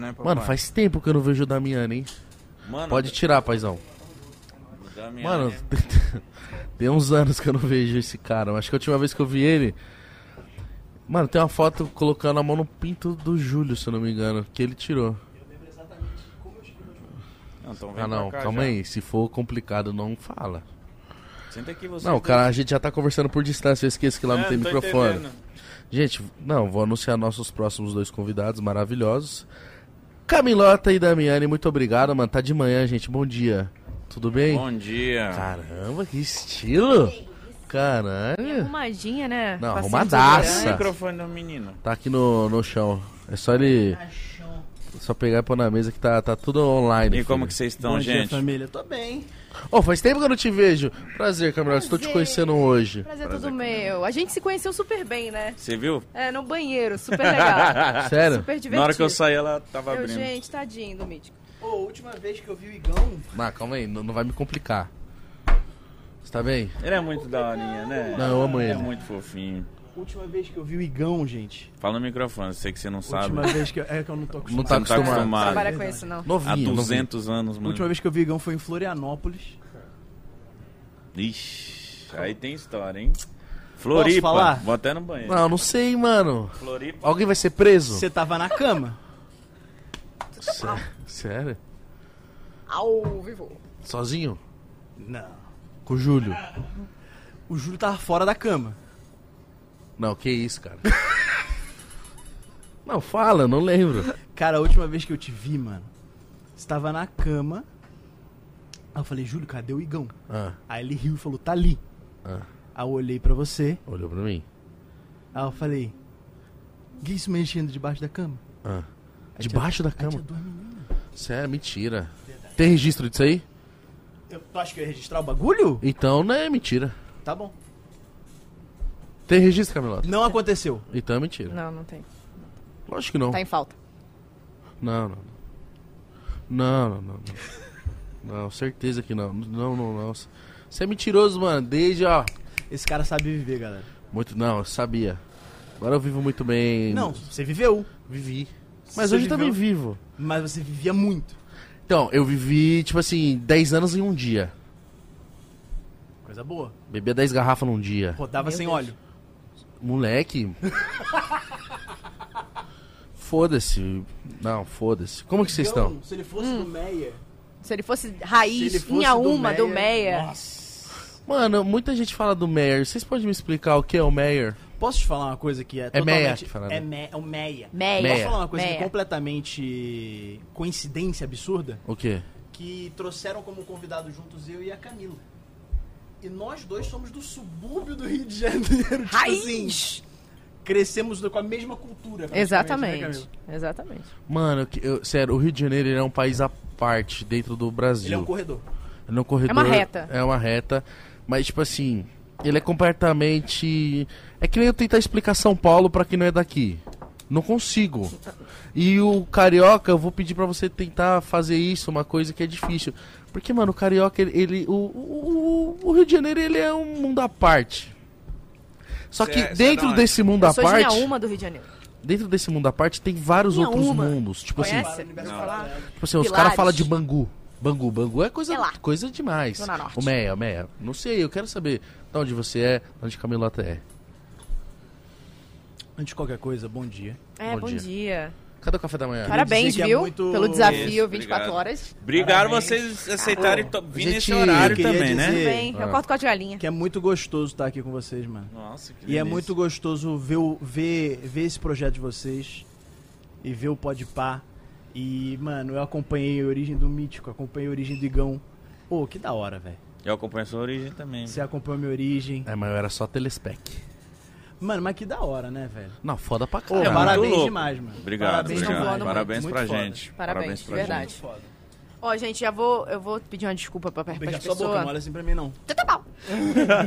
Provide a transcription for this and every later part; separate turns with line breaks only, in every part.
né,
Mano, faz tempo que eu não vejo o Damiani, hein?
Mano,
Pode tirar, paizão.
Damiani,
Mano,
é.
tem uns anos que eu não vejo esse cara. Eu Acho que a última vez que eu vi ele. Mano, tem uma foto colocando a mão no pinto do Júlio, se eu não me engano, que ele tirou.
Não, então vem
Ah, não,
pra cá
calma
já.
aí. Se for complicado, não fala.
Senta aqui você.
Não, cara, a gente já tá conversando por distância. Eu esqueço
É,
que lá não tem microfone. Gente, não, vou anunciar nossos próximos dois convidados maravilhosos. Camilota e Damiani, muito obrigado, mano. Tá de manhã, gente. Bom dia. Tudo bem?
Bom dia.
Caramba, que estilo! Caralho!
Arrumadinha, né?
Não,
Passeio de
arrumadaça.
Cadê o
branco.
microfone do menino.
Tá aqui no, no chão. É só ele. Só pegar e pôr na mesa que tá, tá tudo online.
E como que
filho.
vocês estão,
Bom
gente?
dia, família. Tô bem.
Ô, faz tempo que eu não te vejo. Prazer, Camila. Estou te
Prazer.
conhecendo hoje.
Prazer todo meu. A gente se conheceu super bem, né?
Você viu?
É, no banheiro, super
Ah,
legal.
Sério?
Super divertido.
Na hora que eu saí, ela tava
Eu,
abrindo.
gente, tadinho do mítico.
Ô, a última vez que eu vi o Igão.
Não, calma aí, não, não vai me complicar. Você tá bem?
Ele é muito daorinha, né?
Não, eu amo
É
ele.
muito fofinho.
Última vez que eu vi o Igão, gente.
Fala no microfone, eu sei que você não sabe.
Última vez que eu. É que eu não tô acostumado.
Não tá
não tá
acostumado.
acostumado. Ah,
Trabalha com
verdade.
isso, não.
Há
Novinho, novinho.
200 anos,
A
mano.
última vez que eu vi o Igão foi em Florianópolis.
Ixi, aí tem história, hein? Floripa.
falar?
Vou até no banheiro.
Não, não sei, mano.
Floripa.
Alguém vai ser preso?
Você tava na cama?
Sé-
tá-
Sério?
Ao vivo.
Sozinho?
Não.
Com o Júlio?
O Júlio tava fora da cama.
Não, que isso, cara. não, fala, não lembro.
Cara, a última vez que eu te vi, mano, você tava na cama. Aí eu falei, Júlio, cadê o Igão?
Ah,
Aí ele riu e falou, tá ali.
Ah.
Aí eu olhei pra você,
olhou pra mim.
aí eu falei, o que é isso mexendo debaixo da cama?
Ah. Debaixo da
Aí tinha
cama?
duas meninas.
Sério, é mentira. Tem registro disso aí?
Eu, tu acha que eu ia registrar o bagulho?
Então não é mentira.
Tá bom.
Tem registro, Camilota?
Não aconteceu.
Então é mentira.
Não, não tem.
Lógico que não.
Tá em falta.
Não, não. Não, não, não. Não, Não, certeza que não. Não, não, não. Você é mentiroso, mano. Desde, ó.
Esse cara sabe viver, galera.
Muito. Não, eu sabia. Agora eu vivo muito bem.
Não, você viveu,
Vivi. Mas
Você
hoje também
viveu?
vivo.
mas você vivia muito.
Então, eu vivi, tipo assim, 10 anos em um dia.
Coisa boa.
Bebia 10 garrafas num dia.
Rodava
Meu
sem
Deus.
óleo.
Moleque. foda-se. Não, foda-se. Como que vocês estão?
Então, Se ele fosse
Hum.
do Meia.
Se ele fosse
Se
raiz,
ele fosse
tinha uma do
Meia.
Meia.
Nossa.
Mano, muita gente fala do Meyer. Vocês podem me explicar o que é o Meyer?
Posso te falar uma coisa que é,
meia
totalmente...
que fala, né?
é, me... é o Meia.
Meia.
Meia.
Posso falar uma coisa que
Meia.
é completamente coincidência absurda?
O quê?
Que trouxeram como convidado juntos eu e a Camila. E nós dois somos do subúrbio do Rio de Janeiro. Tipo assim,
Raiz!
crescemos com a mesma cultura. praticamente, né,
Exatamente.
Camila?
Exatamente.
Mano, eu que- eu- sério, o Rio de Janeiro ele é um país à parte dentro do Brasil.
Ele é um corredor.
Ele é um corredor.
É uma reta.
É uma reta. Mas, tipo assim, ele é completamente. É que nem eu tentar explicar São Paulo pra quem não é daqui. Não consigo. E o carioca, eu vou pedir pra você tentar fazer isso, uma coisa que é difícil. Porque, mano, o carioca, ele. ele- o, o, o- o Rio de Janeiro, ele é um mundo à parte. Só
Cê
que
é- cê é da
dentro
onde?
desse mundo à
Eu sou de
parte.
Inhaúma do Rio de Janeiro.
Dentro desse mundo à parte tem vários
Minha
outros
uma.
mundos. Tipo assim,
Conhece?
Não.
Falar?
Tipo assim, os
Pilares.
caras falam de Bangu. Bangu, Bangu é coisa,
É lá.
coisa demais.
Zona Norte.
O Meia, o Meia. Não sei, eu quero saber de onde você é, de onde Camilota é.
Antes de qualquer coisa, bom dia.
É,
Bom
bom,
dia.
dia.
Cadê o café da manhã?
Parabéns,
dizer que é
viu?
muito-
Pelo desafio,
Isso,
24
obrigado.
horas.
Obrigado
Parabéns.
vocês aceitarem to- vir
Gente,
nesse horário
eu queria
também, né?
dizer-
Tudo bem, eu corto com a de galinha.
Que é muito gostoso estar aqui com vocês, mano.
Nossa, que
E é
delícia.
muito gostoso ver, o- ver, ver esse projeto de vocês e ver o Podpah. E, mano, eu acompanhei a origem do Mítico, acompanhei a origem do Igão. Pô, que da hora, velho.
Eu acompanho a sua origem também.
Você acompanhou a minha origem.
É, mas eu era só telespec.
Mano, mas que da hora, né, velho?
Não, foda pra
Pô,
caralho.
muito
parabéns
louco.
demais, mano.
Obrigado,
Parabéns
obrigado.
demais,
voando
mano.
Parabéns
Muito
pra
foda.
gente.
Parabéns,
pra
verdade.
Muito foda.
Ó, gente, já vou, eu vou pedir uma desculpa pra, pra
Beijar
as
sua boca, não olha
pessoas.
assim pra mim, não.
Tá, tá bom.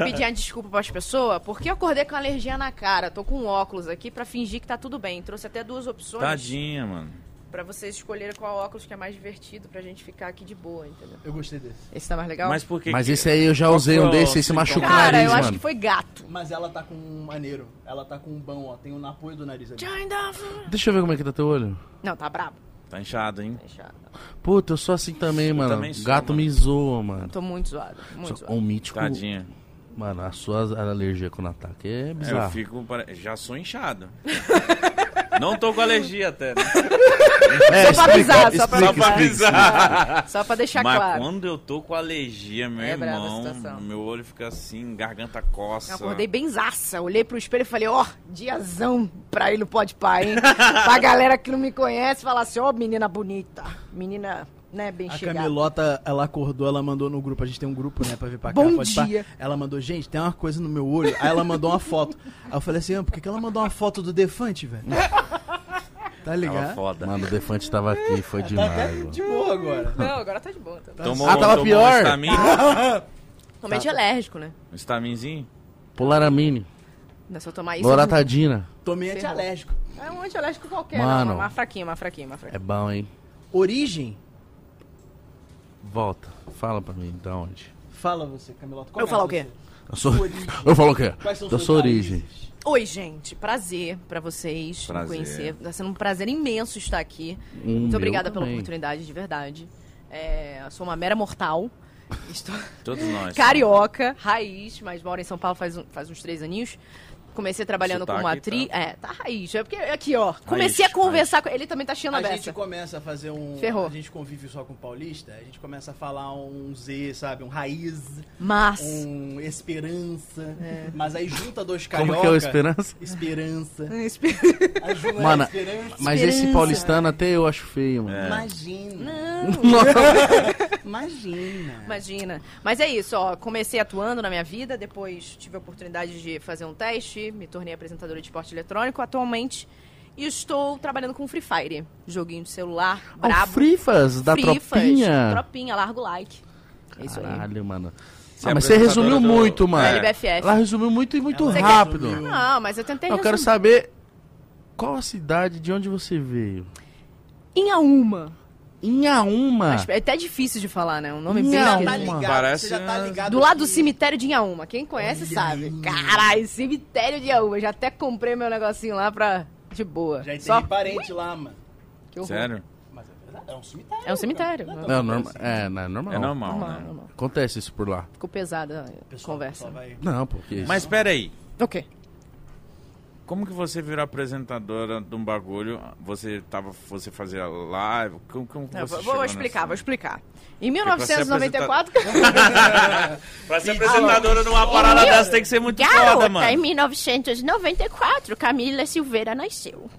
pedir uma desculpa pras pessoas, porque eu acordei com alergia na cara. Tô com um óculos aqui pra fingir que tá tudo bem. Trouxe até duas
gente.
opções
Tadinha, mano.
pra vocês escolherem qual óculos que é mais divertido pra gente ficar aqui de boa, entendeu?
Eu gostei desse.
Esse tá mais legal?
Mas por que
Mas
que-
é
esse aí eu já
Qual
usei
foi
um
o
desse, esse
sintoma?
machucou o
Cara,
nariz,
eu acho
mano.
que foi gato.
Mas ela tá com um maneiro. Ela tá com um bão, ó. Tem um apoio do nariz ali.
Join the-
Deixa eu ver como é que tá teu olho.
Não, tá brabo.
Tá inchado, hein?
Deixa-
Puta, eu sou assim também, mano.
também sou,
Gato
mano.
me zoa, mano.
Tô muito zoado, muito
Só-
zoado.
um mítico.
Tadinha.
Mano, a sua alergia quando ataque é
É,
bizarro.
eu fico. pare- Já sou inchado. Não tô com alergia até. Né?
É,
Só pra avisar,
explica,
Ah, só pra
Só
explica,
pra
explica.
avisar.
Só pra deixar
Mas
claro.
quando eu tô com alergia, meu
É brava a
irmão,
situação.
meu olho fica assim, garganta
Eu
coça.
acordei benzaça, olhei pro espelho e falei, ó, diazão pra ir no pode pai, hein? pra galera que não me conhece falar assim, ó, menina bonita, menina, né, bem
A
chegada.
Camilota, ela acordou, ela mandou no grupo. A gente tem um grupo, né, pra vir pra cá.
Bom
pode pá.
dia.
Ela mandou, gente, tem uma coisa no meu olho. Aí ela mandou uma foto. Aí eu falei assim, ah, por que, que ela mandou uma foto do Defante, velho? Tá
Tava
ligado?
foda.
Mano, o Defante tava aqui, foi
Tá
demais,
até
mano.
de boa agora.
Não, agora tá de boa. Tá...
Tomou,
Ah, tava
tomou
pior.
um estamin,
Realmente alérgico, né?
um estaminzinho.
Polaramine,
Não é só tomar isso. é
Loratadina.
Tomei
Ferrou.
antialérgico.
É um antialérgico qualquer,
Mano.
Não, uma fraquinha, uma fraquinha, uma fraquinha.
É bom, hein?
Origem?
Volta, fala pra mim, da onde?
Fala você, Camilota. Qual
Eu
é
falar
a
o quê?
sua-
Eu sou...
Origem.
Eu falo o quê?
Quais são
Da
suas
sua origem.
raízes?
Oi, gente, prazer pra vocês
Prazer.
me conhecer. Tá sendo um prazer imenso estar aqui.
Hum,
Muito
meu
obrigada pela
também.
oportunidade, de verdade. É, eu sou uma mera mortal. Estou...
Todos nós.
carioca, raiz, mas moro em São Paulo faz, um- faz uns três aninhos. Comecei trabalhando
Sotaque,
como atriz. É, tá raiz. É porque aqui, ó. Comecei
Raiz,
a conversar com. Ele também tá cheio na
A gente
beça.
começa a fazer um.
Ferrou.
A gente convive só com paulista, a gente começa a falar um Z, sabe? Um raiz,
Mas.
um esperança.
É.
Mas aí junta dois
Como
carioca.
que é o Esperança?
Esperança. Aí junta
Mano,
esperança.
Mas esse
Esperança.
paulistano até eu acho feio, mano.
Imagina.
É.
Nossa.
Imagina.
Imagina. Mas é isso, ó. Comecei atuando na minha vida, depois tive a oportunidade de fazer um teste, me tornei apresentadora de esporte eletrônico. Atualmente estou trabalhando com Free Fire, joguinho de celular,
Ah, o
brabo.
Frifas, da
Free Fast,
tropinha.
Tropinha, largo like. É isso aí.
Caralho, mano.
Você
Ah,
é
mas você resumiu
apresentadora do-
muito, mano.
É.
LBFF.
Ela resumiu muito e muito
Ela resumiu.
rápido.
Não,
Não, mas eu tentei
Eu quero
resumir.
saber qual a cidade, de onde você veio.
Em a uma.
Inhaúma.
Ah.
Mas É até difícil de falar, né? Um nome bem
Não,
Tá
esquisito.
mas-
ligado,
Parece
você já tá
uma-
ligado
Do lado do
que-
cemitério de Inhaúma. Quem conhece sabe. Caralho, cemitério de Inhaúma. Já até comprei meu negocinho lá pra... De boa.
Já
Só
tem parente lá, mano.
que horror.
Sério?
Mas é verdade, é um cemitério.
É um cemitério.
cara.
Não, norma... é, não, é normal.
É normal,
Normal,
né?
normal.
Acontece isso por lá.
Ficou pesada a
Pessoal,
conversa.
pessoal vai-
Não, porque. isso-
Mas peraí.
Ok.
Como que você virou apresentadora de um bagulho? Você tava, você fazia live? Como, como que
Eu
você
vou, vou
chegou
explicar, vou
nessa- é
explicar. Em
pra ser
1994...
Pra ser apresentadora numa parada
ah, Meu-
dessa tem que ser É muito foda, mano.
Garota, tá é em 1994, Camila Silveira nasceu.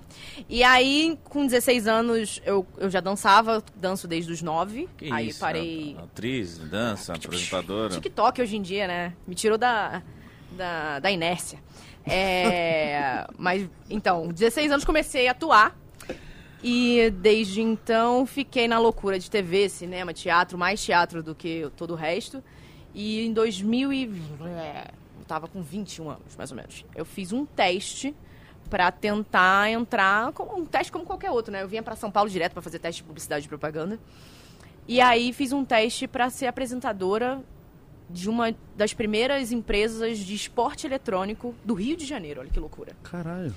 E aí, com 16 anos, eu, eu já dançava, danço desde os 9.
Que
aí
isso,
parei.
né? Atriz, dança, apresentadora.
TikTok hoje em dia, né? Me tirou da, da, da inércia. É, mas, então, 16 anos comecei a atuar. E desde então fiquei na loucura de TV, cinema, teatro, mais teatro do que todo o resto. E em 2000 e... é, Eu tava com 21 anos, mais ou menos. Eu fiz um teste pra tentar entrar, como- um teste como qualquer outro, né? Eu vinha pra São Paulo direto pra fazer teste de publicidade e propaganda. E aí fiz um teste pra ser apresentadora de uma das primeiras empresas de esporte eletrônico do Rio de Janeiro. Olha que loucura.
Caralho.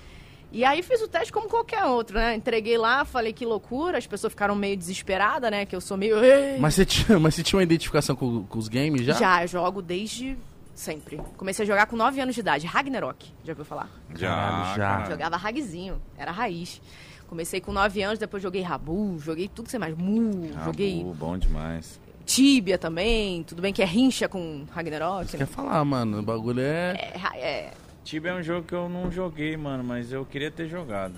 E aí fiz o teste como qualquer outro, né? Entreguei lá, falei que loucura, as pessoas ficaram meio desesperadas, né? Que eu sou meio. "Ei".
Mas você tinha, mas você tinha uma identificação com, com os games já?
Já, eu jogo desde sempre. Comecei a jogar com 9 anos de idade. Ragnarok, já ouviu falar?
Já,
Caralho, já.
cara.
Jogava ragzinho, era raiz. Comecei com 9 anos, depois joguei Rabu, joguei tudo que você mais. Mu,
Ah,
joguei
bu, bom demais.
Tibia também. Tudo bem que é rincha com Ragnarok,
Você
né?
quer falar, mano? O bagulho é.
É, ra- é.
Tibia é um jogo que eu não joguei, mano, mas eu queria ter jogado.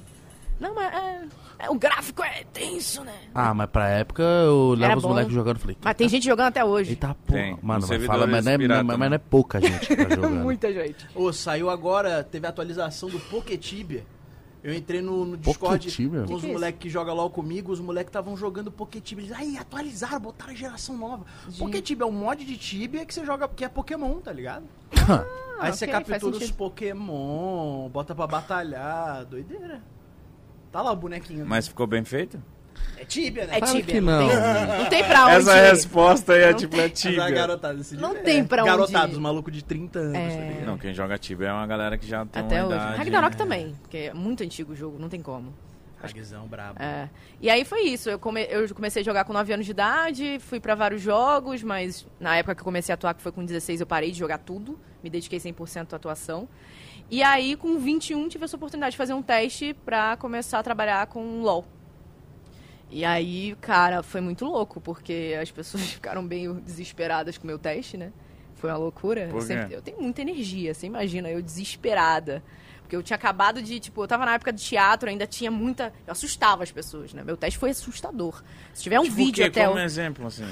Não, mas. é- é, o gráfico é tenso, né?
Ah, mas pra época eu olhava
Era
os
bom.
moleques jogando e falei.
Mas tem gente jogando até hoje.
Eita porra.
Tem,
Mano,
uns
mas fala, mas não, é,
servidores pirata, né?"
mas
mano.
não é pouca gente que tá jogando.
Muita gente.
Ô, saiu agora, teve a atualização do Poketibia. Eu entrei no, no Discord
Poketibia?
com
Que
os
que é
moleques que jogam LOL comigo, os moleques estavam jogando Poketibia. Eles, aí, atualizaram, botaram a geração nova. Poketibia é um mod de Tibia que você joga, que é Pokémon, tá ligado? aí você
Ah, ok,
captura
faz
os
sentido.
Pokémon, bota pra batalhar, doideira. Tá lá o bonequinho.
Mas ficou bem feito?
É Tibia, né?
É
Fala
tíbia.
que
não.
não.
Tem, não tem pra onde.
Essa resposta aí é tipo é
Mas a
Tibia.
garotada desse
Não
dia-
tem
é,
pra onde
Garotados,
ir.
maluco de 30 anos, tá ligado?
Não, quem joga Tibia é uma galera que já tem
É. Até
uma
hoje.
idade.
Ragnarok também, porque é muito antigo o jogo, não tem como.
Aguizão brabo.
É. E aí foi isso. Eu, come- eu comecei a jogar com 9 anos de idade, fui pra vários jogos, mas na época que eu comecei a atuar, que foi com 16, eu parei de jogar tudo, me dediquei 100% à atuação. E aí, com 21, tive essa oportunidade de fazer um teste pra começar a trabalhar com LOL. E aí, cara, foi muito louco, porque as pessoas ficaram bem desesperadas com o meu teste, né? Foi uma loucura.
Por
Eu, sempre-
quê?
eu tenho muita energia, você imagina, eu desesperada. Porque eu tinha acabado de, tipo, eu tava na época do teatro, ainda tinha muita. Eu assustava as pessoas, né? Meu teste foi assustador. Se tiver um
Tipo o
vídeo
quê?
até.
Como
eu-
exemplo, assim.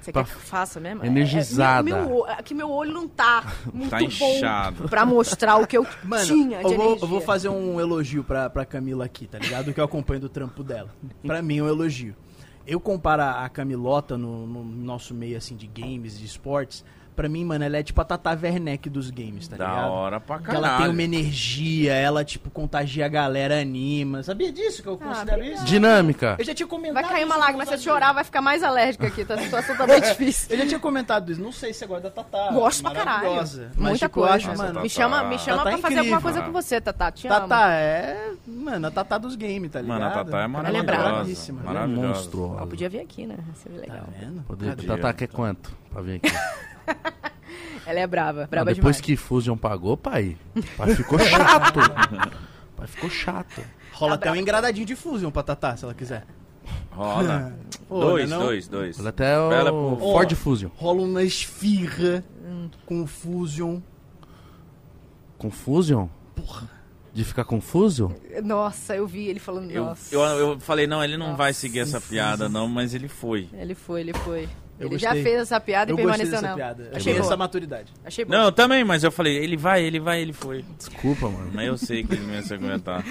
Você
Pra-
quer que eu faça mesmo? É-
Energizada.
É, meu- meu, o- é que meu olho não tá muito
Tá
bom
inchado.
pra mostrar o que eu
Mano,
tinha de
eu vou,
energia.
eu vou fazer um elogio pra, pra Camila aqui, tá ligado? Que eu acompanho do trampo dela. Pra mim é um elogio. Eu comparo a Camilota no, no nosso meio, assim, de games, de esportes. Pra mim, mano, ela é tipo a Tata Werneck dos games, tá
da
ligado?
hora pra
Que ela tem
caralho.
uma energia, ela, tipo, contagia a galera, anima. Sabia disso que eu considero isso?
Dinâmica.
Eu já tinha comentado
Ah, Vai cair uma
isso
lágrima, se
com
eu
os
chorar, vai ficar mais alérgica aqui, tá? A situação tá bem difícil.
Eu já tinha comentado isso, não sei se agora da Tatá.
Gosto pra caralho.
maravilhosa. Mas,
Muita
tipo,
coisa.
eu acho,
Nossa,
mano.
Tatá.
me chama, me chama
Tatá
pra
é
fazer alguma
incrível.
coisa com você, Tatá. Te amo.
Tatá é. Mano, a Tatá dos games, tá ligado?
Mano, a Tatá é
Ela é brava.
maravilhosa.
Ela é
maravilhosa.
Monstruosa.
Ela podia vir aqui, né? Seria
Tá
legal.
vendo?
Poder,
Cadê?
tá, tá, quer quanto pra vir aqui?
Tá.
Ela é brava,
Não,
brava
depois
demais.
que Fusion pagou, pai, pai ficou chato. pai ficou chato.
Rola
Tá
até um engradadinho de Fusion pra Tatá, se ela quiser.
Rola.
Pô,
dois,
não é não?
dois, dois.
Olha até o
Bela pro-
Ford
Ó.
Fusion.
Rola uma esfirra
Hum.
com Fusion.
Com Fusion? De ficar com Fusion?
Nossa, eu vi ele falando,
Eu,
nossa.
eu, eu falei, não, ele não
Nossa.
vai seguir essa piada, não, mas ele foi.
Ele foi, ele foi.
Eu
ele já
gostei.
fez essa piada
Eu
e
gostei
permaneceu
dessa
nela.
piada.
Achei
Achei
bom.
essa maturidade.
Achei bom.
Não, eu também, mas eu falei, ele vai, ele vai, ele foi.
Desculpa, mano.
Mas eu sei que ele não ia se aguentar.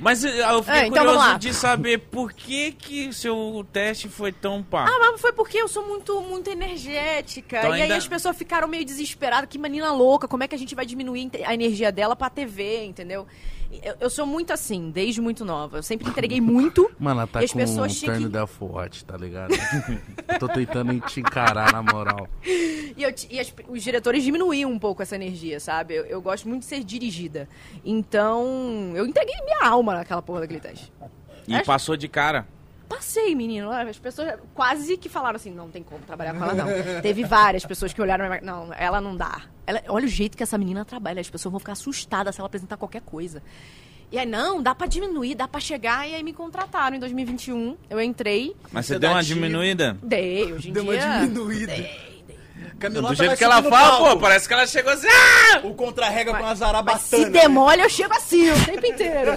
Mas eh, eu fiquei
Ah, então vamos
curioso
lá.
de saber por que que seu teste foi tão pá.
Ah, mas foi porque eu sou muito, muito energética.
Então
e
ainda-
aí as pessoas ficaram meio desesperadas. Que menina louca, como é que a gente vai diminuir a energia dela pra TV, entendeu? Eu, eu sou muito assim, desde muito nova. Eu sempre entreguei muito.
Mano, ela tá
E as
com um
pessoas tinham
turn
que-
da Watch, tá ligado? Eu tô tentando te encarar, na moral.
E, eu ti- e as- os diretores diminuíam um pouco essa energia, sabe? Eu, eu gosto muito de ser dirigida. Então, eu entreguei minha alma naquela porra daquele teste.
e
acho-
passou de cara.
Passei, menino. As pessoas quase que falaram assim, não tem como trabalhar com ela, não. Teve várias pessoas que olharam, mas, não, ela não dá. Ela- olha o jeito que essa menina trabalha, as pessoas vão ficar assustadas se ela apresentar qualquer coisa. E aí, não, dá pra diminuir, dá pra chegar. E aí me contrataram em 2021. Eu entrei,
Mas você deu uma
Sedativo.
diminuída?
dei, hoje em
Deu uma
dia...
diminuída. Camilota
Do jeito
vai
que ela
subir tá no
fala, pô,
palco.
parece que ela chegou assim. "Ah!"
O contra-rega com a
Mas se
zarabatana.
demole, eu chego assim o tempo inteiro.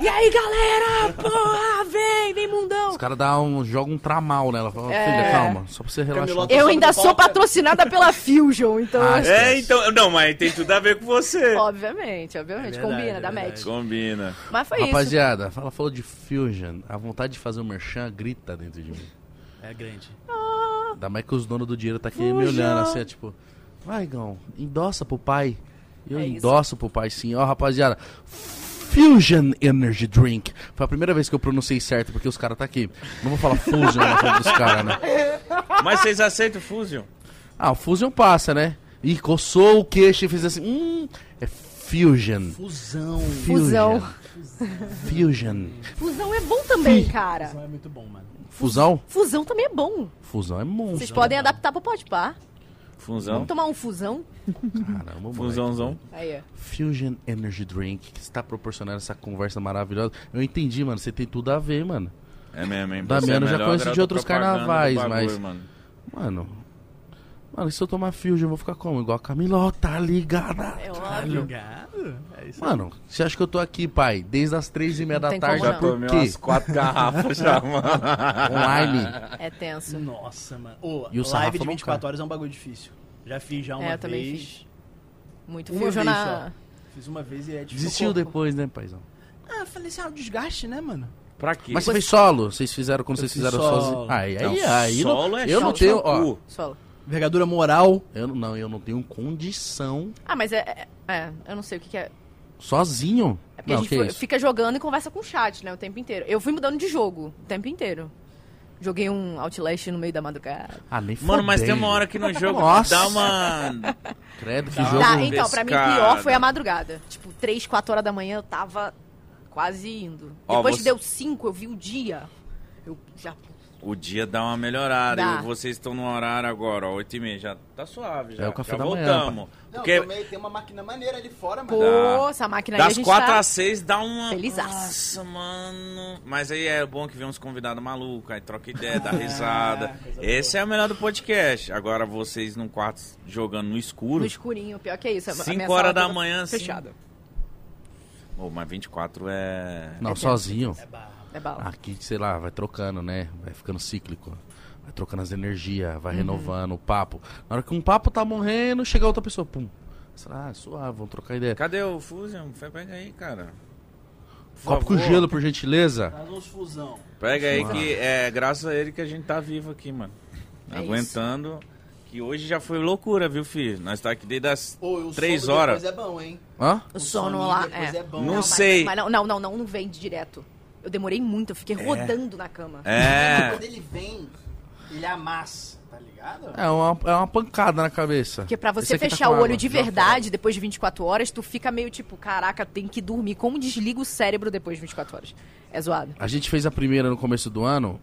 E aí, galera? Porra, vem, vem, mundão.
Os caras dá um, jogam um tramal nela. Fala,
É.
filha, calma, só pra você relaxar.
Camilota.
Eu ainda sou patrocinada pela Fusion, então.
Ah,
assim,
É, então. Não, mas tem tudo a ver com você.
Obviamente, obviamente.
É verdade,
combina,
é
dá
verdade.
match.
Combina.
Mas foi isso.
Rapaziada, fala, falou de Fusion. A vontade de fazer o merchan grita dentro de mim.
É grande.
Ainda mais que os donos do dinheiro tá aqui me olhando assim, é tipo, vai, Gão, endossa pro pai. Eu
É isso.
endosso pro pai sim. Ó, rapaziada, Fusion Energy Drink. Foi a primeira vez que eu pronunciei certo, porque os caras tá aqui. Não vou falar Fusion na frente dos caras, né?
Mas vocês aceitam o Fusion?
Ah, o Fusion passa, né? E coçou o queixo e fez assim, hum, é Fusion.
Fusão.
Fusão.
Fusion.
Fusão é bom também, cara.
Fusão é muito bom, mano.
Fusão?
Fusão também é bom.
Fusão é monstro.
Vocês podem adaptar pro podpar.
Funzão.
Vamos tomar um fusão?
Caramba, moleque.
Funzãozão.
Aí, é ó.
Fusion Energy Drink, que está proporcionando essa conversa maravilhosa. Eu entendi, mano. Você tem tudo a ver, mano.
É mesmo, hein?
Damiano,
Você é a
eu já
melhor
conheço de
garota
outros
propaganda do
carnavais,
bagulho,
mas-
mano.
Mano. Mano, se eu tomar Fusion, eu vou ficar como? Igual a Camila, tá ligada?
É
Caralho.
óbvio.
Tá Ligado? É isso aí.
Mano, você acha que eu tô aqui, pai? Desde as três e meia da
tem
tarde,
como
Já
não.
por
tomei
quê?
umas quatro garrafas já, mano.
Online.
É tenso.
Nossa, mano. Ô,
E o sarrafo
live de
não
24
cai.
horas é um bagulho difícil. Já fiz já uma
É, eu
vez.
também fiz. Muito
Uma
Fusion
vez
na.
só. Fiz uma vez e é difícil.
Desistiu depois, né, paizão?
Ah, eu falei assim, ah, o desgaste, né, mano?
Pra quê?
Mas você fez solo? Vocês fizeram quando vocês
fiz
fizeram
solo.
sozinho? Aí, aí,
Não,
aí. não-
solo é
eu não
chute
tenho,
no
ó.
cu.
Solo.
Envergadura moral.
Eu não, não, eu não tenho condição
Ah, mas é. é- é, eu não sei o que, que é.
sozinho.
É porque
Não,
a gente
que
foi-
isso?
fica jogando e conversa com o chat, né? O tempo inteiro. Eu fui mudando de jogo o tempo inteiro. Joguei um Outlast no meio da madrugada.
Ah, nem
Mano, mas tem
fodendo.
uma hora que no jogo
Nossa.
dá uma.
Credo, que
Tá.
jogo...
Tá, então, pra mim o pior
pescada.
foi a madrugada. Tipo, 3, 4 horas da manhã eu tava quase indo.
Ó,
Depois
você-
que deu cinco, eu vi o dia. Eu já.
O dia dá uma melhorada.
Dá.
E vocês estão no horário agora, ó, 8 e meia. Já tá suave, já.
É o café
já
da manhã,
voltamos.
Não,
Porque é-
também tem uma máquina maneira ali fora,
Pô,
mano.
Dá.
essa máquina aí a
das
gente
4
tá...
às 6 dá uma.
felizaço.
Nossa, mano. Mas aí é bom que vem uns convidados malucos, aí troca ideia, dá
Ah,
risada. Esse é o melhor do podcast. Agora vocês num quarto jogando no escuro.
No escurinho, pior que é isso. a- a
Cinco
minha
horas
sala
da
tava
manhã, assim.
Fechada.
Ô, mas 24 é.
Não, sozinho.
É
Ah,
bala.
Aqui, sei lá, vai trocando, né? Vai ficando cíclico. Vai trocando as energias,
Uhum.
vai renovando o papo. Na hora que um papo tá morrendo, chega outra pessoa, pum. Sei lá, é suave, vamos trocar ideia.
Cadê o Fusion? Fe- Pega aí, cara. Por
Copo com
favor.
gelo, por gentileza.
Traz uns Tá fusão.
Pega aí
Mano.
que é graças a ele que a gente tá vivo aqui, mano.
É
Aguentando. Que hoje já foi loucura, viu, filho? Nós tá aqui desde as
Ô, o sono
três
depois
horas.
é bom, hein?
Hã?
O
sono
sono lá.
depois é bom.
Não
mas-
sei.
mas não, não, não, não, não vem direto. Eu demorei muito, eu fiquei rodando na cama.
É.
Quando ele vem, ele amassa, tá ligado?
É uma, é uma pancada na cabeça.
Porque pra você
Esse aqui tá
fechar
com
o olho
água,
de
joga
verdade depois de 24 horas, tu fica meio tipo, caraca, tem que dormir. Como desliga o cérebro depois de 24 horas? É zoado.
fora. A gente fez a primeira no começo do ano.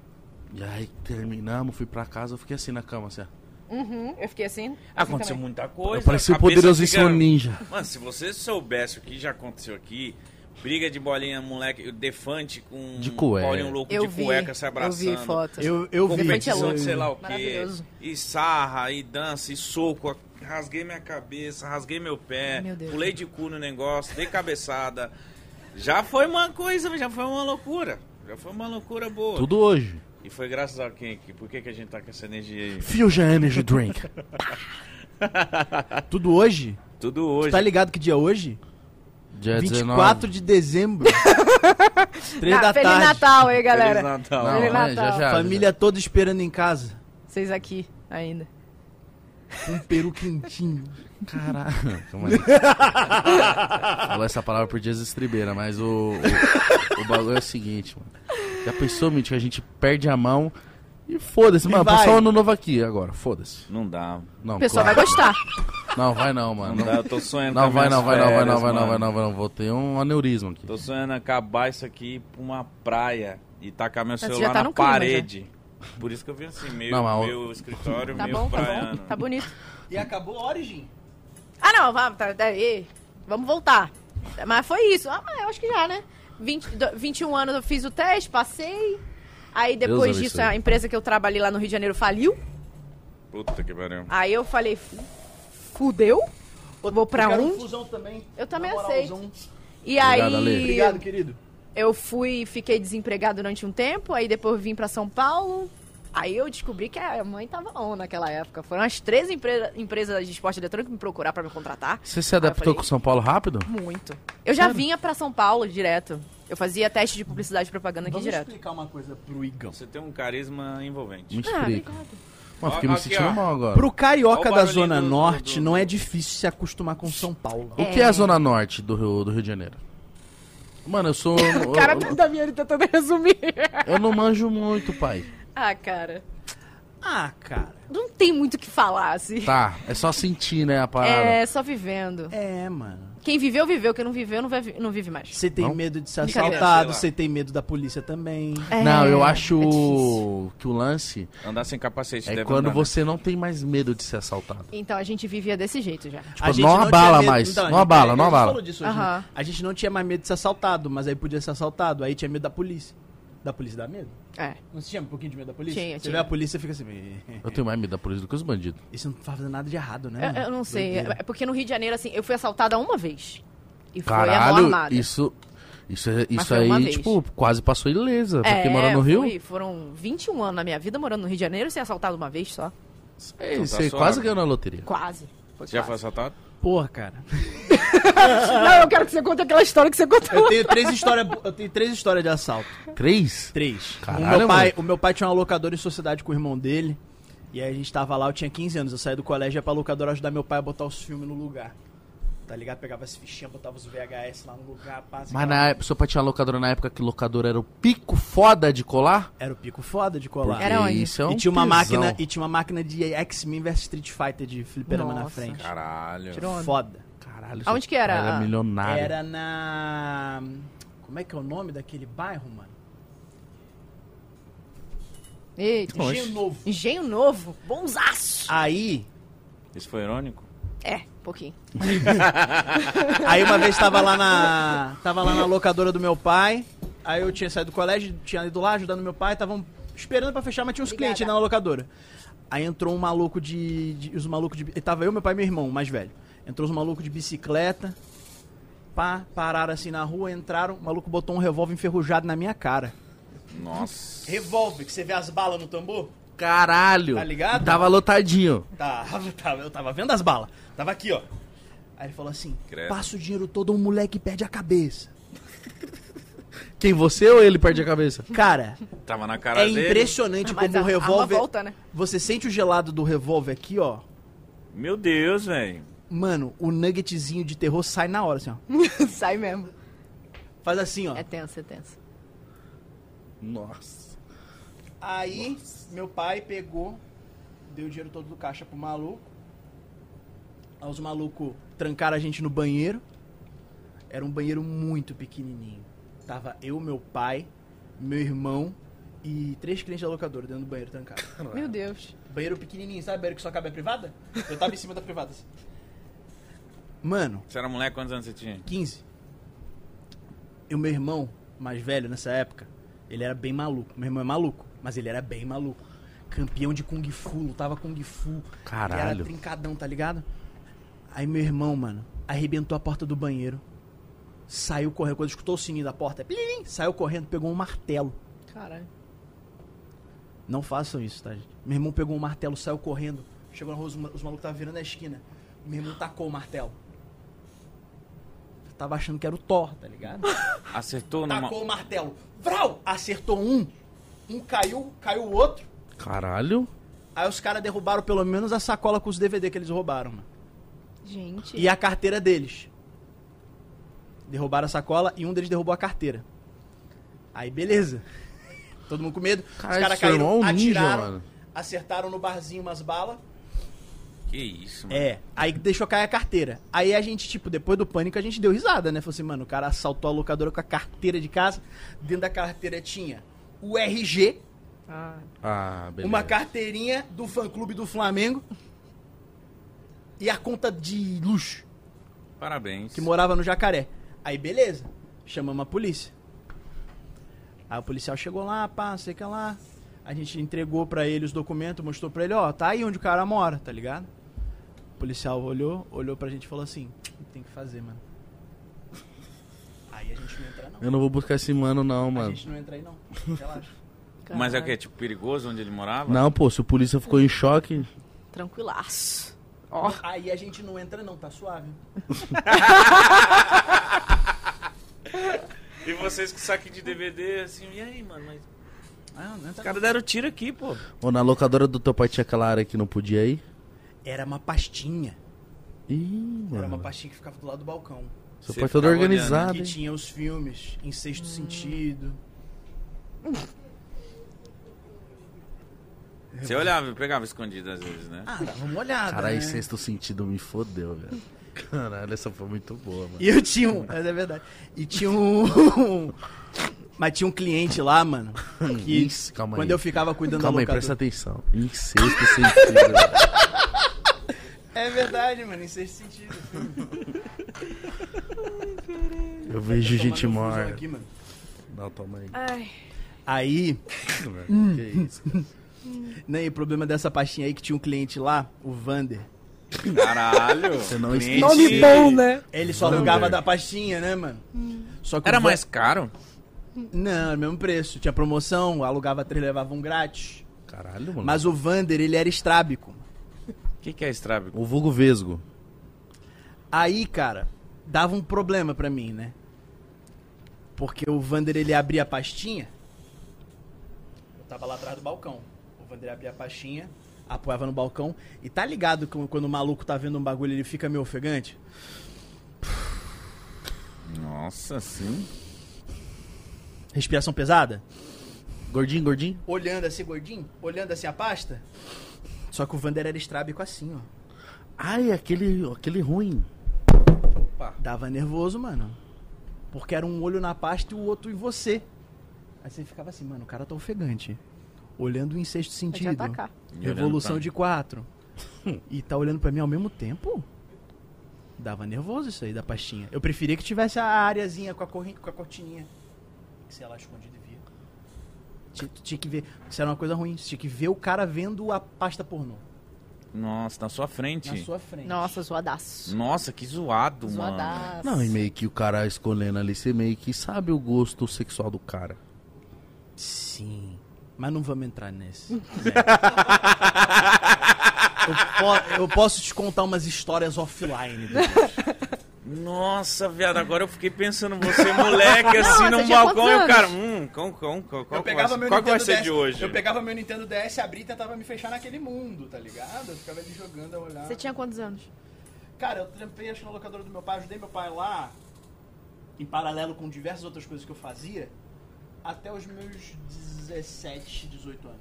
E aí terminamos, fui pra casa, eu fiquei assim na cama, assim. ó.
Uhum, eu fiquei assim.
Aconteceu muita coisa.
Eu parecia o
a cabeça
poderosíssimo
fica-
ninja.
Mano, se você soubesse o que já aconteceu aqui, briga de bolinha, moleque, o defante com
De cueca.
bolinha um louco
Eu
de
vi,
cueca se
eu
abraçando.
vi foto.
Eu, eu vi.
Completamente
competição de
louco.
sei lá o quê.
Maravilhoso.
E sarra, e dança, e soco. Rasguei minha cabeça, rasguei meu pé,
Meu Deus.
pulei de cu no negócio, dei cabeçada. Já foi uma coisa, já foi uma loucura. Já foi uma loucura boa.
Tudo hoje.
E foi graças a quem aqui? Por que, que a gente tá com essa energia aí?
Fusion Energy Drink.
Tudo hoje?
Tudo
Tu
Ah, hoje.
tá ligado que dia é hoje?
Dia
24 de dezembro. 3
Ah,
da
Feliz
tarde.
Natal aí,
Feliz
galera.
Natal.
Não,
Feliz
né,
Natal.
já, já,
Família toda esperando em casa.
Vocês aqui ainda.
Um peru quentinho.
Caralho, calma aí. Falou essa palavra por dias estribeira, mas o, o, o bagulho é o seguinte, mano. Já pensou, Mitch, que a gente perde a mão e foda-se,
E
mano.
vai.
Passar o ano novo aqui agora, foda-se.
Não dá.
Não,
O pessoal
claro.
vai gostar.
Não, vai não, mano.
Não dá. Eu tô sonhando
Não,
com
vai,
minhas
não, vai, não, vai, não,
férias,
vai, não, vai,
mano.
não, vai, não. Vou ter um aneurisma aqui.
Tô sonhando em acabar isso aqui e ir pra uma praia e tacar meu
você já
celular
tá
na
no clima,
parede. Por isso que eu vim assim, meio,
Não, mas o-
meio escritório,
Tá
meio
bom, tá
praiano.
bom. Tá bonito.
E acabou a Origin.
Ah, não, vamos, tá, tá, ei, vamos voltar. Mas foi isso. Ah, eu acho que já, né? 20, do- 21 anos eu fiz o teste, passei. Aí depois
abençoe.
disso, a empresa que eu trabalhei lá no Rio de Janeiro faliu.
Puta que pariu.
Aí eu falei, "Fu- fudeu? Vou pra
eu quero Um
onde?
fusão também.
Eu também
Na
aceito.
moralzão.
E
Obrigado, Ale.
aí
Obrigado, querido.
eu fui, fiquei desempregado durante um tempo, aí depois vim pra São Paulo. Aí eu descobri que a mãe tava on naquela época. Foram as três empre- empresas de esporte eletrônico me procurar pra me contratar.
Você se
Aí eu
adaptou
falei,
com São Paulo rápido?
Muito. Eu já vinha pra São Paulo direto. Eu fazia teste de publicidade e propaganda aqui
Vamos
direto.
explicar uma coisa pro Igão.
Você tem um carisma envolvente.
Me
Ah,
explica.
assim.
Mano, fiquei
Ó,
me
aqui,
sentindo
ó.
mal agora.
Pro carioca
Olha o
da
barulhinho
Zona
do- do-
Norte,
do-
não é difícil se acostumar com São Paulo.
O que é a Zona Norte do Rio, do Rio de Janeiro? Mano, eu sou. um- eu-
O cara tá-
eu-
da minha ele tentando resumir.
eu não manjo muito, pai.
ah, cara.
Ah, cara.
Não tem muito o que falar, assim.
Tá, é só sentir, né, a parada.
É, só vivendo.
É, mano.
Quem viveu, viveu. Quem não viveu, não, vai vi- não vive mais.
Você tem
Não?
medo de ser
Brincadeira,
assaltado,
sei lá.
você tem medo da polícia também.
É,
Não, eu acho
é difícil.
que o lance
Andar sem capacete
é
deve
quando
andar, né?
você não tem mais medo de ser assaltado.
Então a gente vivia desse jeito já.
Tipo, não
tinha
abala
medo-
mais,
a
não
gente-
abala,
a
não
gente
abala.
falou disso hoje, né?
Aham.
A gente não tinha mais medo de ser assaltado, mas aí podia ser assaltado. Aí tinha medo da polícia. Da polícia dá medo?
É.
Não se tinha um pouquinho de medo da polícia?
Tinha,
Você
tinha.
vê a polícia e fica assim... "Eh,
Eu tenho mais medo da polícia do que os bandidos.
Esse não tá fazendo nada de errado, né?
Eu,
mano?"
eu não sei.
Doideira.
É porque no Rio de Janeiro, assim, eu fui assaltada uma vez. E foi a mão
Caralho,
armada.
isso, isso, é- isso
foi uma
aí,
vez.
tipo, quase passou ilesa. Pra quem
É,
mora no Rio,
fui. foram 21 anos na minha vida morando no Rio de Janeiro ser assaltado uma vez só.
é,
Então tá suave.
você quase ganhou na loteria.
Quase. Foi
Você já
quase.
foi assaltado?
é
Porra, cara.
Não, eu quero que você conte aquela história que você contou.
Eu tenho três histórias... bo- Eu tenho três histórias de assalto.
Três?
Três.
Caralho,
o, meu pai,
moleque.
o meu pai tinha uma locadora em sociedade com o irmão dele. E aí a gente tava lá, eu tinha 15 anos. Eu saí do colégio ia pra locadora ajudar meu pai a botar os filmes no lugar. Tá ligado? Pegava as fichinhas, botava os VHS lá no lugar. Passa
Mas na época, seu pai tinha locadora na época que locadora era o pico foda de colar?
Era o pico foda de colar.
Porque
Era onde?
Isso é um
e, tinha uma
tesão.
máquina, e tinha uma máquina de X-Men vs Street Fighter de fliperama na
Nossa.
frente.
Caralho.
Tirou onda.
Foda.
Caralho, é
Aonde
seu
que era?
pai Era milionário.
Era na... Como é que é o nome daquele bairro, mano?
Eita.
Longe.
Engenho Novo.
Engenho novo. Bonzaço.
Aí,
Isso foi irônico?
É, um pouquinho.
Aí uma vez tava lá na. Tava lá na locadora do meu pai. Aí eu tinha saído do colégio, tinha ido lá ajudando meu pai, estavam esperando pra fechar, mas tinha uns
Obrigada.
clientes na locadora. Aí entrou um maluco de. de- os malucos de. e Tava eu, meu pai e meu irmão, o mais velho. Entrou os malucos de bicicleta. Pá, pararam assim na rua, entraram. O maluco botou um revólver enferrujado na minha cara.
Nossa.
Revólver, que você vê as balas no tambor?
Caralho.
Tá ligado?
Tava lotadinho.
Tava, tava, eu tava vendo as balas. Tava aqui, ó. Aí ele falou assim:
Credo.
passa o dinheiro todo, um moleque perde a cabeça.
Quem, você ou ele perde a cabeça?
Cara,
Tava na cara
É
dele.
impressionante
Mas
como o
a- a arma
revólver.
volta, né?
Você sente o gelado do revólver aqui, ó.
Meu Deus, velho.
Mano, o nuggetzinho de terror sai na hora, assim, ó.
Sai mesmo.
Faz assim, ó.
É tenso, é tenso.
Nossa.
Aí, meu pai pegou, deu o dinheiro todo do caixa pro maluco. Aí os malucos trancaram a gente no banheiro. Era um banheiro muito pequenininho. Tava eu, meu pai, meu irmão e três clientes da locadora dentro do banheiro trancado.
Meu Deus.
Banheiro pequenininho, sabe? Banheiro que só cabe a privada? Eu tava em cima da privada. assim. Mano,
Você era moleque, quantos anos você tinha?
15. E o meu irmão, mais velho nessa época, ele era bem maluco. Meu irmão é maluco, mas ele era bem maluco. Campeão de Kung Fu, lutava Kung Fu. Ele era
Caralho.
trincadão, tá ligado? Aí meu irmão, mano, arrebentou a porta do banheiro. Saiu correndo, quando escutou o sininho da porta, é plim, saiu correndo, pegou um martelo.
Caralho.
Não façam isso, tá, gente? Meu irmão pegou um martelo, saiu correndo. Chegou na rua, os, ma- os malucos estavam virando a esquina. Meu irmão tacou o martelo. Eu tava achando que era o Thor, tá ligado?
Acertou
Tá
numa.
Tacou o martelo. Vral! Acertou um. Um caiu, caiu o outro.
Caralho.
Aí os caras derrubaram pelo menos a sacola com os DVD que eles roubaram, mano.
Gente.
E a carteira deles. Derrubaram a sacola e um deles derrubou a carteira. Aí, beleza. Todo mundo com medo.
Caralho,
os caras
seu irmão
caíram,
é um ninja,
atiraram,
mano.
acertaram no barzinho umas balas.
Que isso, mano.
É, aí deixou cair a carteira. Aí a gente, tipo, depois do pânico, a gente deu risada, né? Falou assim, mano, o cara assaltou a locadora com a carteira de casa. Dentro da carteira tinha o RG,
Ah,
Ah, beleza.
uma carteirinha do fã-clube do Flamengo e a conta de luxo
Parabéns.
que morava no Jacaré. Aí, beleza. Chamamos a polícia. Aí o policial chegou lá, pá, não sei o que lá. A gente entregou pra ele os documentos, mostrou pra ele, ó, tá aí onde o cara mora, tá ligado? O policial olhou, olhou pra gente e falou assim, "O que tem que fazer, mano. Aí a gente não entra não.
Eu não vou buscar esse mano, não,
A
mano.
gente não entra aí não. Relaxa.
caralho.
Mas é o que? Tipo, perigoso onde ele
tá
morava?
Não, pô, se o polícia ficou em choque.
Tranquilaço.
Aí a gente não entra não, tá suave.
E vocês com saque de DVD, assim, e aí, mano? Mas...
Ah, não entra
Os caras deram tiro aqui, pô.
Ou na locadora do teu pai tinha aquela área que não podia ir.
não. Era uma pastinha.
Ih,
Era uma
mano. Ah,
pastinha que ficava do lado do balcão.
Seu
Você
pai é todo
ficava
organizado,
né, Que
hein?
tinha os filmes em sexto sentido.
Você olhava, pegava escondido às vezes, né?
Ah, dava uma olhada.
Caralho, é
né?
sexto sentido me fodeu, velho. Caralho, essa foi muito boa, mano.
E eu tinha um. Mas é verdade. E tinha um. Mas tinha um cliente lá, mano. Que
Isso, Hum, calma
quando
aí.
eu ficava cuidando
Calma
da
aí, presta
locadora.
atenção. Em sexto sentido.
É verdade, mano, em sexto sentido.
Eu vejo gente
Tomando fusão
morta.
aqui, mano.
Não, toma aí.
Ai.
Aí,
Hum.
velho. Que isso.
né, e o problema dessa pastinha aí que tinha um cliente lá, o Vander.
Caralho.
Você não
Cliente-
esquece. Nome bom,
né?
Ele só
Vander.
alugava da pastinha, né, mano? Só que o
Era
Van-
mais caro?
Não, era o mesmo preço. Tinha promoção, alugava três, levava um grátis.
Caralho, mano.
Mas o Vander, ele era estrábico.
O que, que é Strabico?
O vulgo vesgo.
Aí, cara, dava um problema pra mim, né? Porque o Vander ele abria a pastinha. Eu tava lá atrás do balcão. O Vander abria a pastinha, apoiava no balcão. E tá ligado que quando o maluco tá vendo um bagulho ele fica meio ofegante?
Nossa, sim.
Respiração pesada?
Gordinho, gordinho?
Olhando assim, gordinho? Olhando assim a pasta? Só que o Vander era estrábico assim, ó.
Ai, aquele, aquele ruim.
Dava nervoso, mano. Porque era um olho na pasta e o outro em você. Aí você ficava assim, mano, o cara tá ofegante. Olhando em sexto
Vai te
sentido.
atacar.
E olhando
Revolução
pra
de quatro. e tá olhando pra mim ao mesmo tempo? Dava nervoso isso aí da pastinha. Eu preferia que tivesse a areazinha com a, corri- com a cortininha. Que se ela escondida e via. Ti- tu Tinha que ver. Isso era uma coisa ruim. Tinha que ver o cara vendo a pasta pornô.
Nossa, na sua frente.
Na sua frente.
Nossa, zoadaço.
Nossa, que zoado, mano.
Zoadaço.
Não, e meio que o cara escolhendo ali, você meio que sabe o gosto sexual do cara.
Sim. Mas não vamos entrar nesse. eu, po- eu posso te contar umas histórias offline. tá Dudu.
Nossa, viado, agora eu fiquei pensando, você moleque, assim,
você
no
tinha
balcão, e o
quantos
cara, hum, qual, qual, qual, qual,
Eu
que vai
pegava
ser,
meu
qual que vai
Nintendo
ser
DS,
de hoje?
Eu pegava meu Nintendo DS, abri e tentava me fechar naquele mundo, tá ligado? Eu ficava ali jogando a olhar.
Você tinha quantos anos?
Cara, eu trampei acho que na locadora do meu pai, ajudei meu pai lá, em paralelo com diversas outras coisas que eu fazia, até os meus 17, 18 anos.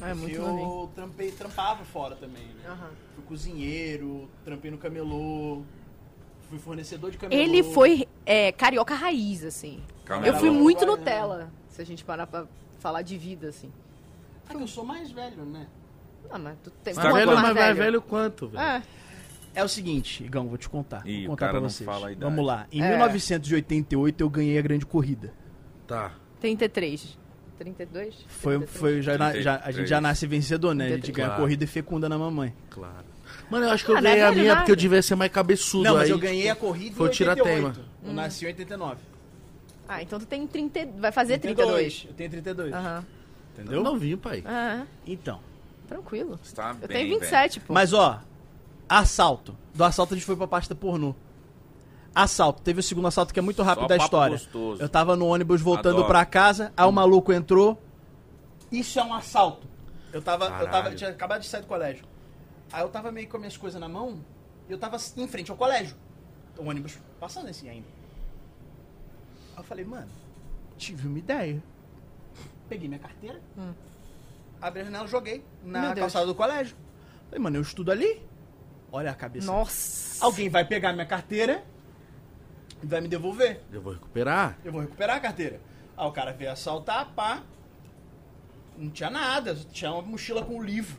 Ah, é muito novinho.
eu trampei, trampava fora também, né?
Aham.
Fui cozinheiro, trampei no camelô, fui fornecedor de camelô.
Ele foi é, carioca raiz, assim.
Calma
Eu
aí,
fui
Lu.
muito
Agora,
Nutella, se a gente parar pra falar de vida, assim.
Ah, que eu sou mais velho, né?
Ah, mas tu tem
Tá
Tá
quanto
velho,
mais
mas vai
velho?
velho quanto, velho?
É.
É o seguinte, Igão, vou te contar.
Ih,
vou
o
contar
cara
pra
não
vocês.
fala a idade.
Vamos lá. Em
É.
1988 eu ganhei a grande corrida.
Tá.
33. 32?
Foi, um- foi já, na- já- a gente já nasce vencedor, né? A gente ganha a
Claro.
corrida e fecunda na mamãe.
Claro. Mano, eu acho que eu
Ah, não é
ganhei a
velho
minha
nada.
porque eu devia ser mais cabeçudo.
Não, mas
aí,
eu ganhei a
tipo,
corrida
foi
em
o tiratema.
88.
Hum.
Eu nasci em 89.
Ah, então tu tem 30, vai fazer 32.
Eu tenho 32.
Aham.
Eu
Entendeu?
não vi, pai.
Ah,
Então.
tranquilo.
Você tá
Eu
bem,
tenho 27, pô.
Mas ó, assalto. Do assalto a gente foi pra pasta pornô. Assalto. Teve o segundo assalto que é muito rápido
Só
da
papo
história.
gostoso.
Eu tava no ônibus voltando
Adoro.
pra casa, aí o maluco entrou. Isso é um assalto. Eu tava, eu tava,
Caralho.
tinha acabado de sair do colégio. Aí eu tava meio com as minhas coisas na mão e eu tava em frente ao colégio. O ônibus passando assim ainda.
Aí eu falei, mano, tive uma ideia.
Peguei minha carteira,
Hum.
abri a janela, joguei
Meu
na
Deus.
calçada do colégio.
Falei, mano, eu estudo ali. Olha a cabeça.
Nossa.
Alguém vai pegar minha carteira e vai me devolver.
Eu vou recuperar.
Eu vou recuperar a carteira.
Ah,
Aí o cara veio assaltar, pá. Não tinha nada, só tinha uma mochila com um livro.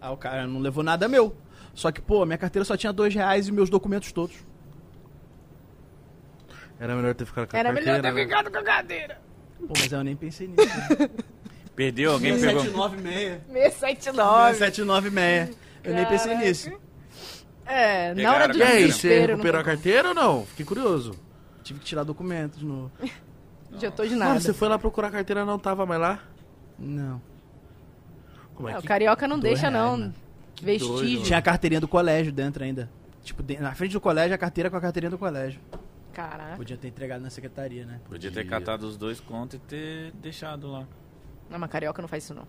Aí Ah, o cara não levou nada meu. Só que, pô, minha carteira só tinha dois reais e meus documentos todos.
Era melhor ter ficado com a
Era melhor ter
carteira, né?
ficado com a cadeira.
Pô, mas eu nem pensei nisso.
Perdeu? Alguém pegou?
796.
679.
796. Eu nem pensei
Caraca.
nisso.
É, na
Pegaram
hora do
E aí,
Carteira.
você
desespero. né?
recuperou a
não-
carteira ou não? Fiquei curioso.
Tive que tirar documentos no.
Adiantou de
Mano,
nada.
você foi lá procurar a carteira não tava mais lá?
Não.
Como é
Ah, o
que...
carioca não
Dois
deixa,
reais,
não.
né?
doido,
Vestígio.
Tinha a carteirinha do colégio dentro ainda. Tipo, de- na frente do colégio, a carteira com a carteirinha do colégio.
Caraca.
Podia ter entregado na secretaria, né?
Podia ter catado os dois contos e ter deixado lá.
Não, mas carioca não faz isso, não.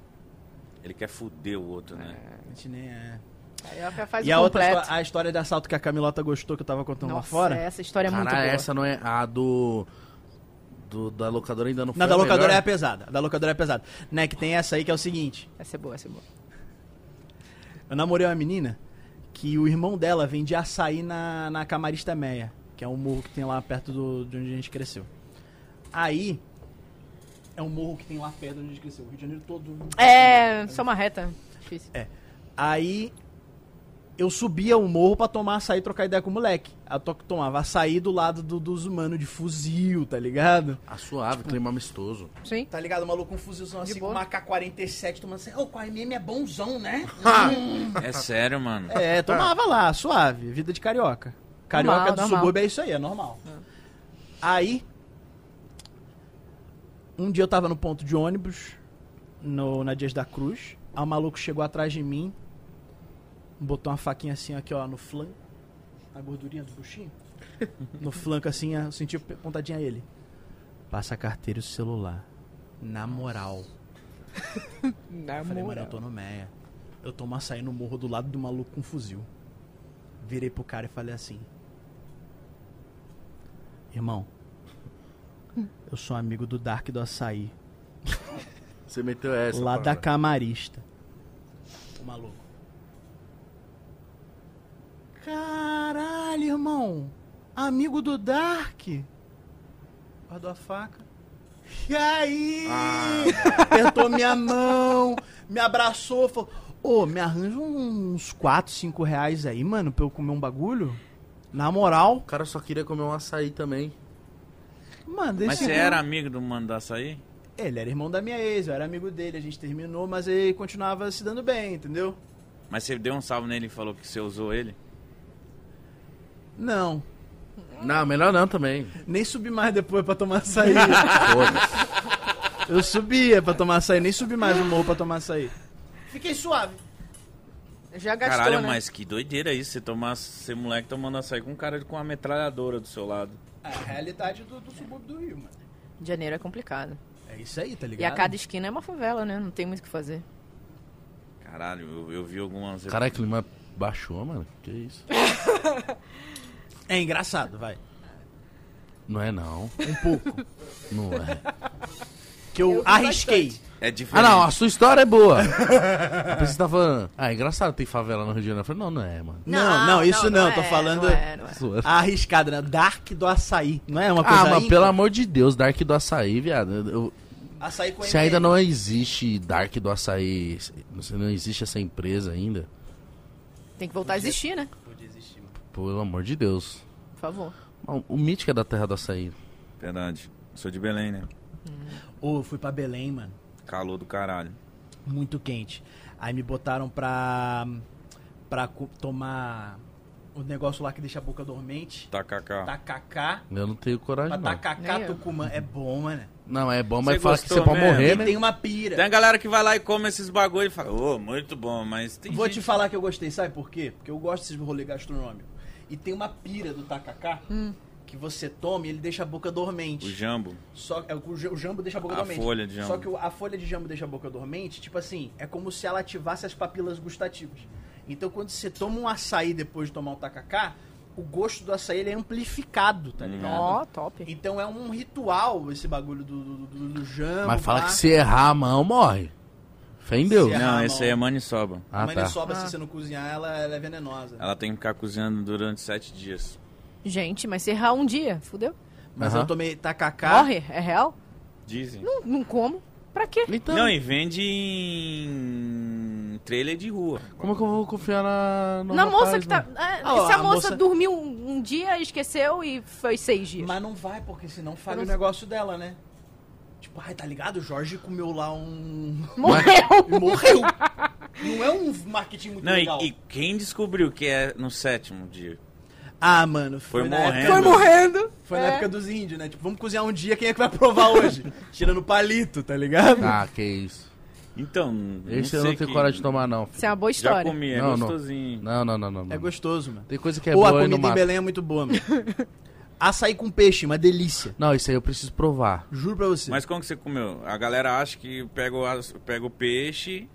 Ele quer fuder o outro, né?
A gente nem é.
Carioca faz
e
o
a outra
completo.
histó- a história de assalto que a Camilota gostou, que eu tava contando lá
Nossa,
fora.
essa história é muito
Cara,
boa.
essa não é a do... do- da locadora ainda não foi
Na da
a
locadora é
melhor?
a pesada. A da locadora é a pesada. Né, que tem essa aí que é o seguinte.
Essa é boa, essa é boa.
Eu namorei uma menina que o irmão dela vendia açaí na, na Camarista Meia, que é um morro que tem lá perto do, de onde a gente cresceu. Aí, é um morro que tem lá perto de onde a gente cresceu. O Rio de Janeiro todo... né?
É, só uma reta. Difícil.
Aí, eu subia o morro pra tomar açaí e trocar ideia com o moleque. Aí eu tomava açaí do lado do- dos humanos de fuzil, tá ligado?
A Ah, suave, clima amistoso.
Sim.
Tá ligado? O maluco com um fuzilzão
De
assim,
boa.
com uma AK-47, tomando assim, ô, com a MM é bonzão, né?
É sério, mano.
É, tomava lá, suave, vida de carioca. Carioca
Normal,
do
normal.
subúrbio é isso aí, é normal. Aí, um dia eu tava no ponto de ônibus, no, na Dias da Cruz, aí o maluco chegou atrás de mim, botou uma faquinha assim aqui, ó, no flanco,
A gordurinha do buchinho?
no flanco assim, eu senti a pontadinha a ele. Passa a carteira e o celular. Na moral.
Na
Eu falei, mano, eu tô no Meia. Eu tomo açaí no morro do lado do maluco com um fuzil. Virei pro cara e falei assim: Irmão, eu sou amigo do Dark do Açaí,
Você meteu essa.
lá da
parada.
camarista. O maluco. Caralho, irmão! Amigo do Dark? guardou a faca. E aí?
Ah.
Apertou minha mão, me abraçou, falou: Ô, me arranja uns 4, 5 reais aí, mano, pra eu comer um bagulho? Na moral,
O cara só queria comer um açaí também.
mano,
Mas
esse
você
irmão-
era amigo do mano do açaí?
Ele era irmão da minha ex, eu era amigo dele, a gente terminou, mas ele continuava se dando bem, entendeu?
Mas você deu um salve nele e falou que você usou ele?
Não,
Não, melhor não também.
nem subi mais depois pra tomar açaí.
Foda-se.
eu subia pra tomar açaí, nem subi mais no morro pra tomar açaí.
Fiquei suave.
Já gastou,
Caralho,
né?
mas que doideira isso, você tomar, ser moleque tomando açaí com um cara com uma metralhadora do seu lado.
É A realidade do, subúrbio do Rio, mano.
De Janeiro é complicado.
É isso aí, tá
E
ligado?
a cada esquina é uma favela, né? Não tem muito o que fazer.
Caralho, eu, eu vi algumas...
Caralho, que clima baixou, mano. Que isso?
É engraçado, vai.
Não é não.
Um pouco.
Não é.
Que eu,
Eu vi
arrisquei.
É diferente.
Ah, não, a sua história é boa. Depois você tá falando. Ah, é engraçado, tem favela no Rio de Janeiro. Eu falei, não, não é, mano.
Não, não, isso não, tô
é,
falando
Não é, não é.
Zoando.
a arriscada, né? Dark do açaí. Não é uma coisa
Ah, mas
aí?
pelo amor de Deus, Dark do Açaí, viado. Eu-
Açaí com
se ainda não existe Dark do Açaí, se não existe essa empresa ainda,
Tem que voltar a existir, né?
pelo amor de Deus.
Por favor.
O- O mítico é da terra do açaí.
Verdade. Sou de Belém, né?
Ô, eu fui pra Belém, mano.
Calor do caralho.
muito quente. Aí me botaram pra, pra co- tomar o negócio lá que deixa a boca dormente.
Tacacá.
Tacacá.
Eu não tenho coragem,
Pra
não.
tacacá
Nem eu.
Tucumã. É bom, mano.
Não, é bom, mas
Você
fala que
gostou
você pode
mesmo?
morrer,
E
né?
tem uma
Tem a
pira.
galera que vai lá e come esses bagulho e fala, ô, muito bom, mas tem
Vou te
gente...
falar que eu gostei, sabe por quê? Porque eu gosto desses rolê gastronômico. E tem uma pira do tacacá
Hum.
que você toma e ele deixa a boca dormente.
O jambo.
Só é, o, ja- o jambo deixa a boca
A
dormente.
folha de jambo.
Só que o- a folha de jambo deixa a boca dormente, tipo assim, é como se ela ativasse as papilas gustativas. Então quando você toma um açaí depois de tomar um tacacá, o gosto do açaí ele é amplificado,
Hum.
tá ligado?
Ó, top.
Então é um ritual esse bagulho do, do, do- do jambo.
Mas fala
lá.
que se errar a mão, morre. Fé em Deus.
Se errar-
Não,
Ah,
esse
não.
aí é maniçoba.
Ah,
Mas
tá.
ele sobra
Ah.
se você não cozinhar, ela, ela é venenosa.
Ela tem que ficar cozinhando durante sete dias.
Gente, mas se errar um dia, fudeu.
Mas
Aham.
eu tomei tacacá.
Morre, é real?
Dizem.
Não, não como. Pra quê?
Então,
Não, e vende em trailer de rua.
como é que eu vou confiar na... no
Na
rapaz, né?
moça que tá.
mano?
é,
Ah,
se a
a
moça,
moça-
dormiu um, um dia, esqueceu e foi seis dias.
Mas não vai, porque senão falha
Eu
o
não-
negócio dela, né? Tipo, ai, tá ligado? O Jorge comeu lá um.
Morreu!
E morreu. Não é um marketing muito
Não, e,
legal.
e quem descobriu que é no sétimo dia?
Ah, mano,
Foi
na
morrendo.
época-
Foi morrendo!
Foi
É.
na época dos índios, né? Tipo, vamos cozinhar um dia, quem é que vai provar hoje? Tira no palito, tá ligado?
Ah, que isso.
Então, não
Esse
sei
eu não tenho
que-
coragem de tomar, não.
Isso é uma boa
Já
história.
comi, é
Não, não.
gostosinho.
Não, não, não, não. não.
É gostoso, mano.
Tem coisa que é
Ou a
boa e
comida
não
em
mata.
Belém é muito boa, mano. Açaí com peixe, uma delícia.
Não, isso aí eu preciso provar.
Juro pra você.
Mas como que você comeu? A galera acha que pega o, as- pega o peixe,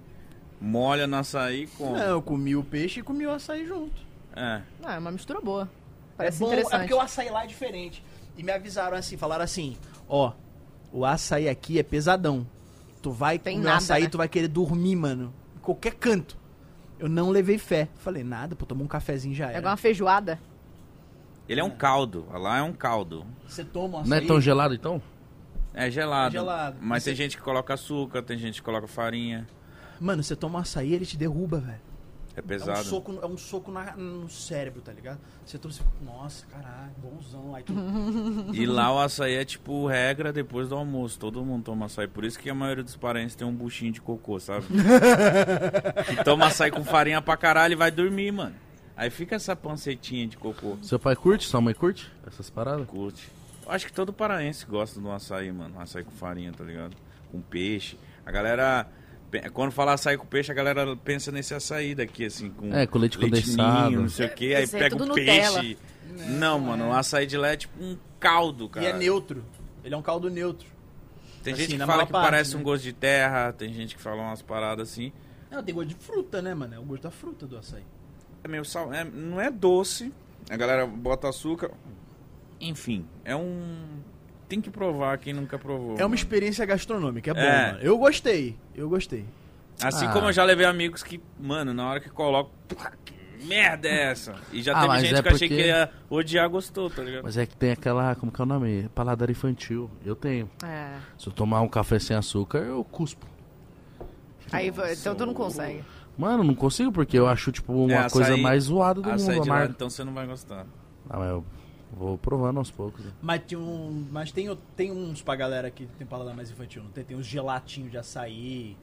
molha no açaí e come.
Não, eu comi o peixe e comi o açaí junto.
É.
Ah, é uma mistura boa. Parece
é bom, é
interessante.
porque o açaí lá é diferente. E me avisaram assim, falaram assim, ó, o açaí aqui é pesadão. Tu vai
Tem
comer
nada,
açaí,
né?
tu vai querer dormir, mano. Em qualquer canto. Eu não levei fé. Falei, nada, pô, tomar um cafezinho já
Pegar
era.
É uma feijoada.
Ele é um caldo. Lá é um caldo.
Você toma um açaí...
Não é tão gelado, então?
É gelado.
É gelado.
Mas
Você-
tem gente que coloca açúcar, tem gente que coloca farinha.
Mano, você toma um açaí, ele te derruba, velho.
É
É um
pesado.
soco, é um soco na- no cérebro, tá ligado? Você toma, você fica, nossa, caralho, bonzão. Aí tu... é
E lá o açaí é tipo regra depois do almoço. Todo mundo toma açaí. Por isso que a maioria dos parentes tem um buchinho de cocô, sabe? que toma açaí com farinha pra caralho e vai dormir, mano. Aí fica essa pancetinha de cocô.
Seu pai curte? Sua mãe curte? Essas paradas?
Curte. Eu acho que todo paraense gosta de um açaí, mano. Um açaí com farinha, tá ligado? Com peixe. A galera. pe- Quando fala açaí com peixe, a galera pensa nesse açaí daqui, assim, com.
É, com leite
leite
condensado.
ninho, não sei o quê. Aí
Isso aí é
pega
tudo
o
Nutella.
peixe. Não, mano, o açaí de lá é tipo um caldo,
E
cara.
é neutro. Ele é um caldo neutro.
Tem
Assim,
gente que
na
fala
maior
que
parte,
parece
né?
um gosto de terra, tem gente que fala umas paradas assim.
Não, tem gosto de fruta, né, mano? É o gosto da fruta do açaí.
É meio sal, é- não é doce. A galera bota açúcar. Enfim, é um tem que provar quem nunca provou.
um
É uma
mano.
experiência gastronômica, é bom,
É.
mano. Eu gostei, eu gostei.
Assim
Ah.
como eu já levei amigos que, mano, na hora que coloco merda é essa? E já
Ah,
teve
mas
gente
é
que eu achei
porque-
que ia odiar, gostou, tá ligado?
Mas é que tem aquela, como que é o nome? Paladar infantil. Eu tenho.
É.
Se eu tomar um café sem açúcar, eu cuspo.
Aí, va- então tu não consegue.
Mano, não consigo porque eu acho, tipo, uma
É, açaí-
coisa mais zoada do
açaí
mundo,
de lado,
amargo.
então você não vai gostar.
Ah, mas eu vou provando aos poucos. né?
Mas tem, um, mas tem, o- tem uns pra galera que tem paladar mais infantil, não tem? Tem uns gelatinhos de açaí.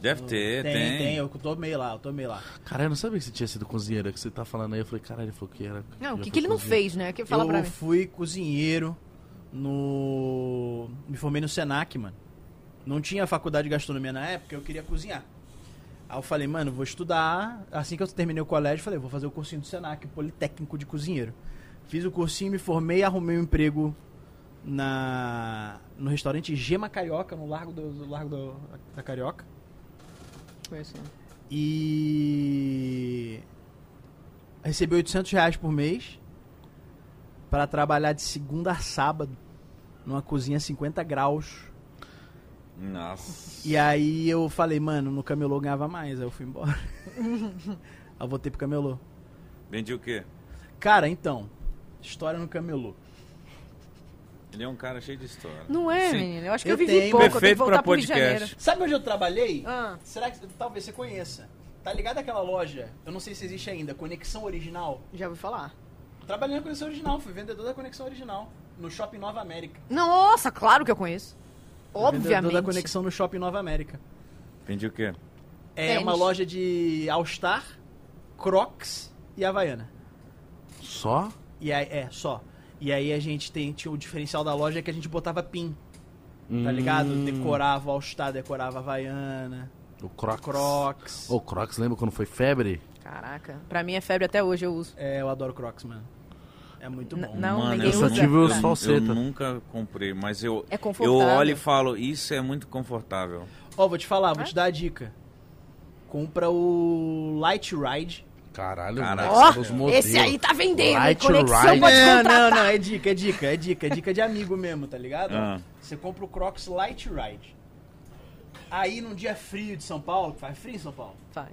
Deve ter, tem.
tem. eu tomei lá, eu tomei lá.
Cara, eu não sabia que você tinha sido cozinheiro, que você tá falando aí. Eu falei, caralho, ele falou que era.
Não, o
eu
que, que
fui
ele não
cozinheiro.
fez, né? Que fala
eu
pra mim.
fui cozinheiro no. Me formei no Senac, mano. Não tinha faculdade de gastronomia na época, eu queria cozinhar. Aí eu falei, mano, vou estudar. Assim que eu terminei o colégio, eu falei, vou fazer o cursinho do Senac, Politécnico de Cozinheiro. Fiz o cursinho, me formei, arrumei um emprego na no restaurante Gema Carioca, no Largo, do, do Largo do- da Carioca.
Conheço, não.
E recebi 800 reais por mês para trabalhar de segunda a sábado numa cozinha 50 graus.
Nossa.
E aí eu falei, mano, no camelô eu ganhava mais, aí eu fui embora. aí eu voltei pro camelô.
Vendi o quê?
Cara, então, história no camelô.
Ele é um cara cheio de história.
Não é,
Sim.
menino. Eu acho que
Eu
eu vivi
tenho.
pouco. eu tenho
Perfeito
que voltar
pra
pro Rio de Janeiro.
podcast.
Sabe onde eu trabalhei?
Ah.
Será que talvez você conheça? Tá ligado aquela loja? Eu não sei se existe ainda, Conexão Original.
Já ouvi falar.
Trabalhei na Conexão Original, fui vendedor da Conexão Original, no Shopping Nova América.
Nossa, claro que eu conheço.
Vendedor
Obviamente.
da conexão no Shopping Nova América.
Vendi o quê?
É
Tênis.
uma loja de All Star, Crocs e Havaiana.
Só?
E aí, é, só. E aí a gente tem, tinha o diferencial da loja é que a gente botava pin, tá
Hum.
ligado? Decorava All Star, decorava Havaiana,
O Crocs.
Crocs.
Ô, Crocs, lembra quando foi febre?
Caraca. Pra mim é febre até hoje, eu uso.
É, eu adoro Crocs, mano. É muito
N-
bom.
não,
Mano,
Então, ninguém
eu só
usa.
tive os
É.
fal- falseta.
Eu nunca comprei, mas eu,
É
eu
confortável.
olho e falo, isso é muito confortável.
Ó, vou te falar, vou
É?
te dar a dica. Compra o Light Ride.
Caralho,
Caralho.
mano,
Ó,
os modelos.
esse aí tá vendendo.
Light
conexão
Ride.
pode
não,
contratar.
não, não, é dica, é dica, é dica, é dica de amigo mesmo, tá ligado?
Ah.
Você compra o Crocs Light Ride. Aí num dia frio de São Paulo, que faz frio em São Paulo,
Faz.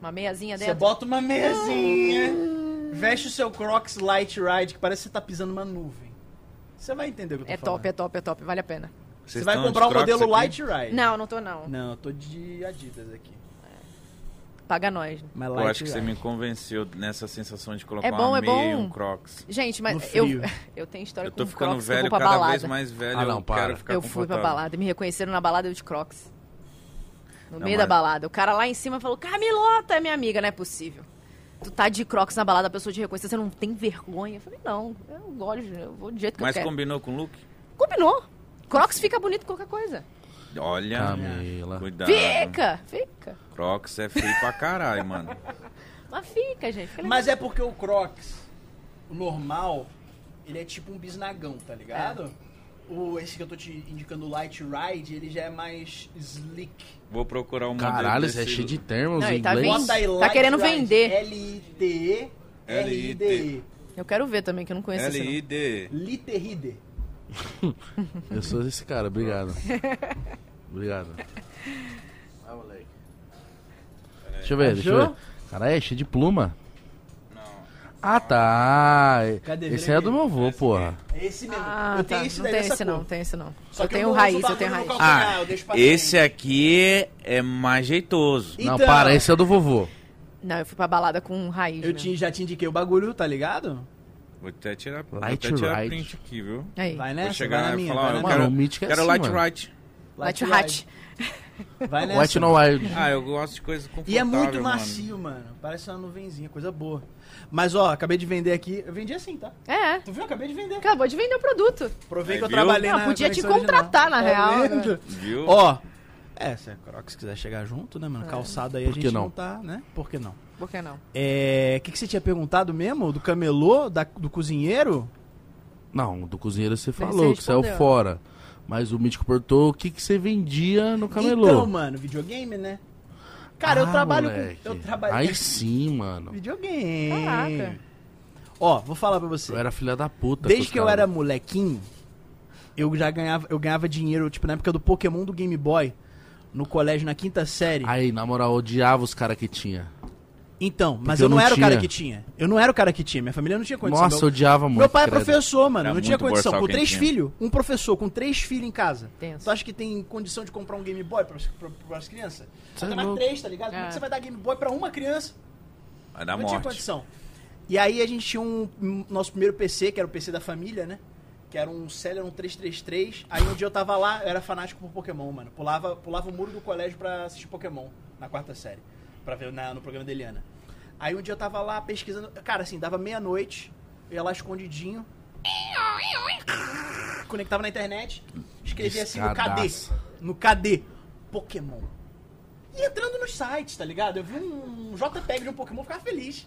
Uma meiazinha
Você
dentro.
bota uma meiazinha,
Ah.
veste o seu Crocs Light Ride, que parece que você tá pisando numa nuvem. Você vai entender o que eu tô
É
falando.
top, é top, é top. Vale a pena.
Você
Vocês
vai
estão de
comprar o
Crocs
modelo
aqui?
Light Ride.
Não, não tô não.
Não, eu tô de Adidas aqui.
Paga nós. né?
Mas
Eu
Light
acho que você
Ride.
me convenceu nessa sensação de colocar
É bom,
uma
é
meia e
bom.
um crocs.
Gente,
No
mas eu,
frio.
eu tenho história
Eu tô
com um
ficando
Crocs, eu
velho,
vou pra
cada
balada.
vez mais velho,
Ah, não,
eu
para.
quero ficar
Eu fui pra
confortável.
balada, me reconheceram na balada eu de Crocs.
Não,
No
é.
meio da
mas-
balada. O cara lá em cima falou: Camilota é minha amiga, não é possível. Tu tá de Crocs na balada, a pessoa te reconhece, você não tem vergonha? Eu falei: não, eu gosto, eu vou do jeito que
Mas
eu quero.
combinou com o look?
Combinou. Crocs fica bonito com qualquer coisa.
Olha,
Camila.
cuidado.
Fica, fica.
Crocs é feio pra caralho, mano.
Mas fica, gente. fica legal.
Mas é porque o Crocs, o normal, ele é tipo um bisnagão, tá ligado?
É.
O, esse que eu tô te indicando, o Light Ride, ele já é mais slick.
Vou procurar um modelo
Caralho, você é
desse-
cheio de termos
Não,
em
ele tá
inglês.
Tá querendo vender.
L-I-T-E. L-I-D-E.
Eu quero ver também, que eu não
É
conheço esse não.
LID.
Literide.
Eu sou esse cara, obrigado. obrigado.
Ah,
Deixa eu ver, deixa eu
Achou?
ver. Caralho, é cheio de pluma.
Não.
Ah, tá.
Cadê?
Esse
Vira
é do
aqui.
meu avô, porra.
É esse mesmo.
Ah,
eu tenho
tá.
esse
não
daí
tem
dessa
esse
cor.
não, tem esse não.
Só
eu
que
tenho
eu uso
raiz, eu
bagulho
tenho
no
raiz.
calcanhar.
Ah,
Ah, eu deixo pra
esse
frente.
aqui é mais jeitoso.
Não,
Então,
para, esse é do vovô.
Não, eu fui pra balada com raiz.
Eu
né?
te, já te indiquei o bagulho, tá ligado?
Vou até tirar, vou
Light
até tirar
ride.
print aqui, viu?
Aí.
Vai
Vou
É nessa,
chegar
vai na
e
minha,
falar,
vai
ó,
na
Mano,
quero-
o Mítico é
Quero
assim,
light
mano.
right.
minha.
Light
Ride.
Hat.
Vai nessa.
White no Wild.
Ah, eu gosto de coisa confortável,
E é muito
mano.
macio, mano. Parece uma nuvenzinha, coisa boa. Mas ó, acabei de vender aqui. Eu vendi assim, tá?
É.
Tu viu? Acabei de vender.
Acabou de vender o produto.
Provei
Aí,
que eu
É, viu?
trabalhei
Não,
na
podia te
Conexão Original.
contratar, na
Tá
real, né?
vendo?
Viu?
Ó. É, se a Crocs quiser chegar junto, né,
É.
mano? Calçado aí a
Por que
gente não?
não?
tá, né? Por que não?
Por que não?
É. O que, que você tinha perguntado mesmo? Do camelô? Da- do cozinheiro?
Não, do cozinheiro você falou, que saiu
respondeu.
fora. Mas o Mítico perguntou o que, que você vendia no camelô.
Então, mano, videogame, né? Cara, eu
Ah,
trabalho
moleque.
com. Eu trabalho
Aí sim, mano.
videogame.
Caraca.
Ó, vou falar pra você.
Eu era filha da puta. com
Desde
os
que eu
caras.
era molequinho, eu já ganhava, eu ganhava dinheiro, tipo, na época do Pokémon do Game Boy, no colégio, na quinta série.
Aí, na moral, eu odiava os caras que tinha.
Então, mas
Porque
eu
eu
não,
não
era o cara
tinha.
que tinha. Eu não era o cara que tinha. Minha família não tinha condição.
Nossa, eu
meu,
odiava muito.
meu pai é
credo.
professor, mano.
Era
não tinha
muito
condição.
borsal
Com
quem
três
tinha.
filhos, um professor com três filhos em casa.
Tenso.
Tu acha que tem condição de comprar um Game Boy pra, pra, pras crianças?
Cê
Só
é
tem mais
louco.
três, tá ligado? Como é
É.
que você vai dar Game Boy pra uma criança?
Vai dar
não tinha
morte.
condição. E aí a gente tinha um, um- nosso primeiro PC, que era o PC da família, né? Que era um Celeron 333. Aí um dia eu tava lá, eu era fanático por Pokémon, mano. Pulava, pulava o muro do colégio pra assistir Pokémon na quarta série. Pra ver na- no programa da Eliana. Aí um dia eu tava lá pesquisando. Cara, assim, dava meia-noite, eu ia lá escondidinho. Conectava na internet, escrevia assim no KD.
Descadaço.
No KD. Pokémon. E entrando nos sites, tá ligado? Eu vi um JPEG de um Pokémon, eu ficava feliz.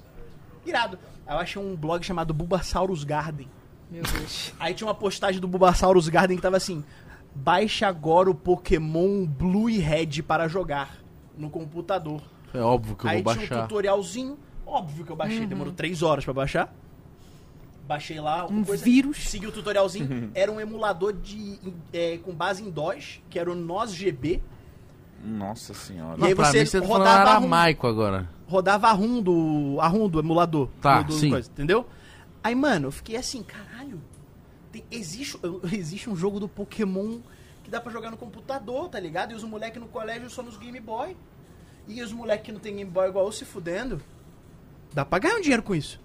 Irado. Aí eu achei um blog chamado Bulbasaurus Garden.
Meu Deus.
Aí tinha uma postagem do Bulbasaurus Garden que tava assim: baixe agora o Pokémon Blue e Red para jogar no computador.
É óbvio que eu
Aí
vou
tinha um
baixar. Uhum.
tutorialzinho, óbvio que eu baixei, demorou três horas pra baixar. Baixei lá uma
Um
coisa,
vírus.
Segui o
Uhum.
tutorialzinho. Era um emulador de é, com base em DOS, que era o NOS GB.
Nossa senhora.
E aí
Não, pra
você
mim você tá falando
rodava um-
aramaico agora.
rodava a ROM do, a ROM do emulador.
Tá,
do, do
sim.
entendeu? Aí, mano, eu fiquei assim, caralho, tem- existe, eu- existe um jogo do Pokémon que dá pra jogar no computador, tá ligado? E os moleques no colégio só nos Game Boy. E os moleques que não tem Game Boy igual eu se fudendo. Dá pra ganhar um dinheiro com isso.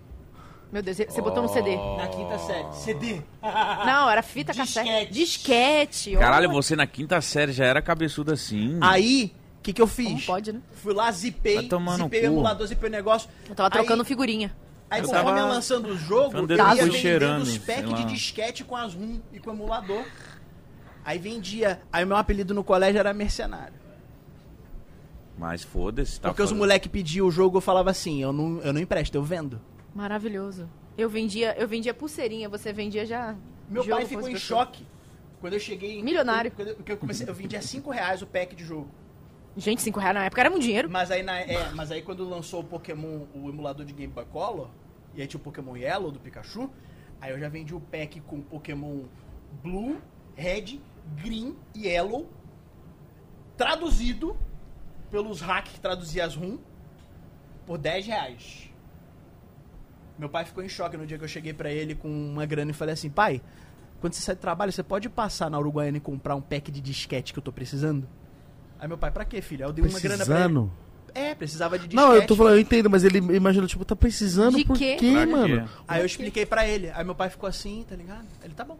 Meu Deus, você botou
Oh.
no CD.
Na quinta série. CD.
Não, era fita
Ah,
cassete.
Disquete.
Disquete.
Caralho,
olha.
você na quinta série já era cabeçudo assim.
Aí, o que que eu
é
Como
fiz?
pode, né?
Fui lá, zipei,
Vai tomar no
zipei o
Tá cu.
emulador, zipei o negócio.
Eu tava trocando
Aí,
figurinha.
Aí
Eu
conforme
tava-
ia lançando o jogo,
Foi um
eu
dedo
ia
que eu
vendendo
fui
cheirando,
os
sei
packs
lá.
de disquete com as ROM e com o emulador. Aí vendia. Aí o meu apelido no colégio era mercenário.
Mas foda-se, tá
porque os
foda-
moleque pediam o jogo, eu falava assim, eu não, eu não empresto, eu vendo.
Maravilhoso. Eu vendia, eu vendia pulseirinha, você vendia já.
Meu
jogo
pai
com
ficou
as
em
pessoas.
choque quando eu cheguei... em-
Milionário.
Quando eu, porque eu, comecei, eu vendia 5 reais o pack de jogo.
Gente, 5 reais na época era muito dinheiro.
Mas aí, na- é, mas aí quando lançou o Pokémon, o emulador de Game Boy Color, e aí tinha o Pokémon Yellow do Pikachu, aí eu já vendi o pack com Pokémon Blue, Red, Green e Yellow, traduzido pelos hacks que traduzia as ROM, por 10 reais. Meu pai ficou em choque no dia que eu cheguei pra ele com uma grana e falei assim, pai, quando você sair do trabalho, você pode passar na Uruguaiana e comprar um pack de disquete que eu tô precisando? Aí meu pai, pra quê, filho? Aí eu dei uma grana pra ele.
Precisando?
É, precisava de disquete.
Não, eu tô falando, eu entendo, mas ele imagina, tipo, tá precisando
De
por
quê?
quê,
Pra quê?
mano?
Aí eu expliquei pra ele. Aí meu pai ficou assim, tá ligado? Ele, tá bom.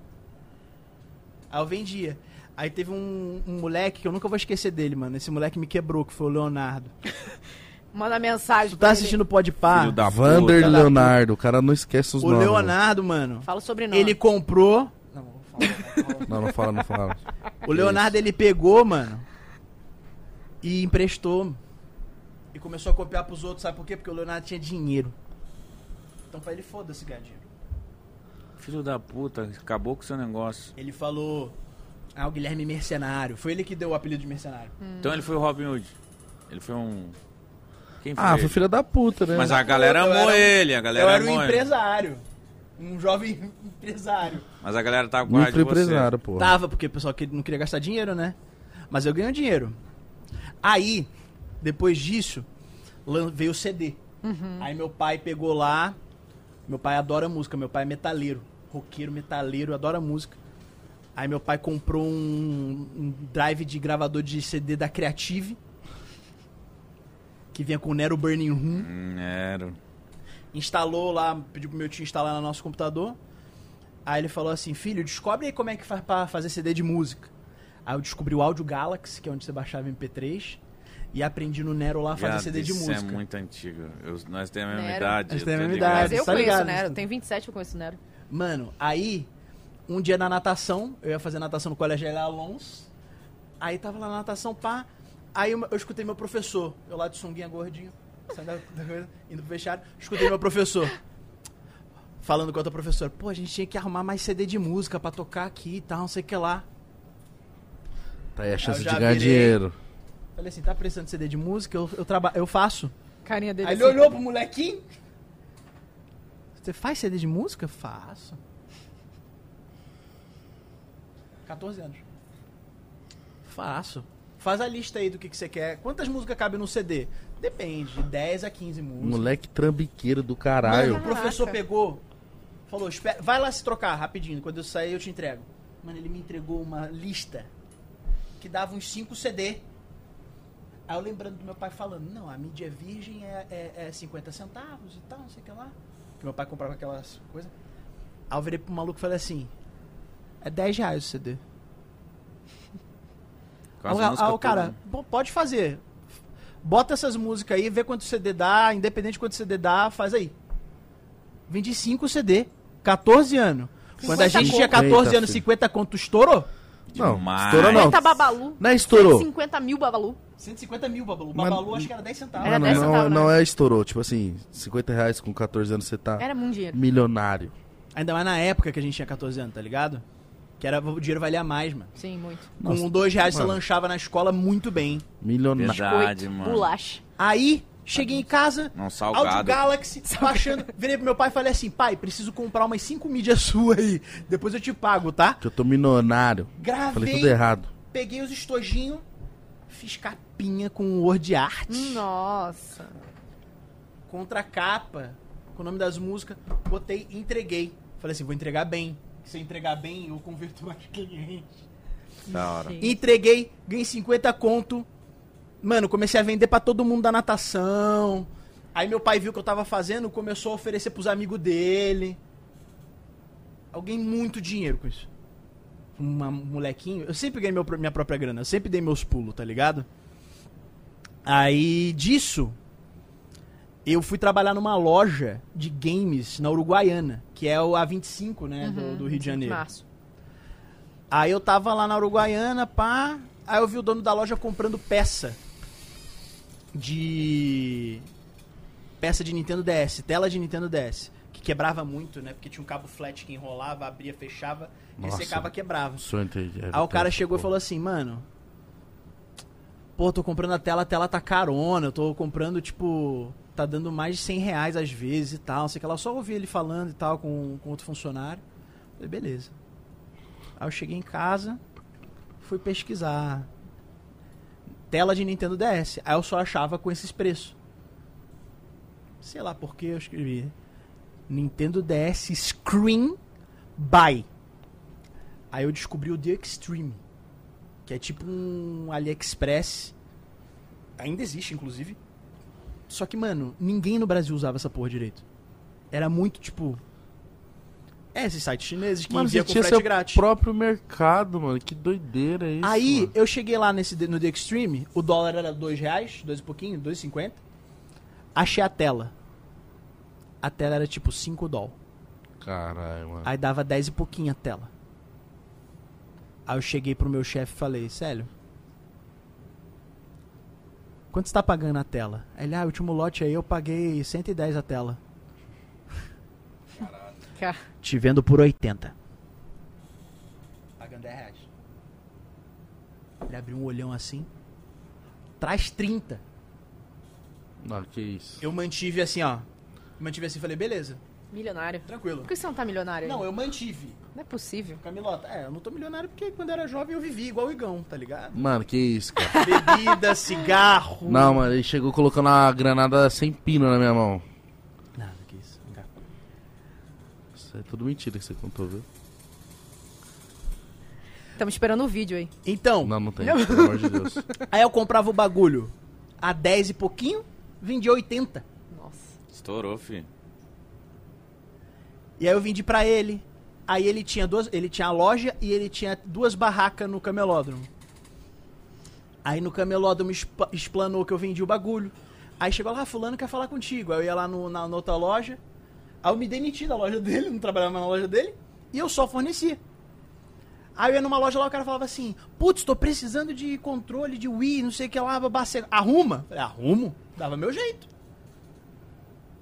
Aí eu vendia. Aí teve um, um moleque que eu nunca vou esquecer dele, mano. Esse moleque me quebrou, que foi o Leonardo.
Manda mensagem.
Tu
pra
tá
ele.
assistindo o
Filho
Podpah?
da
Vander
puta.
Leonardo, o cara não esquece os
O
nomes. né?
Leonardo, mano,
Fala sobre nós.
ele comprou... Não, vou falar.
Não, não fala, não fala.
O Leonardo ele pegou, mano, e emprestou. E começou a copiar pros outros, sabe por quê? Porque o Leonardo tinha dinheiro. Então pra ele, foda-se, gadinho.
Filho da puta, acabou com o seu negócio.
Ele falou. Ah, o Guilherme Mercenário. Foi ele que deu o apelido de mercenário.
Então ele foi o Robin Hood. Ele foi um. Quem foi?
Ah,
ele?
foi filha da puta, né?
Mas a galera
Eu
amou
era um-
ele, a galera é
Eu era
amou
um empresário. Um jovem empresário.
ele. Mas a galera tava com raiva de
Microempresário, pô.
Tava, porque o pessoal que- não queria gastar dinheiro, né? Mas eu ganho dinheiro. Aí, depois disso, lan- veio o CD. Aí meu pai pegou lá. Meu pai adora música, meu pai é metaleiro. Roqueiro, metaleiro, adora música. Aí meu pai comprou um, um drive de gravador de CD da Creative. Que vinha com o Nero Burning Room
você. Hum, era.
instalou lá, pediu pro meu tio instalar no nosso computador. Aí ele falou assim: "Filho, descobre aí como é que faz pra fazer CD de música". Aí eu descobri o Audio Galaxy, que é onde você baixava MP3, e aprendi no Nero lá a fazer
Já
CD de
disse,
música.
Isso é muito antigo. Eu- nós temos a mesma
Nero.
idade.
Nós
eu
temos a
tô
mesma idade.
Né, Mas eu
tá
conheço
ligado,
Nero.
né?
Tenho 27, eu conheço Nero.
Mano, aí um dia na natação, eu ia fazer natação no colégio L. Alonso. Aí tava lá na natação, pá. Aí eu, eu escutei meu professor, eu lá de sunguinha gordinho, saindo da- da coisa, indo pro vestiário, escutei meu professor. Falando com a outra professora, pô, a gente tinha que arrumar mais CD de música pra tocar aqui e tal, não sei o que lá.
Tá aí a chance
Eu
de
já
ganhar
virei.
dinheiro.
Falei assim, tá precisando de CD de música? Eu, eu, traba- eu faço.
Carinha dele.
Aí ele
assim.
olhou pro molequinho. Você faz CD de música? Faço. 14 anos. Faço. Faz a lista aí do que, que você quer. Quantas músicas cabem no CD? Depende, de 10 a 15 músicas.
Moleque trambiqueiro do
Mano,
caralho.
o professor
Caraca.
pegou, falou, "Espera- vai lá se trocar rapidinho, quando eu sair eu te entrego. Mano, ele me entregou uma lista que dava uns 5 CD. Aí eu lembrando do meu pai falando, não, a mídia virgem é, é, é 50 centavos e tal, não sei o que lá. Que meu pai comprava aquelas coisas. Aí eu virei pro maluco e falei assim, é 10 reais o CD.
Com
Ah,
as
Aí o- aí
músicas
o cara,
todas.
"Pô, pode fazer. Bota essas músicas aí, vê quanto CD dá, independente de quanto CD dá, faz aí. Vendi 5 CD, 14 anos. Quando a
50
gente tinha
conto.
14
Eita,
anos,
filho.
50 conto estourou?
Não,
Demais.
estourou não.
Eita, Babalu.
Não é estourou.
150 mil Babalu.
150 mil, Babalu.
Mas-
Babalu acho que era 10 centavos.
Era
Mano,
10
não,
centavos, né?
não é estourou. Tipo assim, 50 reais com 14 anos você tá
Era muito dinheiro.
milionário.
Ainda mais na época que a gente tinha 14 anos, tá ligado? Que era, o dinheiro valia mais, mano.
Sim, muito.
Nossa,
Com 2 reais
mano.
você lanchava na escola muito bem.
Milionário.
Verdade, mano.
Bolacha.
Aí, cheguei em casa,
Não,
Audio
salgado.
Galaxy, baixando. Virei pro meu pai e falei assim, pai, preciso comprar umas 5 mídias suas aí. Depois eu te pago, tá?
Que eu tô milionário. Falei tudo
Gravei,
errado.
peguei os estojinhos, fiz capinha com Word Art.
Hum,
Nossa.
contra a capa, com o nome das músicas, botei e entreguei. Falei assim, vou entregar bem. Se eu entregar bem, eu converto mais cliente.
Da hora.
Sim.
Entreguei, ganhei 50 conto. Mano, comecei a vender pra todo mundo da natação. Aí meu pai viu o que eu tava fazendo, começou a oferecer pros amigos dele. Alguém muito dinheiro com isso. Uma molequinho. Eu sempre ganhei meu pr- minha própria grana, eu sempre dei meus pulos, tá ligado? Aí disso, eu fui trabalhar numa loja de games na Uruguaiana, que é o A25, né, do- do, Rio de Janeiro.
Uhum. Março.
Aí eu tava lá na Uruguaiana, pá. Aí eu vi o dono da loja comprando peça. De. Peça de Nintendo DS, tela de Nintendo DS. Que quebrava muito, né? Porque tinha um cabo flat que enrolava, abria, fechava,
Nossa.
ressecava, quebrava.
Só entendi.
Aí o cara chegou e falou assim, mano. Pô, tô comprando a tela, a tela tá carona, eu tô comprando, tipo. Tá dando mais de 100 reais às vezes e tal. Não sei o que lá. Só ouvi ele falando e tal com, com outro funcionário. Falei, beleza. Aí eu cheguei em casa, fui pesquisar. Tela de Nintendo DS. Aí eu só achava com esses preços. Sei lá por que eu escrevi. Nintendo DS Screen Buy. Aí eu descobri o The Extreme. Que é tipo um AliExpress. Ainda existe, inclusive. Só que, mano, ninguém no Brasil usava essa porra direito. Era muito tipo. É, esses sites chineses que
Mano,
envia
você
com
tinha
frete
seu
grátis.
próprio mercado, mano. Que doideira é isso.
Aí
mano.
eu cheguei lá nesse, no The Extreme, o dólar era dois reais, dois e pouquinho, 2,50. Achei a tela. A tela era tipo 5 dólar.
Caralho, mano.
Aí dava 10 e pouquinho a tela. Aí eu cheguei pro meu chefe e falei, Célio, quanto você tá pagando a tela? Aí Ele, ah, o último lote aí eu paguei 110 a tela.
Ca-
Te vendo por 80. Pagando 10 reais. Ele abriu um olhão assim. Traz 30.
Não, que isso.
Eu mantive assim, ó. Mantive assim, falei, beleza,
Milionário.
tranquilo.
Por que você não tá milionário?
Não,
ainda?
eu mantive.
Não é possível.
Camilota, é, eu não tô milionário porque quando eu era jovem eu vivia igual o Igão, tá ligado?
Mano, que isso, cara.
Bebida, cigarro.
Não, mano, ele chegou colocando a granada sem pino na minha mão.
Nada, que isso. Vem cá.
Isso é tudo mentira que você contou, viu?
Estamos esperando o vídeo aí.
Então,
Não, não tem. Pelo amor de Deus.
aí eu comprava o bagulho a 10 e pouquinho, vendia 80.
Nossa.
Estourou, fi.
E aí eu vendi pra ele. Aí ele tinha duas, ele tinha a loja e ele tinha duas barracas no camelódromo. Aí no camelódromo espa- explanou que eu vendi o bagulho. Aí chegou lá, "Ah, fulano quer falar contigo. Aí eu ia lá no- na, na outra loja. Aí eu me demiti da loja dele, não trabalhava mais na loja dele. E eu só fornecia. Aí eu ia numa loja lá, o cara falava assim, putz, tô precisando de controle de Wii, não sei o que lá, babá, você arruma? Falei, arrumo? Dava meu jeito.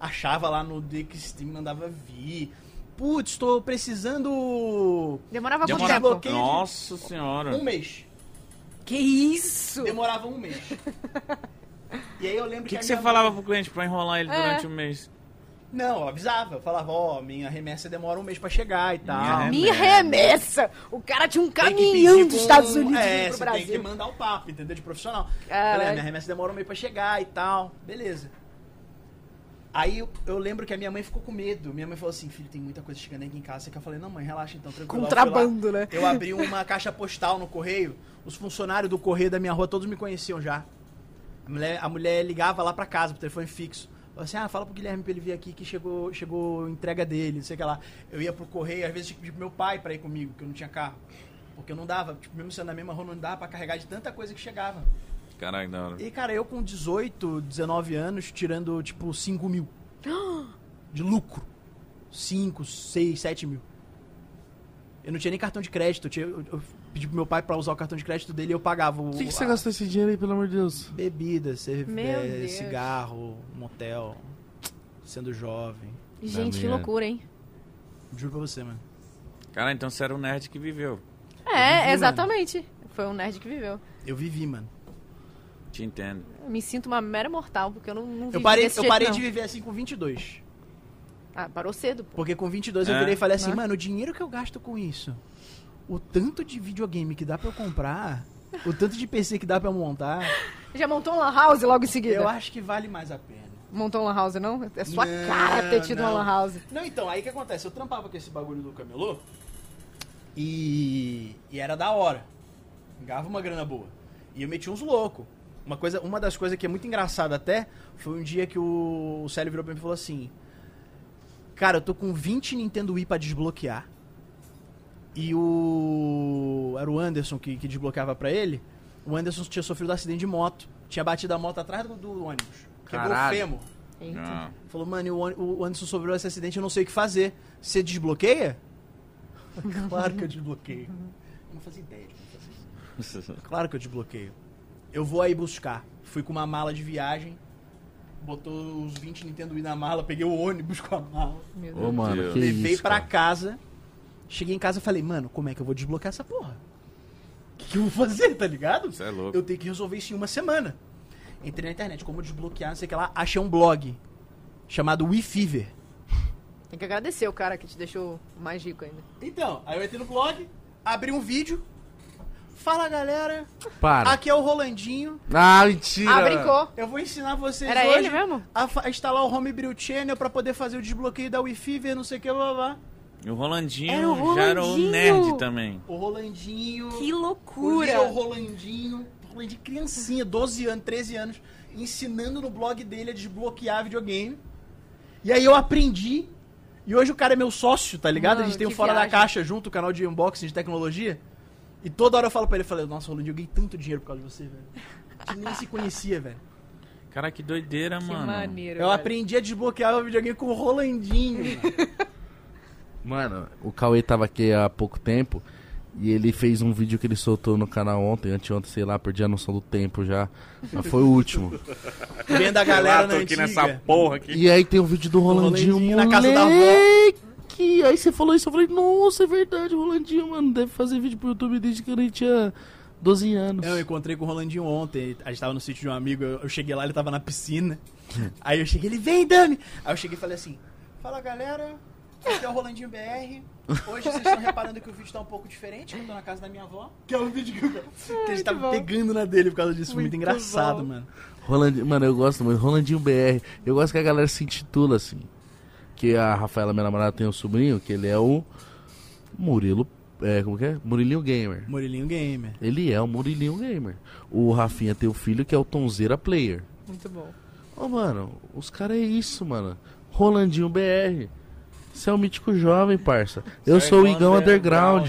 Achava lá no The Extreme, mandava vir. Putz, tô precisando
Demorava quanto
Demorava.
tempo?
Bloqueio de-
Nossa senhora.
um mês.
Que isso?
Demorava um mês. E aí eu lembro
O que,
a
que você
minha
É.
falava pro cliente pra enrolar ele durante o um mês?
Não, eu avisava. Eu falava, ó, minha remessa demora um mês pra chegar e
Minha
tal.
remessa.
Me remessa! O cara tinha um
Tem que
caminhão
pedir
dos
com-
Estados Unidos
é,
pro
você tem que
Brasil.
mandar o papo, entendeu? De profissional.
Caralho.
Galera, minha remessa demora um mês pra chegar e tal. Beleza. Aí eu, eu lembro que a minha mãe ficou com medo. Minha mãe falou assim, filho, tem muita coisa chegando aqui em casa. Que eu falei, não mãe, relaxa então. tranquilo. Eu fui lá,
Contrabando, né?
Eu abri uma caixa postal no correio. Os funcionários do correio da minha rua, todos me conheciam já. A mulher, a mulher ligava lá pra casa, pro telefone fixo. Falava assim, ah, fala pro Guilherme pra ele vir aqui que chegou, chegou entrega dele, não sei o que lá. Eu ia pro correio, às vezes tinha que pedir pro meu pai pra ir comigo, que eu não tinha carro. Porque eu não dava, tipo, mesmo sendo na mesma rua, não dava pra carregar de tanta coisa que chegava.
Caraca, da hora.
E, cara, eu com 18, 19 anos, tirando, tipo, 5 mil. De lucro. 5, 6, 7 mil. Eu não tinha nem cartão de crédito. Eu, tinha- eu- eu pedi pro meu pai pra usar o cartão de crédito dele e eu pagava o...
O que, que você
a-
gastou esse dinheiro aí, pelo amor de Deus?
Bebida,
Meu
cerveja,
Deus.
cigarro, motel, sendo jovem.
Gente, que
minha-
loucura, hein?
Juro pra você, mano.
Cara, então você era um nerd que viveu.
É,
mano.
exatamente. Foi um nerd que viveu.
Eu vivi, mano.
Te entendo.
Eu Me sinto uma mera mortal, porque eu não, não vivi
Eu parei,
desse
eu
jeito,
parei
não.
de viver assim com 22.
Ah, parou cedo, pô.
Porque com 22 eu
É.
virei e falei assim,
Né?
mano, o dinheiro que eu gasto com isso, o tanto de videogame que dá pra eu comprar, o tanto de PC que dá pra eu montar,
Já montou um lan house logo em seguida?
eu acho que vale mais a pena.
Montou um lan house, não? É sua
Não,
cara ter tido
não.
uma lan house.
Não, então, aí o que acontece? Eu trampava com esse bagulho do camelô e, e era da hora. Ganhava uma grana boa. E eu meti uns loucos. Uma, coisa, uma das coisas que é muito engraçada até foi um dia que o, o Célio virou pra mim e falou assim: Cara, eu tô com 20 Nintendo Wii pra desbloquear. E o. Era o Anderson que, que desbloqueava pra ele. O Anderson tinha sofrido um acidente de moto. Tinha batido a moto atrás do, do ônibus. Quebrou
Caralho.
o fêmur.
Eita.
Ah,
Falou, mano, e o An- o Anderson sofreu esse acidente, eu não sei o que fazer. Você desbloqueia? claro que eu desbloqueio. Eu não fazia ideia de como fazer isso. Claro que eu desbloqueio. Eu vou aí buscar. Fui com uma mala de viagem, botou os 20 Nintendo Wii na mala, peguei o ônibus com a mala,
Meu Deus.
Ô, mano,
Deus.
que
levei
isso,
pra
cara.
casa. Cheguei em casa e falei, mano, como é que eu vou desbloquear essa porra? O que, que eu vou fazer, tá ligado?
você é louco.
Eu tenho que resolver isso em uma semana. Entrei na internet, como desbloquear, não sei o que lá, achei um blog chamado Wii Fever.
Tem que agradecer o cara que te deixou mais rico ainda.
Então, aí eu entrei no blog, abri um vídeo. Fala galera,
Para.
aqui é o Rolandinho.
Ah, mentira.
Ah, brincou.
Eu vou ensinar vocês
Era
hoje
ele mesmo?
a fa- a instalar o Homebrew Channel pra poder fazer o desbloqueio da Wii Fever, não sei o que, blá, blá blá.
E o Rolandinho,
Era o
já era um
Rolandinho.
nerd também.
O Rolandinho.
Que
é o
loucura!
Little Rolandinho. Rolandinho criancinha, 12 anos, 13 anos, ensinando no blog dele a desbloquear videogame. E aí eu aprendi. E hoje o cara é meu sócio, tá ligado? a
Mano,
gente tem o
que
Fora da
viagem.
Caixa junto, o canal de unboxing de tecnologia. E toda hora eu falo pra ele, eu falei, nossa, Rolandinho, eu ganhei tanto dinheiro por causa de você, velho. A gente nem se conhecia, velho.
Cara, que doideira,
que
mano.
maneiro.
Eu
velho.
aprendi a desbloquear o videogame com o Rolandinho, mano.
Mano, o Cauê tava aqui há pouco tempo e ele fez um vídeo que ele soltou no canal ontem, anteontem, sei lá, perdi a noção do tempo já. Mas foi o último.
Vendo a galera na
tô aqui
antiga.
nessa porra aqui.
E aí tem um vídeo do Rolandinho,
Rolandinho
moleque.
na casa da
Aí você falou isso, eu falei, nossa, é verdade, o Rolandinho, mano, deve fazer vídeo pro YouTube desde que ele tinha 12 anos.
É, Eu encontrei com o Rolandinho ontem, a gente tava no sítio de um amigo, eu, eu cheguei lá, ele tava na piscina. Aí eu cheguei, ele, vem, Dami! Aí eu cheguei e falei assim, fala galera, aqui é o Rolandinho BR. Hoje vocês estão reparando que o vídeo tá um pouco diferente, que eu tô na casa da minha avó. Que é um vídeo que, eu- que a gente tava
bom.
pegando na dele por causa disso, muito,
Muito
engraçado,
bom.
mano.
Rolandinho, mano, eu gosto muito. Rolandinho BR. Eu gosto que a galera se intitula assim. Que a Rafaela, minha namorada, tem um sobrinho que ele é o Murilo. É, como que é? Murilinho Gamer.
Murilinho Gamer.
Ele é o Murilinho Gamer. O Rafinha tem um filho que é o Tonzeira Player.
Muito
Tá
bom.
Ô, mano, os caras é isso, mano. Rolandinho BR. Você é o mítico jovem, parça. Eu
é
É
sou o Igão Underground.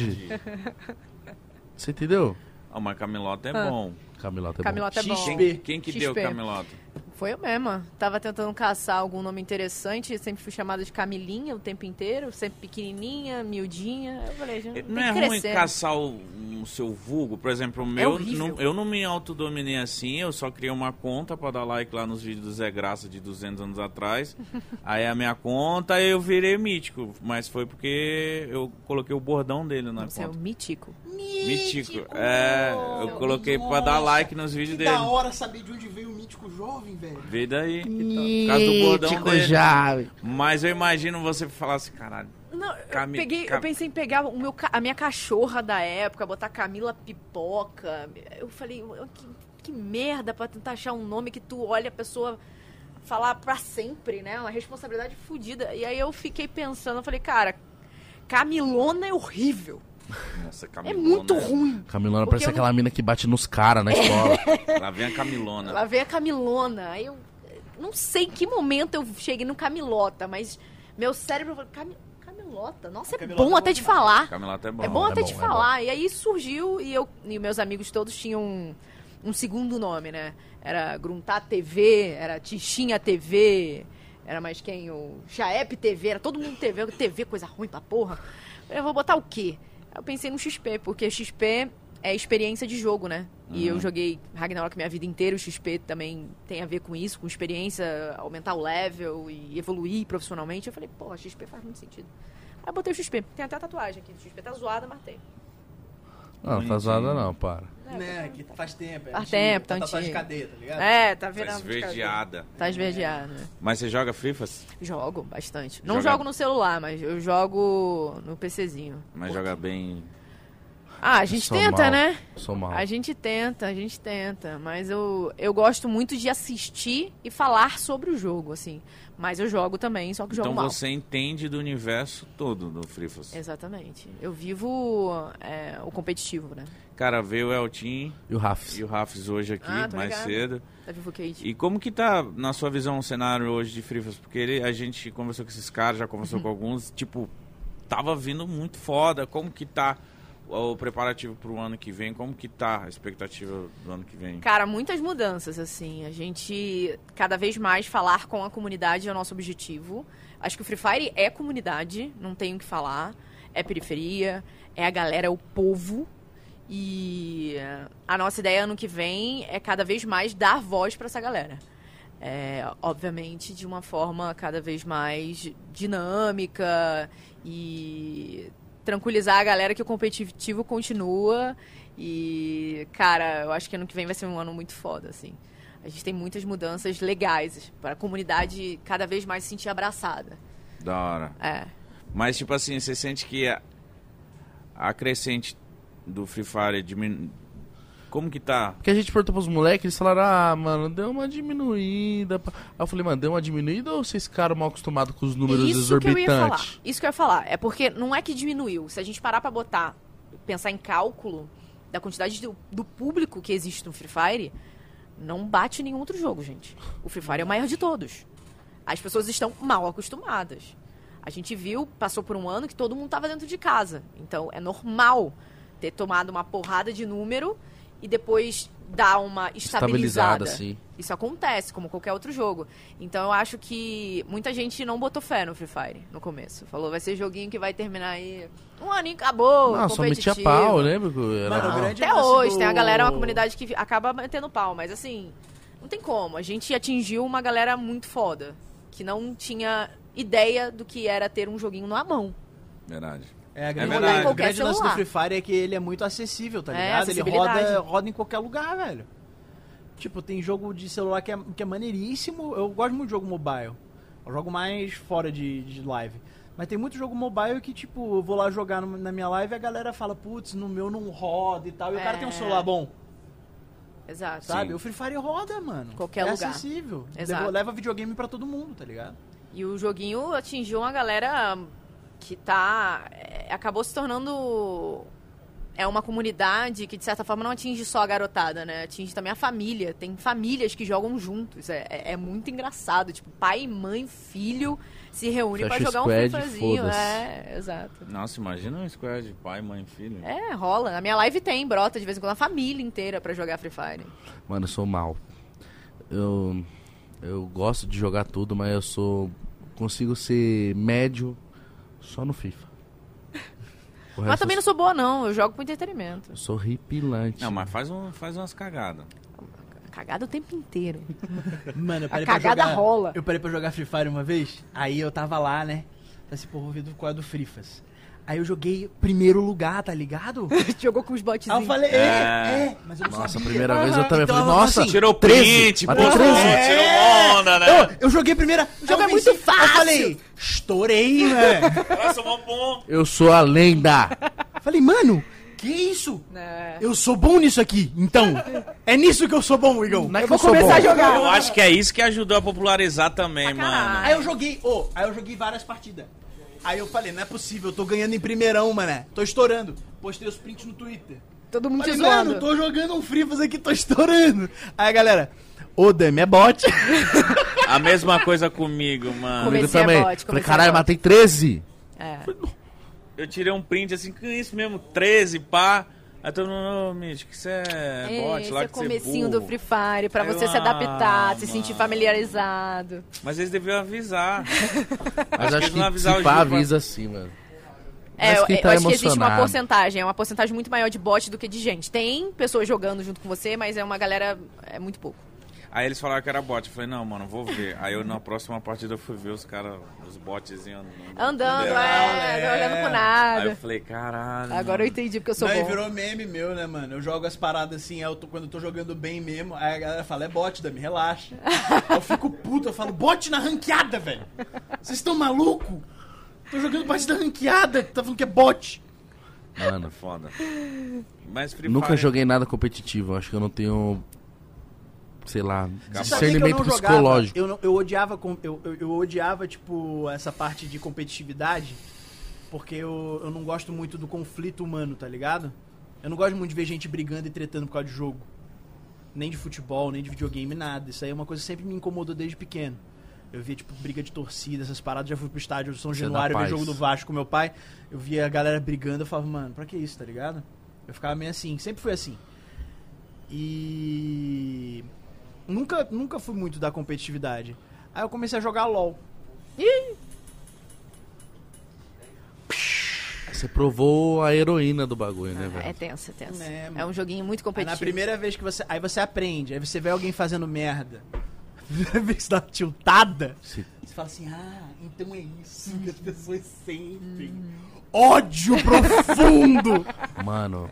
Você entendeu?
Ah, mas Camilota é
Ah.
bom.
Camilota é
Camilota é bom.
XP.
Quem que
XP.
deu Camilota?
Foi eu mesma. Tava tentando caçar algum nome interessante. Sempre fui chamada de Camilinha o tempo inteiro. Sempre pequenininha, miudinha. Eu falei, já tem
Não é
que
ruim
crescer. É
caçar o, o seu vulgo? Por exemplo, o meu,
horrível.
não- eu não me autodominei assim, eu só criei uma conta pra dar like lá nos vídeos do Zé Graça de 200 anos atrás. aí a minha conta, eu virei mítico, mas foi porque eu coloquei o bordão dele na
Você é um
conta.
mítico.
Mítico. É, eu coloquei pra dar like nos vídeos
Que
dele.
da hora saber de onde veio o mítico.
político jovem, velho.
Vê daí.
Ih,
Por causa do bordão
Tico
dele.
Jave.
Mas eu imagino você falar assim, caralho.
Não, eu,
Cami-
peguei,
Cam-
eu pensei em pegar o meu, ca- a minha cachorra da época, botar Camila Pipoca. Eu falei, eu- que, que merda pra tentar achar um nome que tu olha a pessoa falar pra sempre, né? Uma responsabilidade fodida. E aí eu fiquei pensando, eu falei, cara, Camilona é horrível.
Nossa, né?"
É
Camilona.
muito ruim.
Camilona
Porque
parece
eu
aquela mina que bate nos caras na escola.
Lá vem a Camilona.
Ela veio a Camilona. Aí eu eh, não sei em que momento eu cheguei no Camilota, mas meu cérebro falou, "Cami- Camilota? Nossa, é
Camilota
bom
é
até
bom
de falar.
Camila até é bom.
É bom
é
até
bom,
te
é
falar. E aí surgiu e eu e meus amigos todos tinham um, um segundo nome, né? Era Gruntar TV, era Tichinha TV, era mais quem? O Chaep TV, era todo mundo TV, TV, coisa ruim pra porra. Eu vou botar o quê? Eu pensei no XP, porque XP é experiência de jogo, né? E
Uhum.
eu joguei Ragnarok minha vida inteira, o XP também tem a ver com isso, com experiência, aumentar o level e evoluir profissionalmente. Eu falei, porra, XP faz muito sentido. Aí eu botei o XP. Tem até a tatuagem aqui. O XP tá zoada, mas tem.
Não, não tá zoada não, para.
Né, que faz tempo. é
tá Faz
antigo,
tempo, tá
tá tatuagem de
antigo.
cadeia, tá ligado?
É, tá
Tá
virando.
esverdeada.
Tá esverdeado.
Mas você joga Fifas?
Jogo bastante. Não
Joga-
jogo no celular, mas eu jogo no PCzinho.
Mas joga bem.
Ah, a gente
sou
tenta,
mal.
né?
Sou mal.
A gente tenta, a gente tenta. Mas eu, eu gosto muito de assistir e falar sobre o jogo, assim. Mas eu jogo também, só que jogo
Então
mal.
você entende do universo todo do Frifas.
É. Exatamente. Eu vivo é, o competitivo, né?
Cara, veio o Eltin
E o Rafs?
e o Rafs hoje aqui,
Ah, tô
mais
ligado.
cedo.
Tá vivo Kate?
E como que tá, na sua visão, o cenário hoje de Frifas? Porque ele, a gente conversou com esses caras, já conversou com alguns, tipo, tava vindo muito foda. Como que tá o preparativo pro ano que vem? Como que tá a expectativa do ano que vem?
Cara, muitas mudanças, assim. A gente, cada vez mais, falar com a comunidade é o nosso objetivo. Acho que o Free Fire é comunidade, não tenho o que falar. É periferia, é a galera, é o povo. E eh, a nossa ideia ano que vem é cada vez mais dar voz pra essa galera. É, obviamente, de uma forma cada vez mais dinâmica e tranquilizar a galera que o competitivo continua. E, cara, eu acho que ano que vem vai ser um ano muito foda, assim. A gente tem muitas mudanças legais para a comunidade cada vez mais se sentir abraçada.
Da hora.
É.
Mas, tipo assim, você sente que a, a crescente do Free Fire diminui. Como que tá?
Porque a gente perguntou pros moleques, eles falaram, ah, mano, deu uma diminuída. pá." Aí eu falei, mano, deu uma diminuída ou vocês ficaram mal acostumados com os números
Isso que eu ia falar.
exorbitantes?
Isso que eu ia falar. É porque não é que diminuiu. Se a gente parar pra botar, pensar em cálculo da quantidade do, do público que existe no Free Fire, não bate nenhum outro jogo, gente. O Free Fire é o maior de todos. As pessoas estão mal acostumadas. A gente viu, passou por um ano que todo mundo estava dentro de casa. Então é normal ter tomado uma porrada de número e depois dar uma
Estabilizada,
estabilizada.
assim. sim.
Isso acontece, como qualquer outro jogo. Então eu acho que muita gente não botou fé no Free Fire no começo. Falou, vai ser joguinho que vai terminar aí. Um aninho, acabou.
não, só metia pau, né? Porque Era...
Mano, É o grande
Até
lance
hoje,
do-
tem a galera, uma comunidade que acaba metendo pau, mas assim, não tem como. A gente atingiu uma galera muito foda, que não tinha ideia do que era ter um joguinho na mão.
Verdade.
É, a
É
grande,
verdade.
o
Qualquer
grande lance do
celular.
Free Fire é que ele é muito acessível, tá
É,
ligado? ele
acessibilidade.
roda, roda em qualquer lugar, velho. Tipo, tem jogo de celular que é, que é maneiríssimo. Eu gosto muito de jogo mobile. Eu jogo mais fora de, de live. Mas tem muito jogo mobile que, tipo, eu vou lá jogar no- na minha live e a galera fala, putz, no meu não roda e tal. E o cara
É.
tem um celular bom,
Exato.
sabe?
Sim.
O Free Fire roda, mano.
Qualquer
é
lugar.
acessível.
Exato.
Leva, leva videogame pra todo mundo, tá ligado?
E o joguinho atingiu uma galera que tá. é, acabou se tornando. É uma comunidade que, de certa forma, não atinge só a garotada, né? Atinge também a família. Tem famílias que jogam juntos. É, é- é muito engraçado. Tipo, pai, mãe, filho se reúnem pra
Fecha o
jogar um
squad,
fifazinho.
foda-se.
É, exato.
Nossa, imagina um squad, pai, mãe, filho.
É, rola. Na minha live tem, brota de vez em quando a família inteira pra jogar Free Fire.
Mano, eu sou mal. Eu, eu gosto de jogar tudo, mas eu sou. Consigo ser médio só no FIFA. O
Mas
resto é
também
eu
não sou boa, não. Eu jogo pro entretenimento.
sou- eu sou ripilante.
Não, mas faz, um, faz umas cagadas.
Cagada o tempo inteiro.
Mano, eu parei pra
cagada
jogar,
rola.
Eu parei pra jogar Free Fire uma vez, aí eu tava lá, né? Falei assim, pô, vou ver do qual é do Frifas.
Aí eu joguei primeiro lugar, tá ligado?
Jogou com os
Aí eu
botzinhos.
falei, é, é, mas eu não
Nossa, a
sabia.
primeira vez eu também falei,
Então, ela falou
nossa,
assim,
Tirou
13,
print,
mas tem
postou,
13.
tirou onda, né?
Eu, eu joguei a primeira. O
jogo é muito
Eu
fácil.
falei, estourei, né?
Nossa, mó bom.
eu sou a lenda. é
falei, mano, que isso?
É.
Eu sou bom nisso aqui, então. É nisso que eu sou bom, Igão.
Não é
eu
que eu sou bom.
Eu acho que é isso que ajudou a popularizar também,
Pra caralho.
mano.
Aí eu joguei, ô, aí eu joguei várias partidas. Aí eu falei, não é possível, eu tô ganhando em primeirão, mané. Tô estourando. Postei os prints no Twitter.
Todo mundo te
Falei,
zoando.
mano, tô jogando um Frivas aqui, tô estourando. Aí, galera, ô, Dami, é bot.
A mesma coisa comigo, mano.
Come-
Comigo
é
Comecei a
também.
bot,
falei,
comecei a
caralho,
bot."
matei 13.
É.
Eu tirei um print assim, que isso mesmo, 13, pá. Aí todo mundo, ô, Mitch, que você é bot
Esse
lá
é o
que você é
comecinho
burro.
do Free Fire, pra
Aí eu,
você se
ah,
adaptar, se sentir
mano.
familiarizado.
Mas eles deviam avisar.
Mas
Acho que
acho
eles não
que
avisaram
se
o
pá,
Gil pra-
avisa assim, mano.
É,
Mas
eu,
quem
eu
tá
acho que existe uma
emocionado?
porcentagem, é uma porcentagem muito maior de bot do que de gente. Tem pessoas jogando junto com você, mas é uma galera, é muito pouco.
Aí eles falaram que era bot. Eu falei, não, mano, vou ver. Aí eu na próxima partida eu fui ver os caras, os botzinhos andando.
Andando,
entendeu?
é, não olhando pro
Aí eu
nada.
falei, caralho.
Agora eu entendi porque eu sou
Não, e
bom.
virou meme meu, né, mano? Eu jogo as paradas assim, aí eu tô, quando eu tô jogando bem mesmo, aí a galera fala, é bot, Dami, relaxa. eu fico puto, eu falo, bot na ranqueada, velho. Vocês estão maluco? Tô jogando partida ranqueada, tá falando que é bot.
mano. é
Mano,
Foda. Mas Free
nunca
Fire-
joguei nada competitivo. Acho que eu não tenho, sei lá,
Sabe
Sabia que eu
discernimento
não jogava?
psicológico.
Eu, não- eu odiava, com- eu, eu, eu odiava, tipo, essa parte de competitividade, porque eu, eu não gosto muito do conflito humano, tá ligado? Eu não gosto muito de ver gente brigando e tretando por causa de jogo. Nem de futebol, nem de videogame, nada. Isso aí é uma coisa que sempre me incomodou desde pequeno. Eu via, tipo, briga de torcida, essas paradas. Já fui pro estádio do São
Você é da
Januário ver
paz.
jogo do Vasco com meu pai. Eu via a galera brigando, eu falava, mano, pra que isso, tá ligado? Eu ficava meio assim, sempre fui assim. E nunca, nunca fui muito da competitividade. Aí eu comecei a jogar LOL.
Você provou a heroína do bagulho, né,
É
velho?
tenso, é tenso.
Ah, É,
É,
mano.
um joguinho muito
Aí na
competitivo.
primeira vez que você. Aí você aprende, aí você vê alguém fazendo merda. A primeira vez que você dá uma tiltada,
Se-
você fala assim, ah, então é isso que as pessoas sentem. Ódio profundo!
Mano,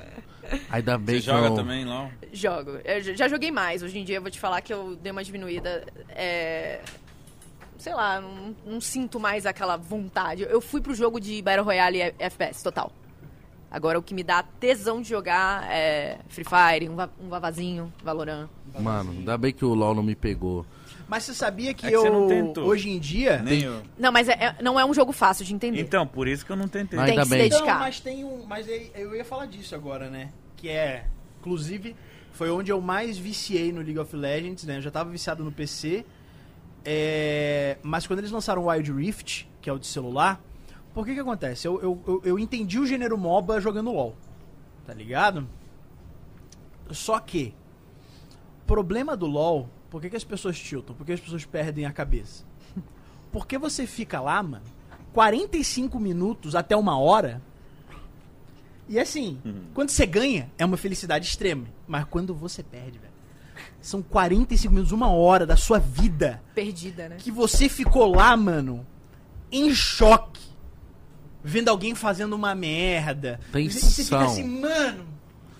ainda bem então.
Você
que
joga
eu...
também, LOL?
Jogo. Eu j- já joguei mais. Hoje em dia eu vou te falar que eu dei uma diminuída. É... Sei lá, não, não sinto mais aquela vontade. Eu fui pro jogo de Battle Royale e FPS, total. Agora o que me dá tesão de jogar é Free Fire, um, va um vavazinho, Valorant.
Mano, ainda bem que o LoL não me pegou.
Mas você sabia que
É que
eu.
você não tentou.
hoje em dia.
Nem eu.
Não, mas é- é- não é um jogo fácil de entender.
Então, por isso que eu não tentei.
Mas-
Tem
ainda
que se
bem.
Então,
dedicar.
mas tem um. Mas aí- eu ia falar disso agora, né? Que é. Inclusive, foi onde eu mais viciei no League of Legends, né? Eu já tava viciado no PC. é, Mas quando eles lançaram o Wild Rift, que é o de celular, por que que acontece? Eu, eu, eu, eu entendi o gênero MOBA jogando LOL. Tá ligado? Só que. o Problema do LOL, por que, que as pessoas tiltam? Por que as pessoas perdem a cabeça? Porque você fica lá, mano, 45 minutos até uma hora. E assim, quando você ganha, é uma felicidade extrema. Mas quando você perde, velho, são 45 minutos, uma hora da sua vida
Perdida, né?
que você ficou lá, mano, em choque. Vendo alguém fazendo uma merda. E Você
Tensão.
fica assim, mano.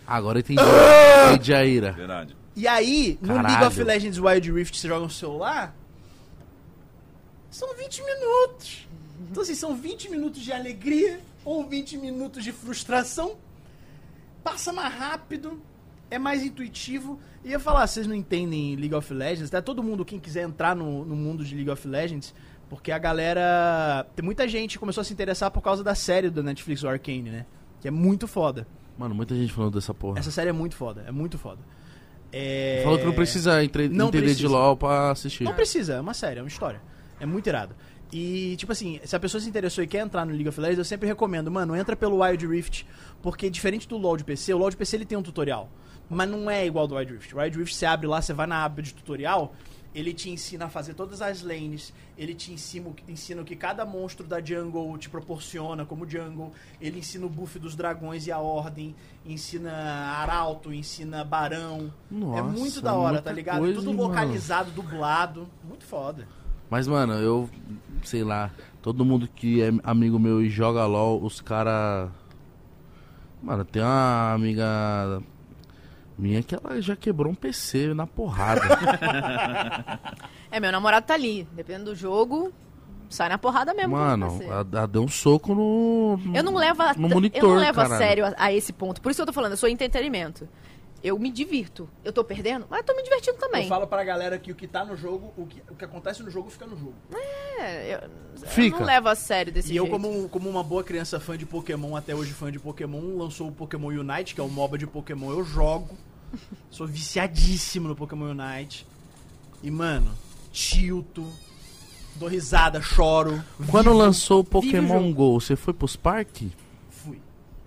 Agora eu entendi.
Ah!
entendi a ira.
Verdade.
E aí, no
Caralho.
League of Legends Wild Rift, você joga no celular, são 20 minutos. Então, assim, são 20 minutos de alegria ou 20 minutos de frustração. Passa mais rápido, é mais intuitivo. E eu ia falar, vocês não entendem League of Legends, tá? Todo mundo, quem quiser entrar no, no mundo de League of Legends, porque a galera... Tem muita gente que começou a se interessar por causa da série do Netflix, o Arcane, né? Que é muito foda.
Mano, muita gente falando dessa porra.
Essa série é muito foda, é muito foda. É...
Falou que não precisa entre-
Não
entender de
precisa.
LoL pra assistir.
Não precisa, é uma série, é uma história. É muito irado. E, tipo assim, se a pessoa se interessou e quer entrar no League of Legends, eu sempre recomendo, mano, entra pelo Wild Rift, porque diferente do LoL de PC, o LoL de PC ele tem um tutorial, mas não é igual do Wild Rift. O Wild Rift você abre lá, você vai na aba de tutorial, ele te ensina a fazer todas as lanes, ele te ensina, o- ensina o que cada monstro da jungle te proporciona como jungle, ele ensina o buff dos dragões e a ordem, ensina arauto, ensina barão. é
Nossa,
muito da hora,
muita
tá ligado?
coisa,
Tudo
hein, mano?
localizado, dublado, muito foda.
Mas, mano, eu. Sei lá. Todo mundo que é amigo meu e joga LOL, os cara. Mano, tem uma amiga minha que ela já quebrou um PC na porrada.
É, meu namorado tá ali. Dependendo do jogo, sai na porrada
É
mesmo. com
mano,
você.
ela, ela deu um soco no.
Eu não levo
no
a, eu não
monitor,
levo a
caralho.
sério a, a esse ponto. Por isso que eu tô falando, eu sou entretenimento. Eu me divirto. Eu tô perdendo, mas eu tô me divertindo
Eu
também.
falo pra galera que o que tá no jogo, o que, o que acontece no jogo fica no jogo.
É, eu, eu
Fica.
não levo a sério desse
e eu,
jeito.
como, como uma boa criança fã de Pokémon, até hoje fã de Pokémon, lançou o Pokémon Unite, que é o MOBA de Pokémon, eu jogo. Sou viciadíssimo no Pokémon Unite. E, mano, tilto, dou risada, choro.
Quando
vivo,
lançou o
vive o
Pokémon GO, você foi pros parques?
Fui.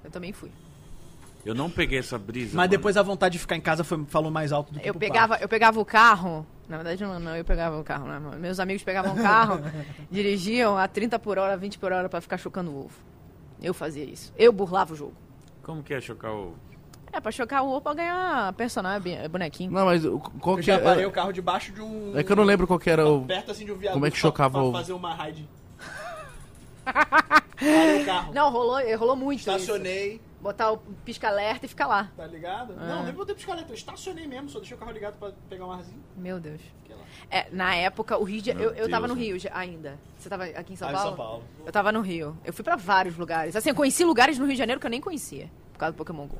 Eu também fui.
Tipo,
Eu não peguei essa brisa.
Mas
mano.
depois a vontade de ficar em casa foi, falou mais alto do que
Eu
pro
pegava, eu pegava o carro. Na verdade, não, não, eu pegava o carro, né? Meus amigos pegavam o carro, dirigiam a 30 por hora, 20 por hora pra ficar chocando o ovo. Eu fazia isso. Eu burlava o jogo.
Como que é chocar o.
É, pra chocar o ovo pra ganhar personagem, bonequinho.
Não, mas o- qual
Eu
que
já parei
é.
o carro debaixo de um.
É que eu não lembro qual que era o.
Perto assim de um viaduto.
Como é que
pra-
chocava
pra,
o-
fazer uma raid. parei o carro.
Não, rolou, rolou muito. isso.
Estacionei,
Botar o pisca-alerta e ficar lá.
tá ligado?
É.
Não, nem botei piscaleta, eu estacionei mesmo, só deixei o carro ligado pra pegar um arzinho.
Meu Deus.
Fiquei lá.
É, na época, o Rio de...
Meu
eu, eu tava no
Deus, né?
Rio já- ainda. Você tava aqui em São,
Ah, em
Paulo?
São Paulo.
Eu tava no Rio. Eu fui pra vários lugares. Assim, eu conheci lugares no Rio de Janeiro que eu nem conhecia. Por causa do Pokémon GO.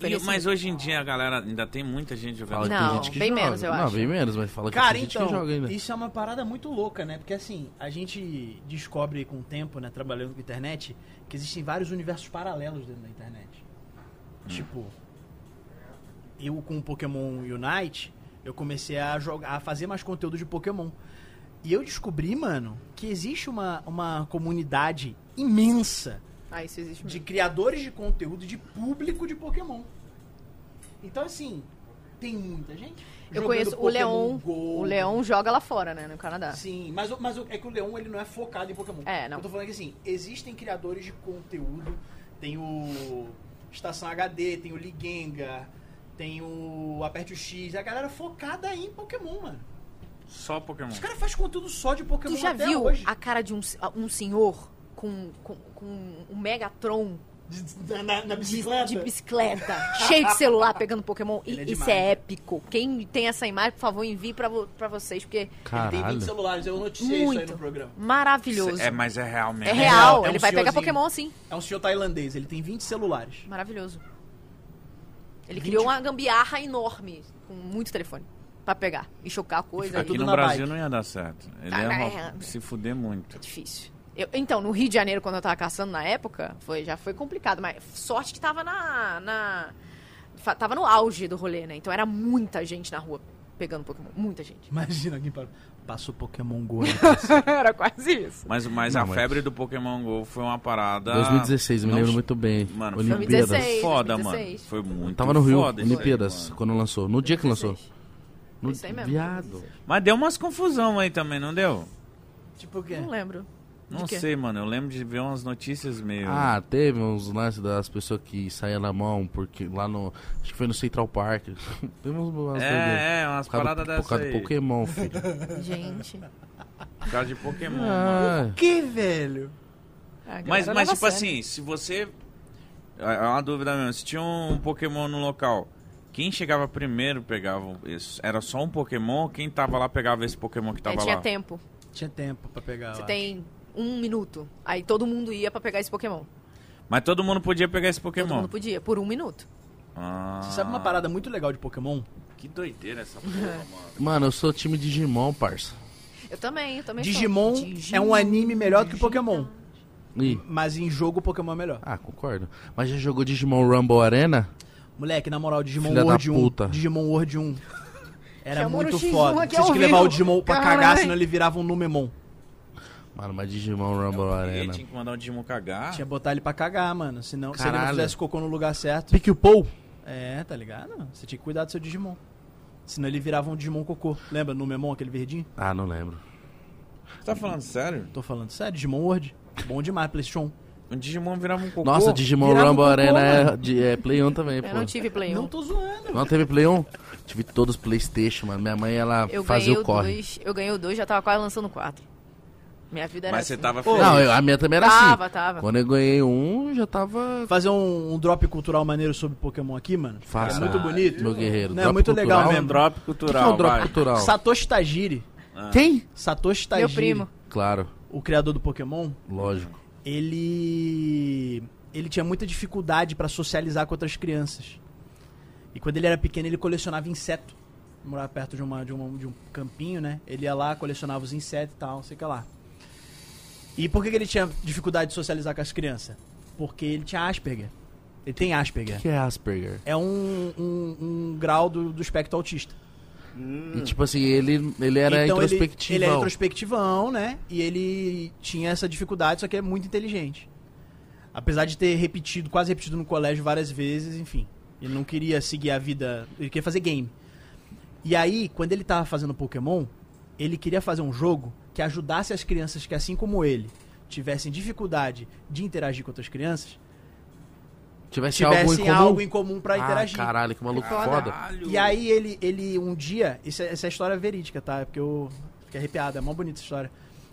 E- mas hoje em dia a galera ainda tem muita gente jogando.
Fala que tem
Não,
gente que
bem
joga.
menos, eu
não,
acho.
bem menos, mas fala que
Cara,
tem gente
então,
que joga ainda.
isso é uma parada muito louca, né? Porque assim, a gente descobre com o tempo, né, trabalhando com internet, que existem vários universos paralelos dentro da internet.
Hum.
Tipo, eu com o Pokémon Unite, eu comecei a jogar, a fazer mais conteúdo de Pokémon. E eu descobri, mano, que existe uma, uma comunidade imensa
Ah, isso existe
de
mesmo.
criadores de conteúdo, de público de Pokémon. Então, assim, tem muita gente.
Eu
jogando
conheço o
Pokémon
Leon.
Go.
O Leon joga lá fora, né? No Canadá.
Sim, mas, o- mas o- é que o Leon ele não é focado em Pokémon.
É, não.
Eu tô falando que assim, existem criadores de conteúdo, tem o Estação HD, tem o Ligenga, tem o Aperte o X, a galera focada em Pokémon, mano.
Só Pokémon.
Os caras fazem conteúdo só de Pokémon
Tu já
até
viu
hoje.
a cara de um, se- um senhor com, com, com um Megatron
De- na- na, na
de,
bicicleta.
de bicicleta, cheio de celular, pegando Pokémon? E-
Ele é
isso
demais,
é
né?
épico. Quem tem essa imagem, por favor, envie pra, vo- pra vocês, porque
Ele tem 20
Caralho.
celulares, eu noticiei isso aí
muito
no programa.
maravilhoso.
É, mas é real mesmo.
É
real,
real,
é um
ele vai pegar
senhorzinho.
Pokémon assim.
É um senhor tailandês, ele tem 20 celulares.
Maravilhoso. Ele
20?
criou uma gambiarra enorme, com muito telefone, pra pegar e chocar coisa.
fica
Aqui
E...
tudo
no
na
Brasil
bike.
não ia dar certo. Ele
Tá,
ia
tá
uma-
errado.
se fuder muito.
É difícil. Eu- então, no Rio de Janeiro, quando eu tava caçando na época, foi, já foi complicado, mas sorte que tava na, na. fa- Tava no auge do rolê, né? Então era muita gente na rua pegando Pokémon. Muita gente.
Imagina alguém para. Passa o Pokémon Go.
era quase isso.
Mas, mas
Não,
a
mas-
febre do Pokémon GO foi uma parada.
2016, me
Não-
lembro muito bem.
Mano, foi
Olimpíadas.
2016.
Foda,
2016.
mano. Foi muito
Tava no Rio,
foda isso aí,
Olimpíadas,
mano.
quando lançou. No dia que lançou. No...
Isso aí mesmo.
Viado.
Mas deu umas confusão aí também, não deu?
tipo o quê?
Não lembro. De
Não
quê?
sei, mano. Eu lembro de ver umas notícias meio.
Ah, teve uns lances das pessoas que saíam na mão, porque lá no. Acho que foi no Central Park. teve uns umas doideiras.
é, é, umas
Por causa
paradas
do- Por
dessa
causa do
aí.
Pokémon, filho.
Gente.
Por causa de Pokémon, mano.
Ah,
Que velho?
a galera
Mas, mas
leva a
tipo
sério.
assim, se você. É uma dúvida mesmo. Se tinha um Pokémon no local, quem chegava primeiro pegava. Isso. Era só um Pokémon ou quem tava lá pegava esse Pokémon que
É,
tava
tinha
lá?
tempo.
Tinha tempo pra pegar.
Você
Tá lá.
tem um minuto. Aí todo mundo ia pra pegar esse Pokémon.
Mas todo mundo podia pegar esse
Todo
Pokémon.
mundo podia, por um minuto.
Ah,
Você sabe uma parada muito legal de Pokémon?
Que doideira essa porra, mano.
mano, eu sou time Digimon, parça.
Eu também, eu também
Digimon,
sou.
é um anime melhor do que Pokémon.
Ih.
Mas em jogo, Pokémon é melhor.
Ah, concordo. Mas já jogou Digimon Rumble Arena?
Moleque, na moral, Digimon
Filha da
World 1.
puta.
Digimon World 1. Era
Chamou no
muito
X1
foda.
aqui
Vocês
ao
que levar
vivo.
o Digimon pra
Caralho.
cagar, senão ele virava um Numemon.
Mano, mas Digimon Rumble
Ele
Arena.
tinha que mandar um Digimon cagar.
Tinha que botar ele pra cagar, mano. Senão, se ele não
Caralho.
fizesse cocô no lugar certo.
Pick Paul?
É, tá ligado? Você tinha que cuidar do seu Digimon. Senão ele virava um Digimon cocô. Lembra Numemon, aquele verdinho?
Ah, não lembro.
Você tá falando sério?
Tô falando sério, Digimon World. Bom demais, PlayStation.
O Digimon virava um cocô.
Nossa, Digimon
virava
Rumble
cocô,
Arena é,
mano.
de- é Play 1 também, pô.
Eu não tive Play 1.
Não tô zoando.
Não teve Play 1? Tive todos Playstation, mano. Minha mãe, ela
Eu
fazia
ganhei
o
o
corre.
2, eu ganhei o 2, já tava quase lançando o 4. Minha vida era
Mas você
assim.
tava feliz.
Não, eu- a minha também era
Tava,
assim.
tava.
Quando eu ganhei um, já tava...
Fazer um, um drop cultural maneiro sobre Pokémon aqui, mano.
Faça,
É muito bonito.
Meu guerreiro.
Não, é
Drop
muito
cultural.
legal
É
mesmo.
um drop
O que que é um
cultural,
drop
vai.
cultural?
Satoshi Tajiri.
Quem?
Satoshi
Meu
Tajiri,
primo.
Claro,
o criador do Pokémon,
lógico.
ele ele tinha muita dificuldade pra socializar com outras crianças. E quando ele era pequeno, ele colecionava inseto. Morava perto de, uma, de, uma, de um campinho, né? Ele ia lá, colecionava os insetos e tal, não sei o que lá. E por que, que ele tinha dificuldade de socializar com as crianças? Porque ele tinha Asperger. Ele tem
O
Asperger.
que é Asperger?
É um, um, um grau do, do espectro autista.
E tipo assim, ele, ele era
então ele-
introspectivo.
Ele, é introspectivão, né? E ele tinha essa dificuldade, só que é muito inteligente. Apesar de ter repetido, quase repetido no colégio várias vezes, enfim. Ele não queria seguir a vida, ele queria fazer game. E aí, quando ele tava fazendo Pokémon, ele queria fazer um jogo que ajudasse as crianças que, assim como ele, tivessem dificuldade de interagir com outras crianças,
Tivesse, algo em
tivessem
comum.
algo em comum pra
Ah,
interagir.
caralho, que maluco foda.
Caralho.
E aí ele, ele um dia, isso é- essa é a história verídica, tá? É Porque eu fiquei arrepiado, é mó bonita essa história.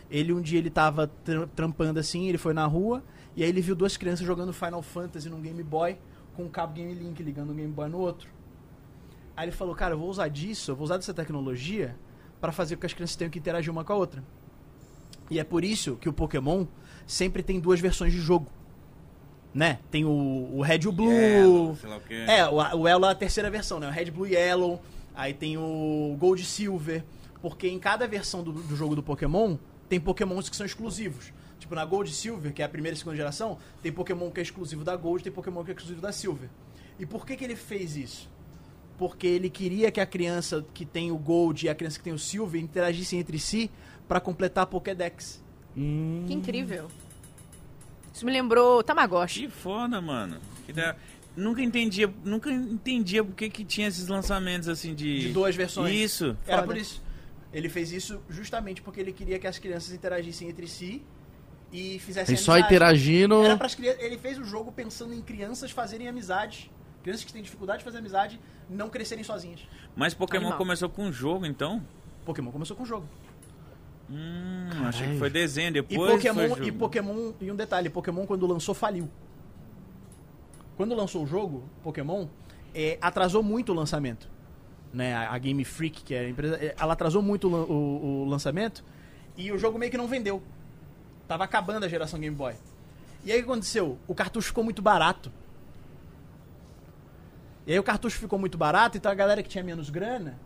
Ele um dia ele tava tra- trampando assim, ele foi na rua, e aí ele viu duas crianças jogando Final Fantasy num Game Boy com um cabo Game Link ligando um Game Boy no outro. Aí ele falou, cara, eu vou usar disso, eu vou usar dessa tecnologia pra fazer com que as crianças tenham que interagir uma com a outra. E é por isso que o Pokémon sempre tem duas versões de jogo. Né? Tem o, o Red e o Blue.
Yellow, sei lá o quê.
É, o, o Yellow é a terceira versão, né? O Red, Blue e Yellow. Aí tem o Gold e Silver. Porque em cada versão do, do jogo do Pokémon, tem Pokémons que são exclusivos. Tipo, na Gold e Silver, que é a primeira e segunda geração, tem Pokémon que é exclusivo da Gold, tem Pokémon que é exclusivo da Silver. E por que, que ele fez isso? Porque ele queria que a criança que tem o Gold e a criança que tem o Silver interagissem entre si pra completar a Pokédex.
Que incrível. Isso me lembrou Tamagotchi.
Que foda, mano. Que da- Nunca entendia, nunca entendia por que que tinha esses lançamentos assim de...
De duas versões.
Isso.
Era
Foda.
por isso. Ele fez isso justamente porque ele queria que as crianças interagissem entre si e fizessem
E só
amizade.
interagindo.
Era pras crianças. Ele fez o jogo pensando em crianças fazerem amizade. Crianças que têm dificuldade de fazer amizade não crescerem sozinhas.
Mas Pokémon
Animal.
começou com um jogo, então?
Pokémon começou com o jogo.
Hum, achei que foi desenho,
E
depois
Pokémon,
foi
e
jogo.
Pokémon, e um detalhe, Pokémon quando lançou faliu. Quando lançou o jogo, Pokémon, eh, atrasou muito o lançamento. Né? A, a Game Freak, que é a empresa, eh, ela atrasou muito o, lan- o- o lançamento e o jogo meio que não vendeu. Tava acabando a geração Game Boy. E aí o que aconteceu? O cartucho ficou muito barato. E aí o cartucho ficou muito barato, então a galera que tinha menos grana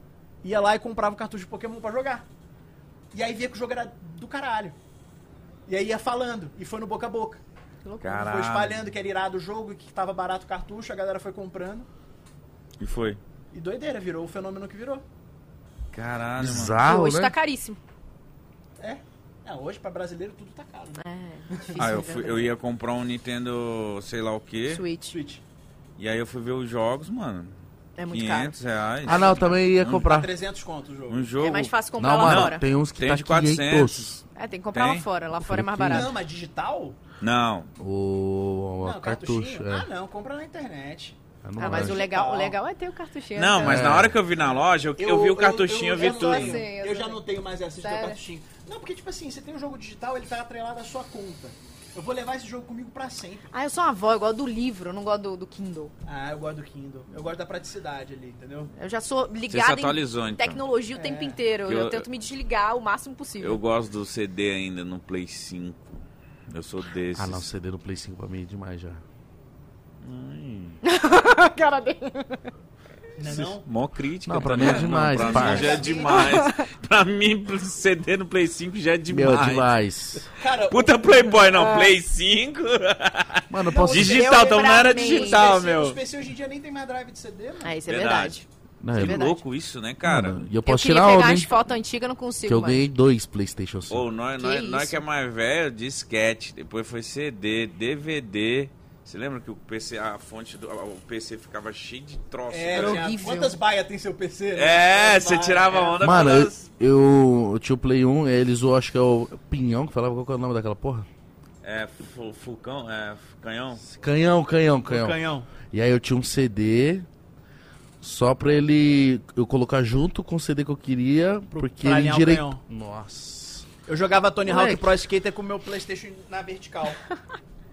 ia lá e comprava o cartucho de Pokémon pra jogar. E aí via que o jogo era do caralho. E aí ia falando, e foi no boca a boca. Foi espalhando que era irado o jogo, que tava barato o cartucho, a galera foi comprando.
E foi.
E doideira, virou o fenômeno que virou.
Caralho, mano.
E
Bizarro,
hoje tá
né?
caríssimo.
É. É, hoje pra brasileiro tudo tá caro. Né?
É, difícil.
Ah, eu,
né?
fui- eu ia comprar um Nintendo, sei lá o quê.
Switch.
Switch. Tá
E aí eu fui ver os jogos, mano.
É muito caro.
500 reais.
Ah, não, eu também
Hum.
ia comprar.
300 conto o jogo.
Um jogo.
É mais fácil comprar
Não,
lá
mano,
fora.
tem uns que
Tem
tá
de 400.
500.
É, tem que comprar
Tem?
lá fora. Lá fora é mais
falei que-
barato.
Não, mas digital?
Não.
O,
tá
não,
cartucho,
cartuchinho.
é.
Ah, não, compra na internet.
Eu não
Ah, mas
acho.
o legal, o legal é ter o cartuchinho.
Não,
né?
mas na hora que eu vi na loja, eu, eu vi o cartuchinho, eu, vi
já não
tudo.
tenho.
Assim, eu
eu já
também.
não tenho mais essa de ter o
Sério?
cartuchinho. Não, porque, tipo assim, você tem um jogo digital, ele tá atrelado à sua conta. Eu vou levar esse jogo comigo pra sempre.
Ah, eu sou uma avó, eu gosto do livro, eu não gosto do, do Kindle.
Ah, eu gosto do Kindle. Eu gosto da praticidade ali, entendeu?
Eu já sou
Você se
ligada em
atualizou, então.
tecnologia o tempo inteiro.
Porque
Eu,
eu-
tento me desligar o máximo
Eu
possível.
gosto do CD ainda no Play 5. Eu sou desses.
Ah, não, CD no Play 5 pra mim é demais já.
A cara dele.
Não é não?
Mó crítica.
Não,
tá
pra mim é
ligado?
demais,
Não, pra mim
parça.
já é demais. pra mim, pro CD no Play 5 já é
Meu,
demais.
demais.
Cara,
Puta Playboy, não. Play 5.
Mano, eu posso...
Digi-
digital, então não era
pra mim.
digital,
PC, Os
meu.
PC hoje em dia nem tem mais drive de CD, mano.
É, isso é
Verdade.
verdade.
Não,
Que
eu...
verdade.
louco isso, né, cara?
Mano, e eu
Eu
posso
queria
tirar
pegar
onda, hein?
as fotos antigas, não consigo
Que eu
mais.
ganhei dois Playstation 5.
Ou nós,
Que
nós, nós
isso?
que é mais velho, disquete. Depois foi CD, DVD. Você lembra que o PC, a fonte do o PC ficava cheio de troço?
É,
cara?
já-
horrível.
Quantas baias tem seu PC?
É,
Quantas
você
baias?
tirava onda
Mano, eu,
pelas-
um, eu, eu tinha o Play 1, eles usou, acho que é o Pinhão que falava qual que é o nome daquela porra.
É, fu- Fulcão, é, Canhão.
Canhão, canhão, canhão.
Canhão.
E aí eu tinha um CD só pra ele eu colocar junto com o CD que eu queria, porque ele
pra alinhar o
direi...
canhão.
Nossa.
Eu jogava Tony Hawk
Moleque.
Pro Skater com o meu Playstation na vertical.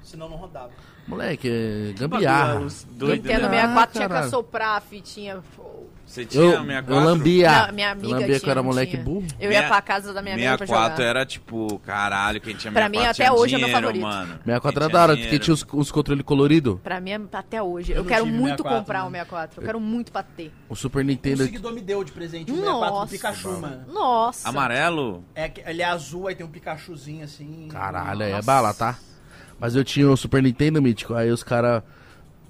Senão não rodava.
Moleque, é gambiarra.
Os doidos,
Nintendo
né?
64 tinha que
Ah, caralho.
assoprar a fitinha. Pô.
Você tinha
Eu,
64?
eu lambia.
Não, minha amiga
eu lambia que eu
tinha,
era
não
moleque
tinha.
burro.
Eu ia
Meia-
pra casa da minha amiga pra jogar.
64 era tipo, caralho, quem tinha
Pra
64
mim, até
tinha
hoje, é meu
dinheiro,
favorito.
mano. Quem
Meia quadra da hora, porque
dinheiro.
tinha os, os controles coloridos.
Pra mim, até hoje. Eu,
não
quero
tive
muito
64,
comprar o
né?
64. Eu quero muito bater.
O Super
Um
Nintendo.
seguidor me deu de presente um 64 do
Nossa.
Pikachu, mano.
Nossa.
Amarelo?
É, que- ele é azul, aí tem um Pikachuzinho assim.
Caralho, aí é
Nossa.
bala, tá? Mas eu tinha o Super Nintendo mítico, aí os caras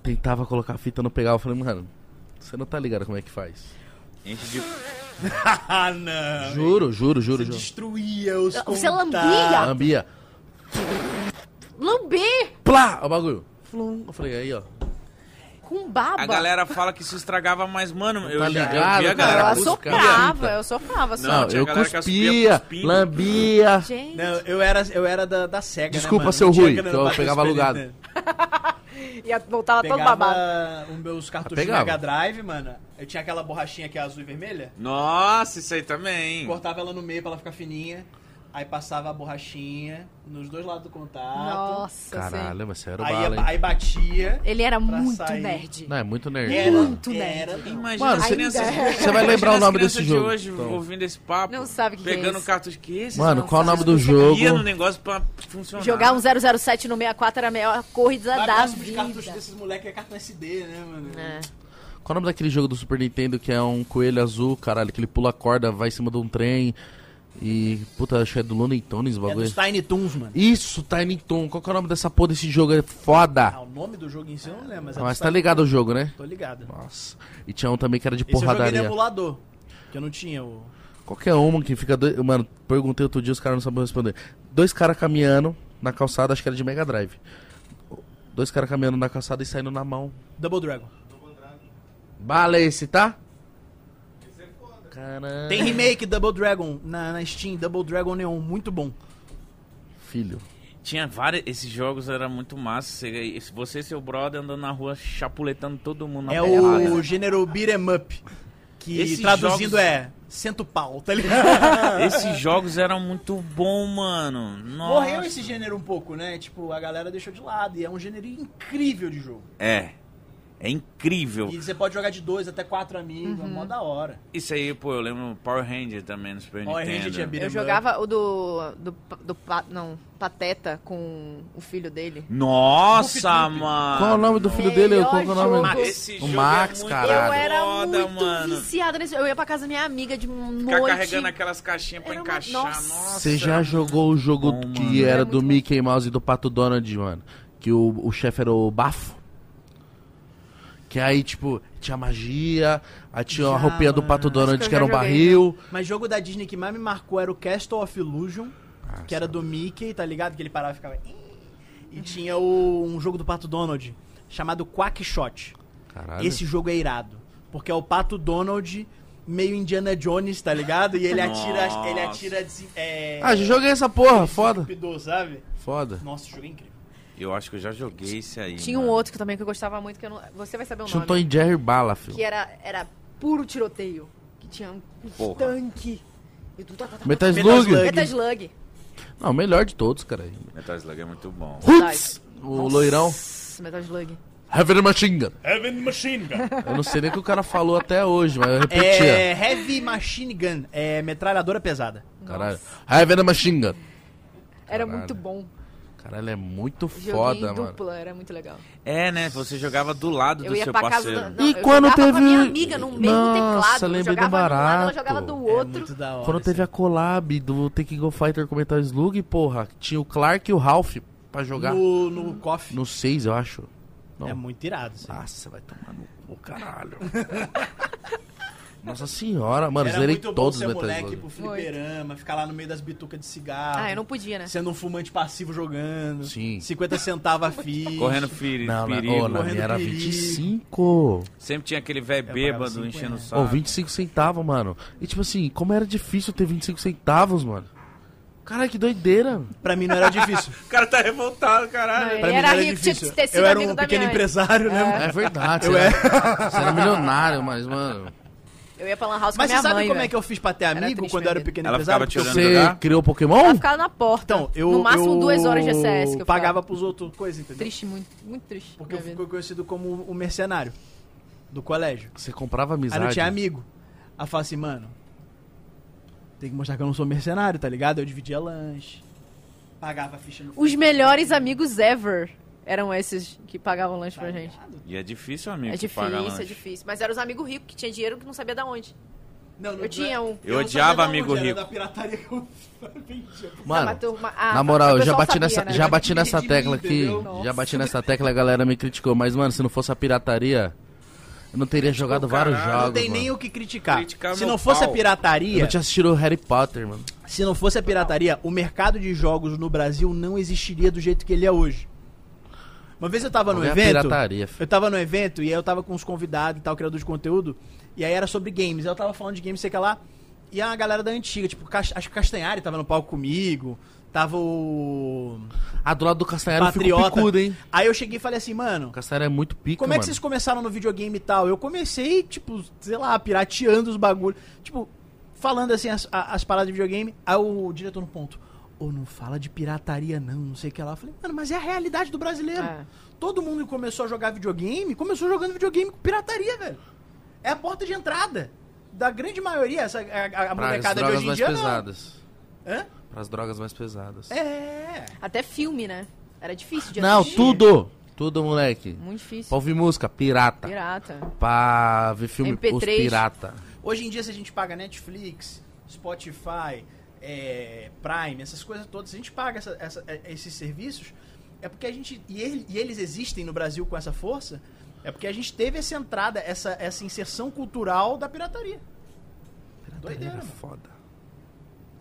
tentavam colocar a fita, não pegava. Eu falei, mano, você não tá ligado como é que faz.
Enche de...
Tá
Ah, não.
Juro, juro, juro, juro.
é Destruía os
Você é
contatos.
lambia?
Lambia.
Lambê
Plá! O bagulho. Flum. Eu falei, aí, ó.
com baba.
A galera fala que isso estragava, mas, mano, eu, já, eu
Tá ligado,
vi a
cara?
Eu
galera
Os
cuspir.
assoprava, eu assoprava. só.
Não,
Não, tinha
eu
galera que
cuspia,
cuspia cuspindo.
lambia.
Gente,
Não, eu era, eu era da, da SEGA,
Desculpa,
né, mano?
seu
Não tinha
Rui,
grana
que eu
pra ter
pegava
Super
alugado.
Nintendo.
e a- voltava Tá todo babado.
Pegava os meus cartuchos de
Ah, Pegava.
Mega Drive, mano. Eu tinha aquela borrachinha que é azul e vermelha.
Nossa, isso aí também.
Cortava ela no meio pra ela ficar fininha. Aí passava a borrachinha nos dois lados do contato.
Nossa,
Caralho, mas você era o
aí,
bala,
aí,
hein?
batia.
assim. Ele era
Pra
muito
sair.
nerd.
é Não, é muito nerd.
Era,
mano.
Muito né?
era,
nerd.
não.
Imagina
Mano,
as
cê-
crianças.
cê vai
imagina
lembrar o
as
nome desse
crianças
jogo.
de hoje
Então.
ouvindo esse papo.
é. Não sabe o que que é
Pegando
isso.
cartucho que esses
Mano,
não
qual é o
sabem
nome do jogo?
Ia no negócio pra funcionar.
Jogar um 007 no 64 era a melhor corrida
Mas
da
gosto dos cartuchos
vida.
desses moleques é cartão SD, né, mano?
É.
Qual o nome daquele jogo do Super Nintendo que é um coelho azul, caralho, que ele pula a corda, vai em cima de um trem e. Puta, acho que é do Looney Tunes o
É
bagulho.
dos Tiny Toons, mano.
Isso, Tiny Toon. Qual que é o nome dessa porra desse jogo? É foda.
Ah, o nome do jogo em si eu não lembro, mas é
Mas
dos
tá
Tiny
ligado o jogo, né?
Toons. Tô ligado.
Nossa. E tinha um também que era de
Esse eu joguei no
porradaria.
emulador, que eu não tinha o...
Qualquer um que fica dois. Mano, perguntei outro dia, os caras não sabiam responder. Dois caras caminhando na calçada, acho que era de Mega Drive. Dois caras caminhando na calçada e saindo na mão.
Double Dragon.
Bala esse, tá? Caramba.
É.
Tem remake Double Dragon na, na Steam, Double Dragon Neon, muito bom.
Filho.
Tinha vários. Esses jogos era muito massa. Você, você e seu brother andando na rua chapuletando todo mundo na
é
porrada.
o gênero beat 'em up, que
Esses
traduzindo
jogos-
é cento pau, tá ligado?
Esses jogos eram muito bom, mano. Nossa.
Morreu esse gênero um pouco, né? Tipo, a galera deixou de lado e é um gênero incrível de jogo.
É. É incrível.
E você pode jogar de dois até quatro amigos, é mó da hora.
Isso aí, pô, eu lembro Power Ranger também no Super
Power Ranger
Nintendo.
tinha beat 'em
Eu
up.
jogava o do, do, pa- do pa- não, Pateta com o filho dele.
Nossa, mano.
Qual é o nome do filho dele?
Melhor
Qual que é o nome?
jogo.
Mas esse
O
jogo
Max,
é muito
caralho.
Eu era
foda,
muito
mano.
viciada nesse Eu ia pra casa da minha amiga de
Ficar
noite.
carregando aquelas caixinhas pra
Era uma-
encaixar.
Nossa.
Nossa.
Você já jogou o jogo
Bom, mano.
que era
Era
do
É muito
Mickey Mouse e do Pato Donald, mano? Que o, o chefe era o Bafo? Que aí, tipo, tinha magia, aí tinha a
Já,
roupinha do
mano.
Pato
Acho
Donald
que
que
eu
era um
já joguei,
barril.
Mas jogo da Disney que mais me marcou era o Castle of Illusion,
Ah,
que era do Mickey, tá ligado? Que ele parava e ficava... E tinha o- um jogo do Pato Donald, chamado Quackshot.
Caralho.
Esse jogo é irado. Porque é o Pato Donald, meio Indiana Jones, tá ligado? E ele atira.
Nossa.
Ele atira. desi- É,
Ah, já joguei essa porra, foda.
Cuspidor, sabe?
Foda.
Nossa, esse jogo é incrível.
Eu acho que eu já joguei esse aí.
Tinha um
mano.
outro que também que eu gostava muito, que eu não... Você vai saber o
Tinha um
nome.
Tony Jerry Bala, filho.
Que era, era puro tiroteio. Que tinha um
Porra.
tanque. E tu tá, tá, tá,
Metal
tá-
Slug.
Slug.
Metal Slug.
Não, o melhor de todos, cara.
Metal Slug é muito bom.
Putz! O loirão.
Nossa, Metal Slug.
Heavy Machine Gun.
Heaven Machine Gun.
Eu não sei nem o que o cara falou até hoje, mas eu repetia.
É. Heavy Machine Gun. É metralhadora pesada.
Caralho. Heavy Machine Gun.
Era
Caralho.
muito bom.
Caralho, é muito
Joguei
foda,
em
mano.
dupla, era muito legal.
É, né? Você jogava do lado
Eu
do
ia
seu
pra
parceiro.
casa da... não,
E
eu
quando
jogava com a minha
teve-
amiga no meio do
Nossa,
teclado. Eu
lembrei do
jogava de um lado, ela
barato.
jogava
É
do
É
outro.
muito da hora.
Quando teve a collab do Take Go Fighter com Metal Slug, porra, tinha o Clark e o Ralph pra jogar. No,
No, no coffee.
6, eu acho. Não.
É muito irado. assim.
Nossa, vai tomar no cu, caralho. Nossa senhora, mano,
Era
zerei
muito bom
todos os
ser
Metal
moleque
Slug.
pro fliperama, ficar lá no meio das bitucas de cigarro.
Ah, eu não podia, né?
Sendo um fumante passivo jogando.
Sim.
50 centavos a ficha.
Correndo filho,
Não, na,
perigo.
ô, na
correndo
minha era
perigo.
25.
Sempre tinha aquele velho bêbado
cinco
enchendo o
reais.
Ô,
saco.
25 centavos, mano. E tipo assim, como era difícil ter 25 centavos, mano. Caralho, que doideira.
Pra mim não era difícil.
O cara tá revoltado, caralho.
Ele
Pra mim
era
não era
rico, tinha
difícil.
que ter sido
Eu era
amigo
um
da
pequeno
minha mãe.
empresário, né?
É verdade. Você, era, você era milionário, mas, mano.
Eu ia pra Lan House com a
Mas você
minha
sabe
mãe,
como é
velho.
que eu fiz pra ter amigo
triste
quando eu era
minha vida.
um pequeno
Ela
empresário?
ficava tirando-
Você
jogar?
criou
Ela
Pokémon?
ficava na porta.
Então, eu.
No máximo
eu
duas horas de CS que eu
Pagava pros outros coisas, entendeu?
Triste, muito, muito triste.
Porque eu
minha
fui conhecido como o mercenário do colégio.
Você comprava amizade.
Aí Ah, não tinha amigo. Aí eu falava assim, mano. Tem que mostrar que eu não sou mercenário, tá ligado? Eu dividia lanche. Pagava ficha no.
Os melhores amigos ever eram esses que pagavam lanche pra gente.
E é difícil, amigo.
É
que paga
difícil, é
lanche.
difícil. Mas eram os amigos ricos que tinha dinheiro que não sabia de onde.
Não, não-
Eu tinha um.
Eu
não
odiava
sabia de
amigo
onde era,
rico.
Da pirataria que eu vendia.
Mano,
Ah, mas tu- ma- ah,
na moral,
o
eu já
pessoal
bati,
sabia,
nessa,
né?
já bati nessa
de mim,
tecla aqui.
entendeu?
Já bati nessa tecla a galera me criticou. Mas, mano, se não fosse a pirataria, eu não teria jogado vários
caralho,
jogos.
Não tem
mano.
nem o é. que criticar.
Criticar
se
meu
não fosse
pau.
a
Eu
pirataria,
não tinha assistido Harry Potter, mano.
se não fosse a pirataria, o mercado de jogos no Brasil não existiria do jeito que ele é hoje. Uma vez eu tava no
Não é a
evento,
pirataria, filho.
eu tava no evento e aí eu tava com uns convidados e tal, criador de conteúdo, e aí era sobre games. Eu tava falando de games, sei que lá, e a galera da antiga, tipo, Cas- acho que o Castanhari tava no palco comigo, tava o
Ah, do lado do Castanheira eu fico
Patriota.
picudo, hein?
Aí eu cheguei e falei assim, mano,
O Castanheira é muito pica,
como é
mano.
que vocês começaram no videogame e tal? Eu comecei, tipo, sei lá, pirateando os bagulhos. Tipo, falando assim as, a- as paradas de videogame. Aí o diretor no ponto. Ô, não fala de pirataria, não, não sei o que lá. Eu falei, mano, mas é a realidade do brasileiro.
É.
Todo mundo que começou a jogar videogame, começou jogando videogame com pirataria, velho. É a porta de entrada. Da grande maioria, essa, a, a- a
Para as
molecada de
drogas
hoje em
mais
dia.
pesadas.
Não. Hã?
Para as drogas mais pesadas.
É.
Até filme, né? Era difícil de
Não,
assistir.
tudo! Tudo, moleque.
Muito difícil.
Pra ouvir música, pirata.
Pirata.
Pra ver filme, os
MP3.
pirata.
Hoje em dia, se a gente paga Netflix, Spotify, é, Prime, essas coisas todas, se a gente paga essa- essa- é- esses serviços, é porque a gente. E, ele- e eles existem no Brasil com essa força, é porque a gente teve essa entrada, essa, essa inserção cultural da pirataria. Doideira,
Pirataria é
mano.
foda.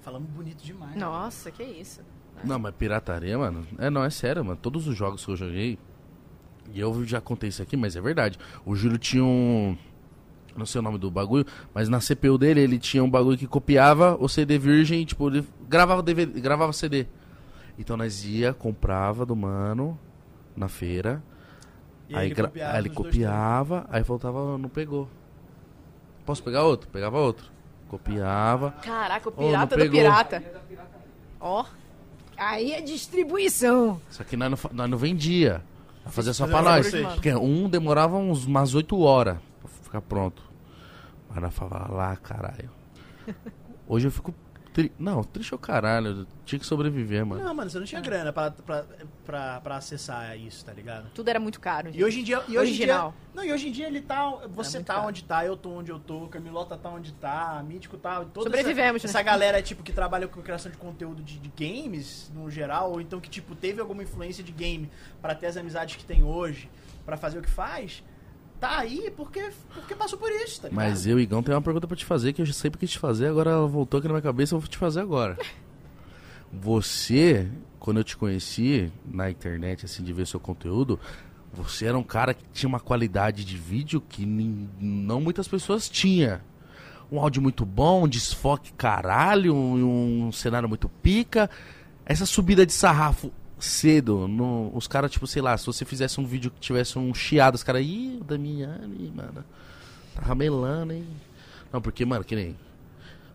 Falamos bonito demais.
Nossa, que isso.
Não, mas pirataria, mano. É, não, é sério, mano. Todos os jogos que eu joguei. E eu já contei isso aqui, mas é verdade. O Júlio tinha um. Não sei o nome do bagulho, mas na CPU dele ele tinha um bagulho que copiava o CD virgem, tipo, ele gravava, DVD, gravava CD. Então nós ia, comprava do mano na feira,
E
aí, gra- aí ele
dos dois
copiava, aí voltava, não pegou. Posso pegar outro? Pegava outro. Copiava.
Caraca, o
não
pirata do
pegou.
pirata. Ó. Aí é distribuição.
Só que nós não, fa- nós não vendia. Fazia só
Fazia
pra
pra
nós.
vocês.
Porque um demorava uns, umas 8 horas pra ficar pronto. Mas nós falava lá, caralho. Hoje eu fico. Tri... Não, triste é o caralho. Eu tinha que sobreviver,
testes.
mano.
Não, mano, você não tinha grana pra, pra, pra, pra acessar isso, tá ligado?
Tudo era muito caro.
E hoje em dia. E hoje em
Original. É
dia não, e hoje em dia ele tá. Você
muito
tá
caro.
onde tá, eu tô onde eu tô, Camilota tá onde tá, Mítico tá. Toda
Sobrevivemos,
essa,
né?
essa galera, tipo, que trabalha com criação de conteúdo de, de games, no geral, ou então que, tipo, teve alguma influência de game pra ter as amizades que tem hoje, pra fazer o que faz, tá aí porque, porque passou por isso, tá ligado?
Mas eu, Igão, tenho uma pergunta pra te fazer que eu sempre quis te fazer, agora ela voltou aqui na minha cabeça, eu vou te fazer agora. Você, quando eu te conheci na internet, assim, de ver seu conteúdo, você era um cara que tinha uma qualidade de vídeo que nin- não muitas pessoas tinha. Um áudio muito bom, um desfoque caralho, um, um cenário muito pica. Essa subida de sarrafo cedo, no- os caras, tipo, sei lá, se você fizesse um vídeo que tivesse um chiado, os caras, ih, o Damiani, mano. Tá ramelando, hein? Não, porque, mano, que nem.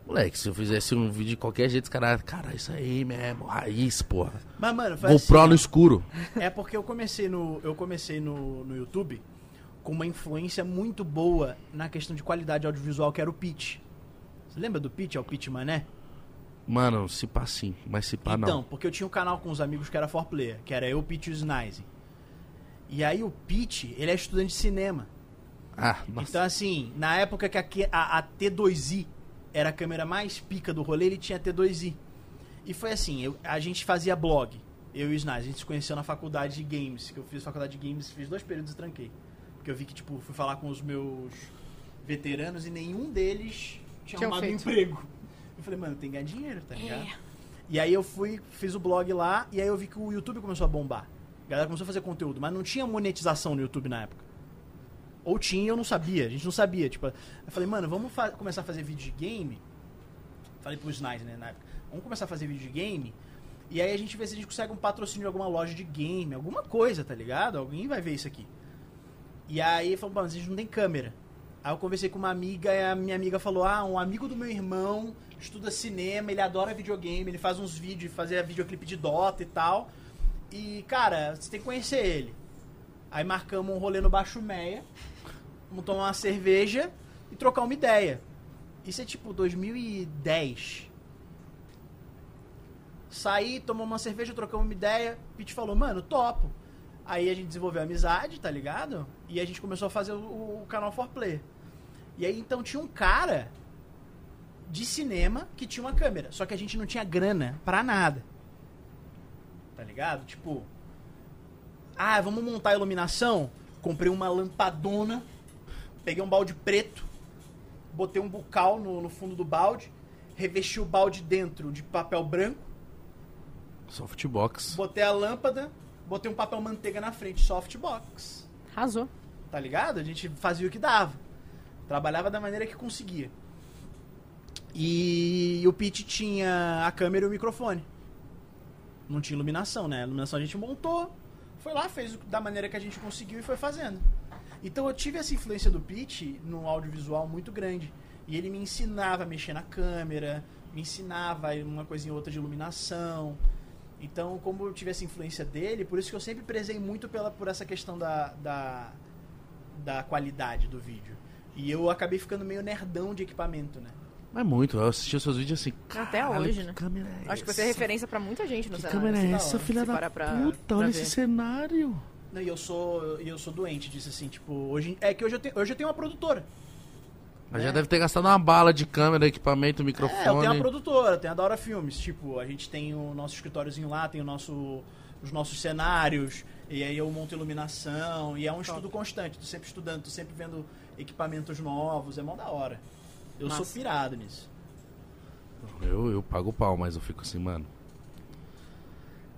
Moleque, se eu fizesse um vídeo de qualquer jeito, os caras. Cara, isso aí mesmo, raiz, porra.
Mas, mano, foi
Vou
assim,
um-
pro no escuro.
É porque eu comecei no, eu comecei no, no YouTube com uma influência muito boa na questão de qualidade audiovisual, que era o Pitch. Você lembra do Pitch? É o Pitch Mané?
Mano, se pá sim, mas se pá
então,
não.
porque eu tinha um canal com uns amigos que era for player, que era eu, Pitch e o Snizen. E aí o Pitch, ele é estudante de cinema.
Ah, nossa.
Então, assim, na época que a, Q- a- a T2i era a câmera mais pica do rolê, ele tinha a T2i. E foi assim, eu- a gente fazia blog, eu e o Snaz, a gente se conheceu na faculdade de games, que eu fiz faculdade de games, fiz dois períodos e tranquei. Porque eu vi que, tipo, fui falar com os meus veteranos e nenhum deles tinha
Tinha
arrumado um
feito.
emprego. Eu falei, mano, tem que ganhar dinheiro, tá ligado? E aí eu fui, fiz o blog lá, e aí eu vi que o YouTube começou a bombar. A galera começou a fazer conteúdo, mas não tinha monetização no YouTube na época. Ou tinha, eu não sabia, a gente não sabia. Tipo, eu falei, mano, vamos fa- começar a fazer vídeo de game? Falei pro Snaz, né, na época. vamos começar a fazer vídeo de game. E aí a gente vê se a gente consegue um patrocínio de alguma loja de game, alguma coisa, tá ligado? Alguém vai ver isso aqui. E aí falou, mas a gente não tem câmera. Aí eu conversei com uma amiga e a minha amiga falou: Ah, um amigo do meu irmão estuda cinema, ele adora videogame, ele faz uns vídeos, fazia videoclipe de Dota e tal. E, cara, você tem que conhecer ele. Aí marcamos um rolê no Baixo Meia, vamos tomar uma cerveja e trocar uma ideia. Isso é tipo 2010. Saí, tomamos uma cerveja, trocamos uma ideia. Pete falou, mano, topo. Aí a gente desenvolveu amizade, tá ligado? E a gente começou a fazer o, o canal For Play. E aí então tinha um cara de cinema que tinha uma câmera, só que a gente não tinha grana pra nada. Tá ligado? Tipo, ah, vamos montar a iluminação? Comprei uma lampadona, peguei um balde preto, botei um bucal no, no fundo do balde, revesti o balde dentro de papel branco,
Softbox.
botei a lâmpada, botei um papel manteiga na frente, softbox.
Arrasou.
Tá ligado? A gente fazia o que dava. Trabalhava da maneira que conseguia. E o Pete tinha a câmera e o microfone. Não tinha iluminação, né? A iluminação a gente montou, foi lá, fez o- da maneira que a gente conseguiu e foi fazendo. Então eu tive essa influência do Pete no audiovisual muito grande. E ele me ensinava a mexer na câmera, me ensinava uma coisa em outra de iluminação. Então, como eu tive essa influência dele, por isso que eu sempre prezei muito pela, por essa questão da, da, da qualidade do vídeo. E eu acabei ficando meio nerdão de equipamento, né?
Mas muito, eu assistia seus vídeos assim.
Até
"Caralho,
hoje,
que
né?
Câmera é
Acho que você
essa?
é referência pra muita gente no
Que
cenário.
câmera é
da
essa,
hora.
filha
Se
da
parar pra-
puta?
pra
Olha
ver.
esse cenário.
Não, e eu sou, e eu sou doente disso, assim, tipo, hoje. É que hoje eu, tenho hoje eu tenho uma produtora.
Mas
É.
já deve ter gastado uma bala de câmera, equipamento,
É, eu tenho uma
microfone.
produtora, tenho a Daora Filmes. Tipo, a gente tem o nosso escritóriozinho lá, tem o nosso, os nossos cenários, e aí eu monto iluminação, e é um estudo constante. Tô sempre estudando, tô sempre vendo equipamentos novos, é mó da hora. Eu sou
Massa.
pirado nisso.
Eu, eu pago o pau, mas eu fico assim, mano.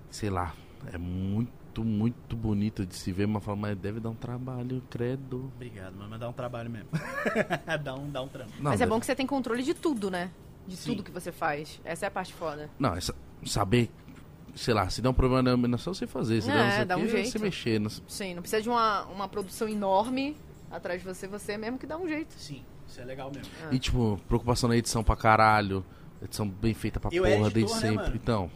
Sei lá, é muito, muito bonito de se ver, mas fala, mas deve dar um trabalho, credo.
Obrigado, mano, mas dá um trabalho mesmo. dá, um, dá um trampo.
Não,
Mas é
deve-
bom que você tem controle de tudo, né? De
Sim.
tudo que você faz. Essa é a parte foda.
Não, é sa- saber, sei lá, se der um problema na iluminação, eu sei fazer. Se
É,
der não sei o
dá
quê,
um
eu sei
jeito.
mexer. não sei-
Sim, não precisa de uma, uma produção enorme atrás de você, você mesmo que dá um jeito.
Sim, isso é legal mesmo.
Ah.
E, tipo, preocupação na edição pra caralho. Edição bem feita pra
Eu
porra
era editor,
desde
né,
sempre.
mano?
Então,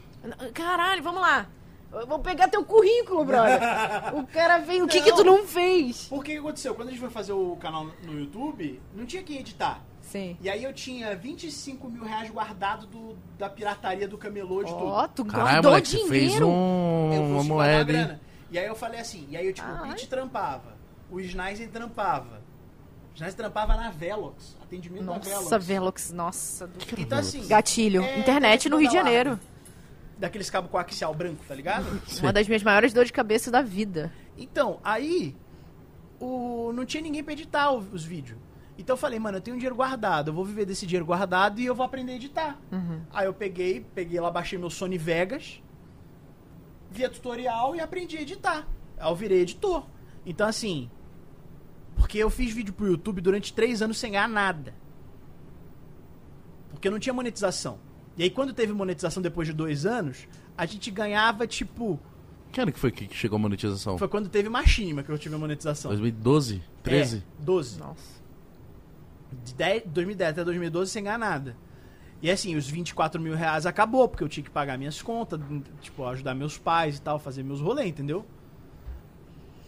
Caralho, vamos lá. Eu vou pegar teu currículo, brother. o cara veio. O que, que
Não.
tu não fez?
Porque o que aconteceu? Quando a gente foi fazer o canal no YouTube, não tinha quem editar.
Sim.
E aí eu tinha 25 mil reais guardado do- da pirataria do camelô de tudo.
Ó, tu
caralho,
guardou
moleque, você
dinheiro.
fez
Eu
um, uma
fosse guardar a
moeda, hein?
grana. E aí eu falei assim, e aí eu tipo, o
Caralho.
Pete trampava, o Snizen trampava. O Snizen trampava na Velox, atendimento da Velox.
Nossa, Velox, nossa. Do... tá-
Então assim,
Gatilho.
É,
Internet no Rio de
toda lá.
Janeiro.
daqueles cabo coaxial branco, tá ligado?
Uma das minhas maiores dores de cabeça da vida.
Então, aí o, não tinha ninguém pra editar o- os vídeos. Então eu falei, mano, eu tenho um dinheiro guardado, eu vou viver desse dinheiro guardado e eu vou aprender a editar. Aí eu peguei, peguei lá, baixei meu Sony Vegas, via tutorial e aprendi a editar. Aí eu virei editor. Então assim, porque eu fiz vídeo pro YouTube durante três anos sem ganhar nada. Porque não tinha monetização. E aí quando teve monetização depois de dois anos, a gente ganhava tipo.
Que ano que foi que que chegou a monetização?
Foi quando teve Machinima que eu tive a monetização.
2012? 13?
É, 12.
Nossa.
De 10 2010 até 2012 sem ganhar nada. E assim, os 24 mil reais acabou, porque eu tinha que pagar minhas contas, tipo, ajudar meus pais e tal, fazer meus rolês, entendeu?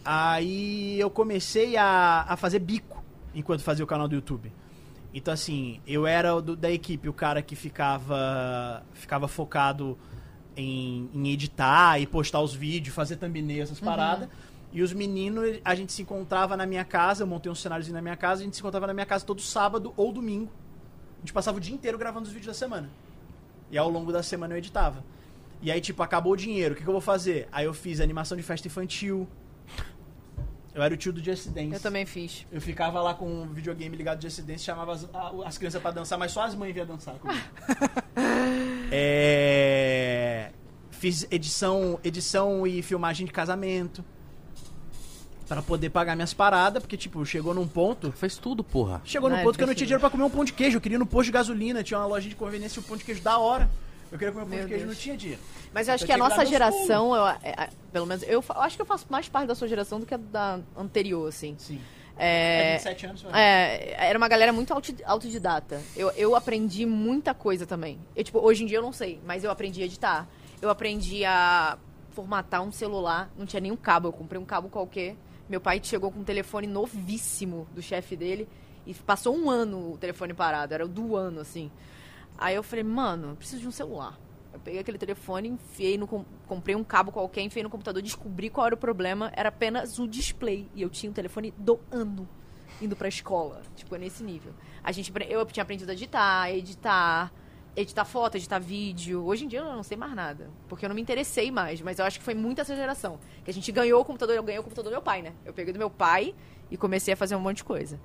Aí eu comecei a, a fazer bico enquanto fazia o canal do YouTube. Então assim, eu era o do- da equipe o cara que ficava ficava focado em, em editar e postar os vídeos, fazer thumbnail, essas
Uhum.
paradas. E os meninos, a gente se encontrava na minha casa, eu montei um cenáriozinho na minha casa, a gente se encontrava na minha casa todo sábado ou domingo. A gente passava o dia inteiro gravando os vídeos da semana. E ao longo da semana eu editava. E aí, tipo, acabou o dinheiro, o que, que eu vou fazer? Aí eu fiz animação de festa infantil. Eu era o tio do Just Dance.
Eu também fiz.
Eu ficava lá com o videogame ligado de acidente, chamava as, a- as crianças pra dançar, mas só as mães vinham dançar comigo. É, Fiz edição, edição e filmagem de casamento. Pra poder pagar minhas paradas, porque, tipo, chegou num ponto.
Fez tudo, porra.
Chegou num
Não, é
ponto que eu não
difícil.
tinha dinheiro pra comer um pão de queijo. Eu queria ir no posto de gasolina, tinha uma loja de conveniência, um pão de queijo da hora. Eu queria comer pão
Meu
de queijo,
Deus.
não tinha dinheiro.
Mas eu acho
Eu
que a
tinha que dar
nossa
meus
geração, eu, é, é, pelo menos, eu, fa- eu acho que eu faço mais parte da sua geração do que a da anterior, assim.
Sim. É,
É,
27 anos, vai.
é, era uma galera muito auti- autodidata. Eu, eu aprendi muita coisa também. Eu, tipo, hoje em dia eu não sei, mas eu aprendi a editar. Eu aprendi a formatar um celular, não tinha nenhum cabo, eu comprei um cabo qualquer. Meu pai chegou com um telefone novíssimo do chefe dele e passou um ano o telefone parado, era o do ano, assim. Aí eu falei, mano, eu preciso de um celular. Eu peguei aquele telefone, enfiei no. com- Comprei um cabo qualquer, enfiei no computador, descobri qual era o problema. Era apenas o display. E eu tinha um telefone do ano indo pra escola. Tipo, é nesse nível. A gente, apre- eu tinha aprendido a editar, editar, editar foto, editar vídeo. Hoje em dia eu não sei mais nada. Porque eu não me interessei mais, mas eu acho que foi muito essa geração. Que a gente ganhou o computador, eu ganhei o computador do meu pai, né? Eu peguei do meu pai e comecei a fazer um monte de coisa.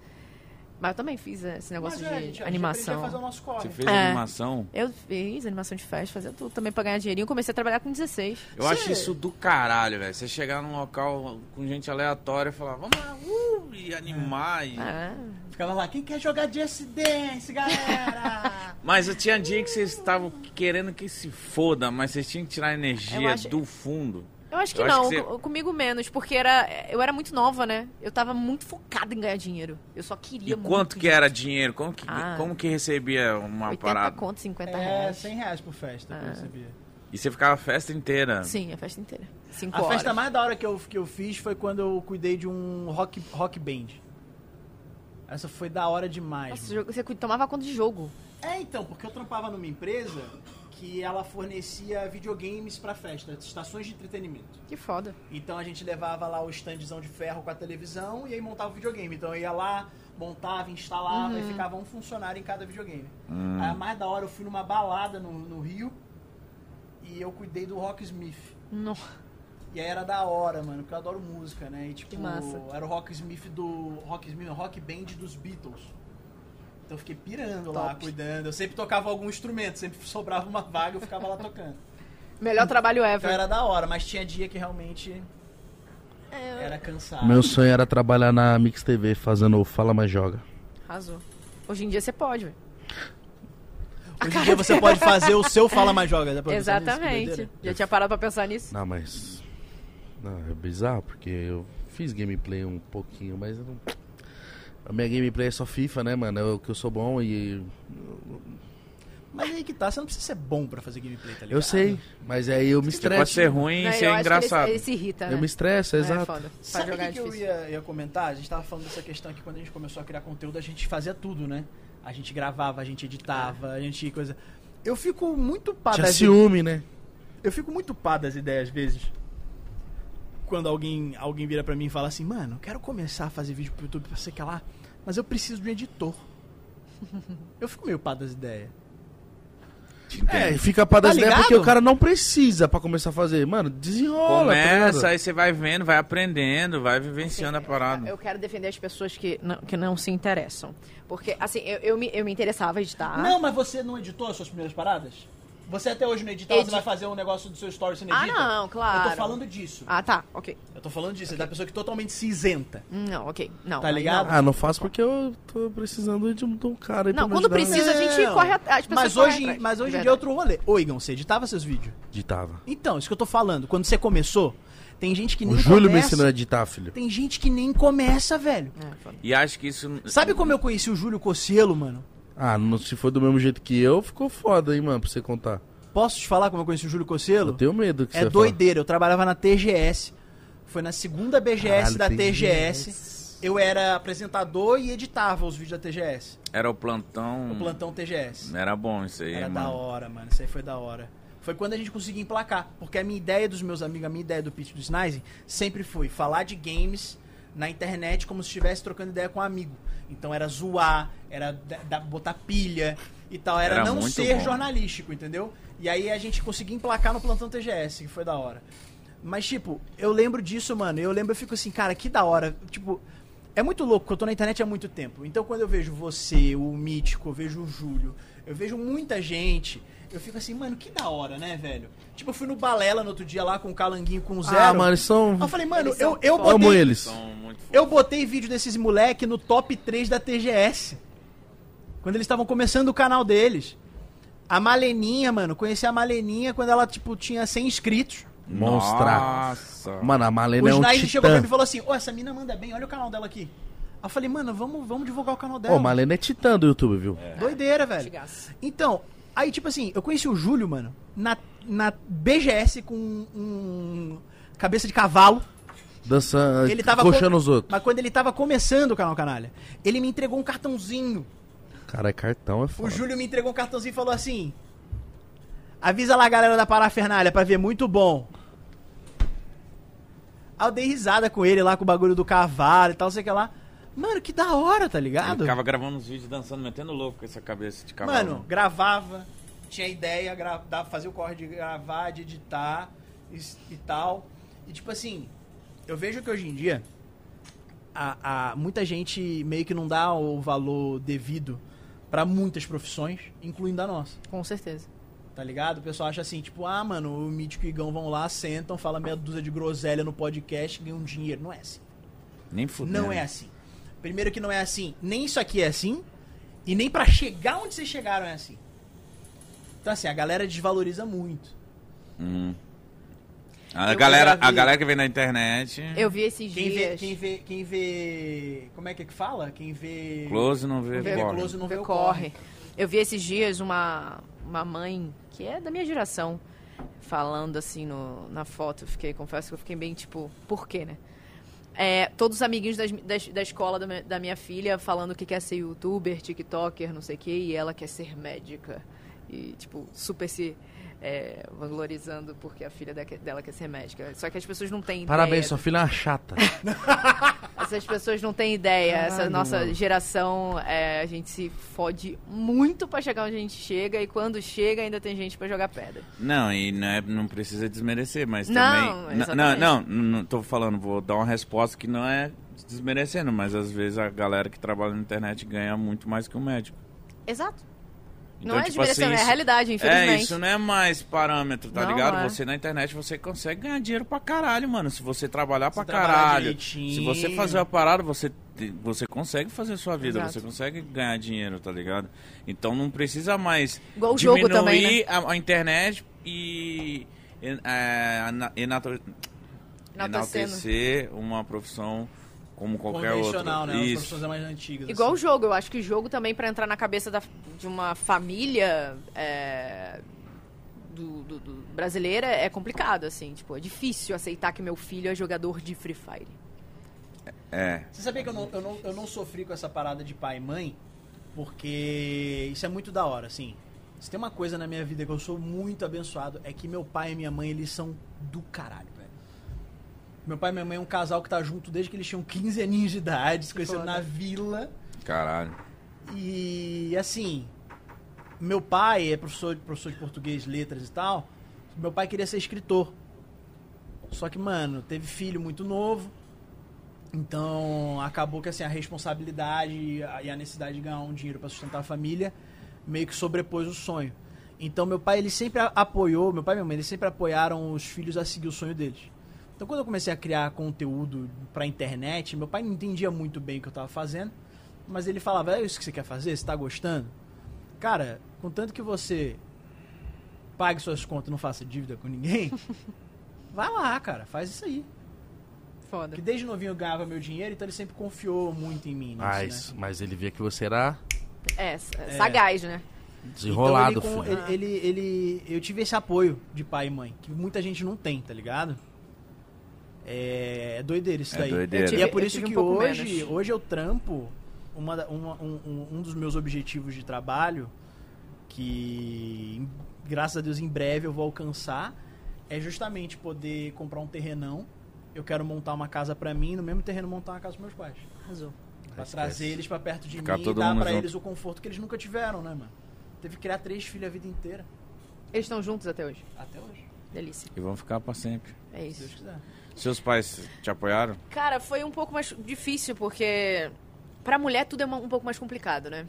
Mas eu também fiz eh, esse negócio
Mas, é, a
de
gente- a gente aprendia a
animação.
fazer um- o nosso corre.
Você fez
É.
animação?
Eu fiz animação de festa, fazia tudo também pra ganhar dinheirinho. Comecei a trabalhar com 16.
Eu acho isso do caralho, velho. Você chegar num local com gente aleatória e falar, vamos lá, uh, e animar. e-
Ah,
Ficava lá, quem quer jogar Just Dance, galera?
Mas eu tinha dia que vocês estavam querendo que se foda, mas vocês tinham que tirar a energia
Eu acho-
do fundo.
eu acho que
Eu acho
não,
que você-
co- comigo menos, porque era, eu era muito nova, né? Eu tava muito focada em ganhar dinheiro. Eu só
E
queria muito.
quanto que
gente.
era dinheiro? Como que,
Ah.
como que recebia uma
80
parada?
conto, 50
é,
reais. É.
100 reais por festa, que eu sabia.
E você ficava a festa inteira.
Sim, a festa inteira. Cinco
A
horas.
festa mais da hora que eu, que eu fiz foi quando eu cuidei de um rock, rock band. Essa foi da hora demais.
Nossa,
mano.
o jogo- você cu- tomava conta de jogo.
É, então, porque eu trampava numa empresa que ela fornecia videogames pra festa, estações de entretenimento.
Que foda.
Então a gente levava lá o standzão de ferro com a televisão e aí montava o videogame. Então eu ia lá, montava, instalava
Uhum.
e ficava um funcionário em cada videogame. Aí a mais da hora eu fui numa balada no, no Rio e eu cuidei do Rocksmith.
Não.
E aí era da hora, mano, porque eu adoro música, né? E tipo,
Que massa.
era o Rocksmith do. Rocksmith, não, Rock Band dos Beatles. Então eu fiquei pirando lá,
Top.
cuidando. Eu sempre tocava algum instrumento, sempre sobrava uma vaga eu ficava lá tocando.
Melhor trabalho
Então
ever.
era da hora, mas tinha dia que realmente
É, eu-
era cansado.
Meu sonho era trabalhar na Mix TV fazendo o Fala Mas Joga.
Arrasou. Hoje em dia você pode, velho.
Hoje em dia você pode fazer o seu Fala Mais Joga. dá pra pensar nisso? Que
Exatamente.
doideira.
Já tinha parado pra pensar nisso?
Não, mas. Não, é bizarro, porque eu fiz gameplay um pouquinho, mas eu não. A minha gameplay é só FIFA, né, mano? Eu que eu sou bom e.
Mas aí que tá, você não precisa ser bom pra fazer gameplay, tá ligado?
Eu sei, mas aí eu me
Você pode
estresso.
ser ruim
Não,
e
eu
ser
acho que
é engraçado.
Ele, ele se irrita, né?
Eu me estresso,
É,
exato.
foda. Pra
Sabe o
jogar
que,
é
que eu
difícil.
ia, ia comentar? A gente tava falando dessa questão que quando a gente começou a criar conteúdo, a gente fazia tudo, né? A gente gravava, a gente editava,
É.
a gente coisa. Eu fico muito pá
Tinha
das
ciúme, né?
Eu fico muito pá das ideias às vezes. Quando alguém, alguém vira pra mim e fala assim, mano, eu quero começar a fazer vídeo pro YouTube pra sei que lá, mas eu preciso de um editor. Eu fico meio pá das ideias.
É, fica pra das
Tá
ideias
ligado?
porque o cara não precisa pra começar a fazer. Mano, desenrola. tá ligado?
Começa, aí você vai vendo, vai aprendendo, vai vivenciando a parada.
Eu quero defender as pessoas que não, que não se interessam. Porque, assim, eu, eu, me, eu me interessava em editar.
Não, mas você não editou as suas primeiras paradas? Você até hoje não editava,
Edi-
você vai fazer um negócio do seu story, você não
Ah,
edita?
não, claro.
Eu tô falando disso.
Ah, tá, ok.
Eu tô falando disso, é da pessoa que totalmente se isenta.
Não, ok. Não,
Tá
aí
ligado?
não.
Ah, não faço porque eu tô precisando de um, de um cara aí
Não,
pra me
quando
ajudar.
precisa, a gente
Não.
corre atrás. as pessoas
Mas
correm
hoje,
atrás,
mas
de
hoje em dia é
verdade.
outro rolê. Ô, Igão, você editava seus vídeos?
Editava.
Então, isso que eu tô falando. Quando você começou, tem gente que nem
O Júlio me
começa.
ensinou a editar, filho.
Tem gente que nem começa, velho.
É, foda.
E acho que isso.
Sabe como eu conheci o Júlio Cocielo, mano?
Ah, não, se for do mesmo jeito que eu, ficou foda, hein, mano, pra você contar.
Posso te falar como eu conheci o Júlio
Eu
Cocielo?
tenho medo que
É
você vai falar.
doideira. Eu trabalhava na TGS. Foi na segunda
Caralho,
BGS da
TGS.
TGS. Eu era apresentador e editava os vídeos da TGS.
Era o plantão.
O plantão TGS.
Era bom isso aí,
Era da
Hum. Né? mano.
hora, mano. Isso aí foi da hora. Foi quando a gente conseguiu emplacar. Porque a minha ideia dos meus amigos, a minha ideia do pitch do Snizen, sempre foi falar de games na internet como se estivesse trocando ideia com um amigo. Então era zoar, era da- da- botar pilha e tal. Era,
Era
não
muito
ser
bom.
jornalístico, entendeu? E aí a gente conseguiu emplacar no plantão TGS, que foi da hora. Mas, tipo, eu lembro disso, mano. Eu lembro, eu fico assim, cara, que da hora. Tipo, é muito louco, porque eu tô na internet há muito tempo. Então, quando eu vejo você, o Mítico, eu vejo o Júlio, eu vejo muita gente, eu fico assim, mano, que da hora, né, velho? Tipo, eu fui no Balela no outro dia lá com o Calanguinho com o Zero.
Ah, mano, eles são...
Eu falei, mano,
Eles são
eu, eu
Eu amo
botei.
eles.
São muito
Eu botei vídeo desses moleque no top 3 da TGS. Quando eles estavam começando o canal deles. A Maleninha, mano, conheci a Maleninha quando ela, tipo, tinha 100 inscritos.
Monstra.
Nossa.
Mano, a
O
Malena é um
Snyder chegou pra
titã.
mim e falou assim, ô, essa mina manda bem, olha o canal dela aqui. Aí eu falei, mano, vamos, vamos divulgar o canal
Ô,
dela.
a Malena é titã do YouTube, viu?
Doideira, velho.
Antigaço.
Então, aí, tipo assim, eu conheci o Júlio, mano, na, na BGS com um- um cabeça de cavalo.
Dançando,
Ele tava
coxando
co-
os outros.
Mas quando ele tava começando o canal Canalha, ele me entregou um cartãozinho.
Cara, cartão é foda.
O Júlio me entregou um cartãozinho e falou assim: Avisa lá a galera da parafernália pra ver, muito bom. Aí eu dei risada com ele lá, com o bagulho do cavalo e tal, sei o que lá. Mano, que da hora, tá
Ele
ligado?
ficava gravando os vídeos dançando, metendo louco com essa cabeça de cavalo.
Mano, gravava, tinha ideia, gra dava- fazia o corre de gravar, de editar e, s- e tal. E tipo assim, eu vejo que hoje em dia a, a- muita gente meio que não dá o valor devido pra muitas profissões, incluindo a nossa.
Com certeza.
Tá ligado? O pessoal acha assim, tipo, ah, mano, o Mítico e o Igão vão lá, sentam, falam meia dúzia de groselha no podcast, ganham dinheiro. Não é assim.
Nem fudeu.
Não é assim. Primeiro que não é assim, nem isso aqui é assim, e nem pra chegar onde vocês chegaram é assim. Então assim, a galera desvaloriza muito.
Hum. A
assim. Eu
galera,
gravei-
a galera que vem na internet.
Eu vi esses
Quem vê,
dias.
quem vê, quem vê, como é que é que fala? Quem vê
Close não vê.
quem vê
corre.
close não vê o
corre.
corre.
Eu vi esses dias uma, uma mãe que é da minha geração falando assim no, na foto. Eu Fiquei, confesso que eu fiquei bem tipo, por quê, né? É, todos os amiguinhos das- das- da escola da, mi- da minha filha falando que quer ser youtuber, tiktoker, não sei o quê, e ela quer ser médica. E, tipo, super se é, vanglorizando porque a filha da- dela quer ser médica. Só que as pessoas não têm
Parabéns,
ideia
sua filha é uma chata.
né?
essas pessoas não têm ideia. Essa
Caralho,
nossa
mano.
geração, é, a gente se fode muito pra chegar onde a gente chega e quando chega ainda tem gente pra jogar pedra.
Não, e não, é- não precisa desmerecer, mas
Não,
também. N- Não,
exatamente.
não, não, não tô falando, vou dar uma resposta que não é desmerecendo, mas às vezes a galera que trabalha na internet ganha muito mais que o médico.
Exato.
Então,
não é
tipo
desmerecendo,
assim,
é a
isso-
realidade,
É,
infelizmente.
isso não é mais parâmetro, tá
Não,
ligado?
não é.
Você na internet você consegue ganhar dinheiro pra caralho, mano. Se você trabalhar pra
trabalhar
caralho.
direitinho.
se você fazer uma parada, você, te- você consegue fazer sua vida,
Exato.
você consegue ganhar dinheiro, tá ligado? Então não precisa mais
Igual o
diminuir
jogo também, né?
a, a internet e. e- é, ana- enato- é
Enaltecendo.
enaltecer uma profissão como qualquer outra.
Convencional, né? As
Isso.
pessoas mais antigas.
Igual o
assim.
jogo, eu acho que o jogo também pra entrar na cabeça da- de uma família é, do, do- do- brasileira é complicado, assim, tipo, é difícil aceitar que meu filho é jogador de Free Fire.
É.
Você sabia que eu não, eu, não, eu não sofri com essa parada de pai e mãe? Porque isso é muito da hora, assim. Se tem uma coisa na minha vida que eu sou muito abençoado, é que meu pai e minha mãe, eles são do caralho, velho. Meu pai e minha mãe é um casal que tá junto desde que eles tinham 15 aninhos de idade, se conheceram
foda.
na vila.
Caralho.
E assim, meu pai é professor, professor de português, letras e tal. Meu pai queria ser escritor. Só que, mano, teve filho muito novo. Então, acabou que assim, a responsabilidade e a e a necessidade de ganhar um dinheiro para sustentar a família meio que sobrepôs o sonho. Então, meu pai, ele sempre a- apoiou, meu pai e minha mãe, eles sempre apoiaram os filhos a seguir o sonho deles. Então, quando eu comecei a criar conteúdo pra internet, meu pai não entendia muito bem o que eu tava fazendo, mas ele falava: "É isso que você quer fazer? Você tá gostando?" Cara, contanto que você pague suas contas, e não faça dívida com ninguém, vai lá, cara, faz isso aí.
Foda.
Porque desde novinho eu ganhava meu dinheiro, então ele sempre confiou muito em mim. Nisso,
Mas,
né?
mas ele via que você era
É, s- sagaz, né?
desenrolado,
então ele,
filho.
com- ele, ele, ele- Eu tive esse apoio de pai e mãe, que muita gente não tem, tá ligado? É, é doideira isso
É
daí.
doideira.
Eu
E
tive-
é por isso
tive um
que
pouco
hoje,
menos.
hoje eu trampo. Uma, da- uma- um, um- um dos meus objetivos de trabalho, que em- graças a Deus em breve eu vou alcançar, é justamente poder comprar um terrenão. Eu quero montar uma casa pra mim, no mesmo terreno montar uma casa pros meus pais.
Arrasou.
Pra
Esquece.
trazer eles pra perto de
Ficar
mim e
todo
dar
mundo
pra
junto.
eles o conforto que eles nunca tiveram, né, mano? Teve que criar três filhos a vida inteira,
Eles estão juntos até hoje.
até hoje,
Delícia.
E vão ficar pra sempre.
É
se
isso.
Deus quiser.
Seus pais te apoiaram?
Cara, foi um pouco mais difícil, porque pra mulher tudo é uma- um pouco mais complicado, né?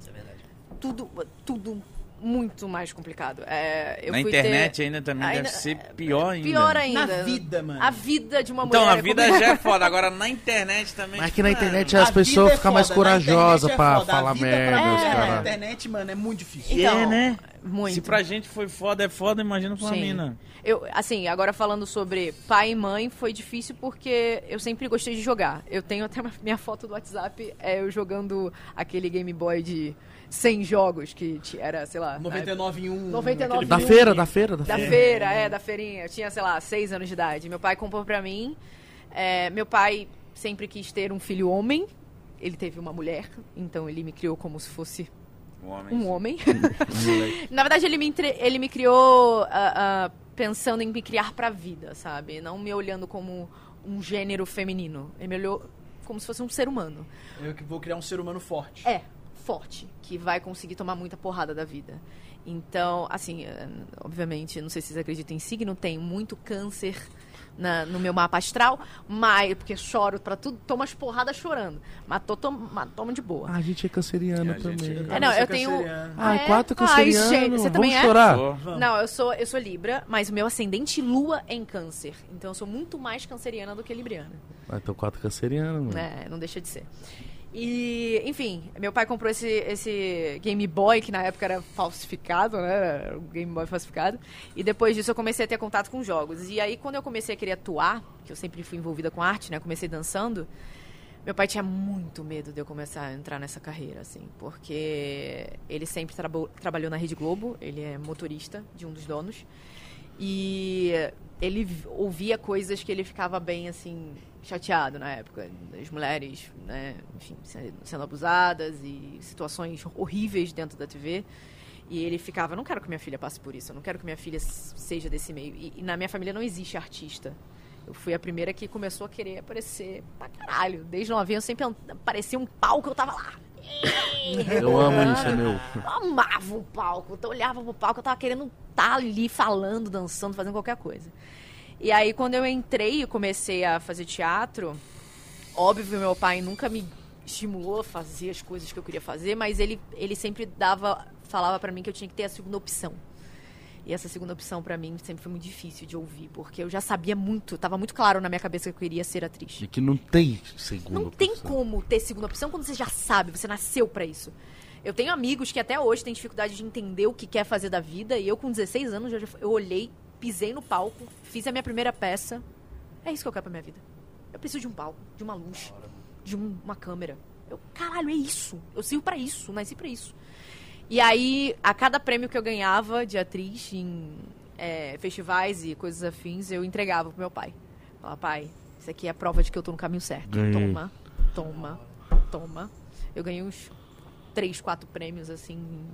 Isso é verdade.
Tudo, tudo muito mais complicado. É, eu
na
fui
internet
ter...
ainda também
Ainda- é,
deve ser pior ainda.
Pior ainda.
Na vida, mano.
A vida de uma
Então
mulher.
a
é
vida
complicada.
já é foda, agora na internet também.
Mas
tipo,
que na
mano,
internet
A
as
vida
pessoas
é
ficam mais
foda, na internet
corajosas
é
pra
foda, a
falar
vida
merda,
pra
os
mulher Na
caras.
internet, mano, é muito difícil.
Então,
É, né?
Muito.
Se pra gente foi foda, é foda, imagina pra uma
Sim.
mina.
Eu, assim, agora falando sobre pai e mãe, foi difícil porque eu sempre gostei de jogar. Eu tenho até uma- minha foto do WhatsApp, é eu jogando aquele Game Boy de 100 jogos, que ti- era, sei lá... na época-
99 em 1.
99
Da
em um.
feira, da feira, da
Da
feira.
feira, é, da feirinha. Eu tinha, sei lá, seis anos de idade. Meu pai comprou pra mim. É, meu pai sempre quis ter um filho homem. Ele teve uma mulher, então ele me criou como se fosse
Um homem.
um homem. Na verdade, ele me, entre- ele me criou ah, ah, pensando em me criar pra vida, sabe? Não me olhando como um gênero feminino. Ele me olhou como se fosse um ser humano.
Eu que vou criar um ser humano forte.
É, forte, que vai conseguir tomar muita porrada da vida. Então, assim, eh, obviamente, não sei se vocês acreditam em signo, tem muito câncer na- no meu mapa astral, mas porque choro pra tudo, tomo as porradas chorando. Mas tô, tom- mas tomo de boa.
Ah, a gente é canceriano
É, a gente
também.
é-
É, não,
você
eu
é
tenho.
canceriano.
Ah,
é?
quatro canceriano.
Ai, gente, você
Vamos
também é?
chorar.
Sou.
Não, eu sou, eu sou Libra, mas o meu ascendente Lua é em Câncer. Então eu sou muito mais canceriana do que libriana.
Ah, então quatro canceriano, mano.
né? Não deixa de ser. E, enfim, meu pai comprou esse, esse Game Boy, que na época era falsificado, né? Era um Game Boy falsificado. E depois disso eu comecei a ter contato com jogos. E aí, quando eu comecei a querer atuar, que eu sempre fui envolvida com arte, né? Comecei dançando. Meu pai tinha muito medo de eu começar a entrar nessa carreira, assim, porque ele sempre trabo- trabalhou na Rede Globo, ele é motorista de um dos donos. E ele v- ouvia coisas que ele ficava bem, assim, chateado na época. As mulheres, né, enfim, se- sendo abusadas e situações horríveis dentro da TV. E ele ficava, não quero que minha filha passe por isso, eu não quero que minha filha s- seja desse meio. E, e na minha família não existe artista. Eu fui a primeira que começou a querer aparecer pra caralho. Desde novinha eu sempre an- aparecia um palco, eu tava lá.
Eu amo isso, é meu.
Eu amava o palco. Eu olhava pro palco, eu tava querendo estar ali falando, dançando, fazendo qualquer coisa. E aí, quando eu entrei e comecei a fazer teatro, óbvio, meu pai nunca me estimulou a fazer as coisas que eu queria fazer, mas ele, ele sempre dava, falava pra mim que eu tinha que ter a segunda opção. E essa segunda opção pra mim sempre foi muito difícil de ouvir, porque eu já sabia muito, tava muito claro na minha cabeça que eu queria ser atriz.
E que não tem segundo.
Não tem
pessoa.
como ter segunda opção quando você já sabe, você nasceu pra isso. Eu tenho amigos que até hoje têm dificuldade de entender o que quer fazer da vida, e eu com 16 anos já, já- eu olhei, pisei no palco, fiz a minha primeira peça. É isso que eu quero pra minha vida. Eu preciso de um palco, de uma luz, de um- uma câmera. Eu, caralho, é isso. Eu sirvo pra isso, nasci pra isso. E aí, a cada prêmio que eu ganhava de atriz em é, festivais e coisas afins, eu entregava pro meu pai. Falava, pai, isso aqui é a prova de que eu tô no caminho certo.
Ganhei.
Toma, toma, toma. Eu ganhei uns três, quatro prêmios, assim, em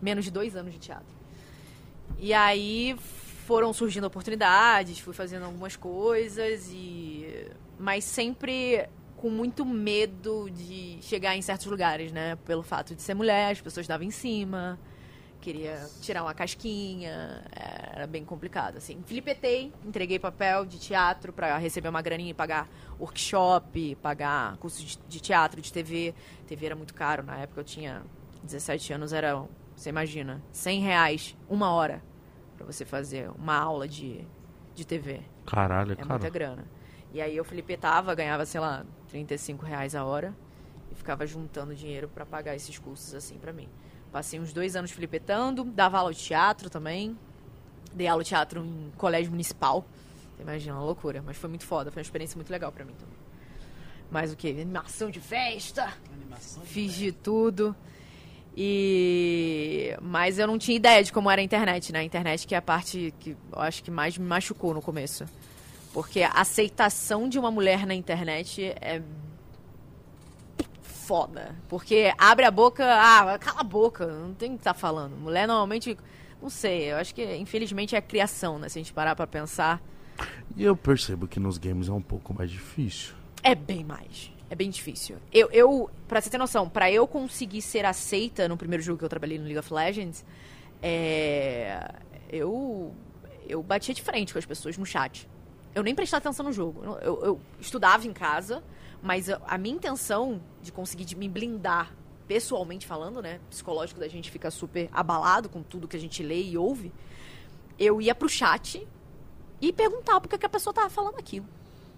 menos de dois anos de teatro. E aí foram surgindo oportunidades, fui fazendo algumas coisas e mas sempre com muito medo de chegar em certos lugares, né? Pelo fato de ser mulher, as pessoas davam em cima, queria tirar uma casquinha, era bem complicado assim. Filipetei, entreguei papel de teatro para receber uma graninha e pagar workshop, pagar curso de, de teatro, de TV. TV era muito caro na época, eu tinha 17 anos, era, você imagina, 100 reais uma hora para você fazer uma aula de, de TV.
Caralho,
É
cara.
muita grana. E aí eu filipetava, ganhava, sei lá, 35 reais a hora e ficava juntando dinheiro pra pagar esses cursos assim pra mim. Passei uns dois anos filipetando, dava aula de teatro também. Dei aula de teatro em colégio municipal. Você Imagina, uma loucura. Mas foi muito foda, foi uma experiência muito legal pra mim também. Mas o que? Animação de festa! Fiz de tudo. E mas eu não tinha ideia de como era a internet, né? A internet que é a parte que eu acho que mais me machucou no começo. Porque a aceitação de uma mulher na internet é foda. Porque abre a boca, ah, cala a boca, não tem o que tá falando. Mulher normalmente, não sei, eu acho que infelizmente é a criação, né? Se a gente parar pra pensar,
E eu percebo que nos games é um pouco mais difícil.
é bem mais. É bem difícil. Eu, eu pra você ter noção, pra eu conseguir ser aceita no primeiro jogo que eu trabalhei no League of Legends, é, eu, eu batia de frente com as pessoas no chat. Eu nem prestava atenção no jogo. Eu, eu- eu estudava em casa, mas a, a minha intenção de conseguir de me blindar, pessoalmente falando, né? Psicológico da gente fica super abalado com tudo que a gente lê e ouve. Eu ia pro chat e perguntava por que, que a pessoa tava falando aquilo.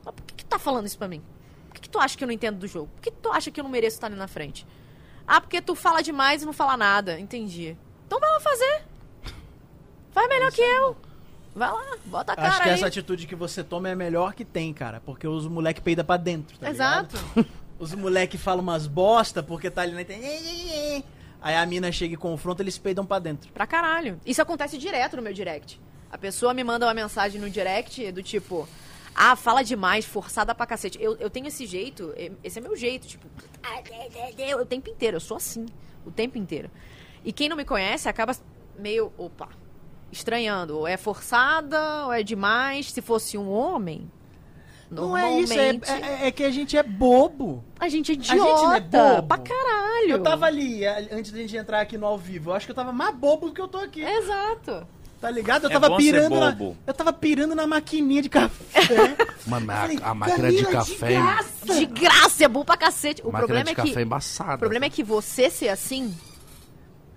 Mas por que, que tu tá falando isso pra mim? Por que, que tu acha que eu não entendo do jogo? Por que tu acha que eu não mereço estar ali na frente? Ah, porque tu fala demais e não fala nada. Entendi. Então vai lá fazer. Faz melhor que eu. Vai lá, bota a cara
Acho que
aí.
essa atitude que você toma é a melhor que tem, cara. Porque os moleque peida pra dentro, tá ligado?
Exato.
Os moleque falam umas bosta porque tá ali na internet. Aí a mina chega e confronta, eles peidam pra dentro.
Pra caralho. Isso acontece direto no meu direct. A pessoa me manda uma mensagem no direct do tipo. Ah, fala demais, forçada pra cacete. Eu, eu tenho esse jeito, eh, esse é meu jeito, tipo. "Ah, dê, dê, dê", O tempo inteiro, eu sou assim. O tempo inteiro. E quem não me conhece acaba meio. opa. Estranhando. Ou é forçada, ou é demais. Se fosse um homem.
Não
Normalmente.
é isso, é, é- é que a gente é bobo.
A gente é
gente
idiota.
não é bobo.
pra caralho.
Eu tava ali, a- antes da gente entrar aqui no ao vivo, eu acho que eu tava mais bobo do que eu tô aqui.
Exato.
Tá ligado? Eu
É
tava
bom ser
pirando na,
bobo.
eu tava pirando na maquininha de café.
Mano, a,
Falei,
a máquina de
"Camila,
café. hein?
graça!
De graça, é bom pra cacete.
A
O
máquina
problema
de
é
café
que.
é embaçada.
O problema é que você ser assim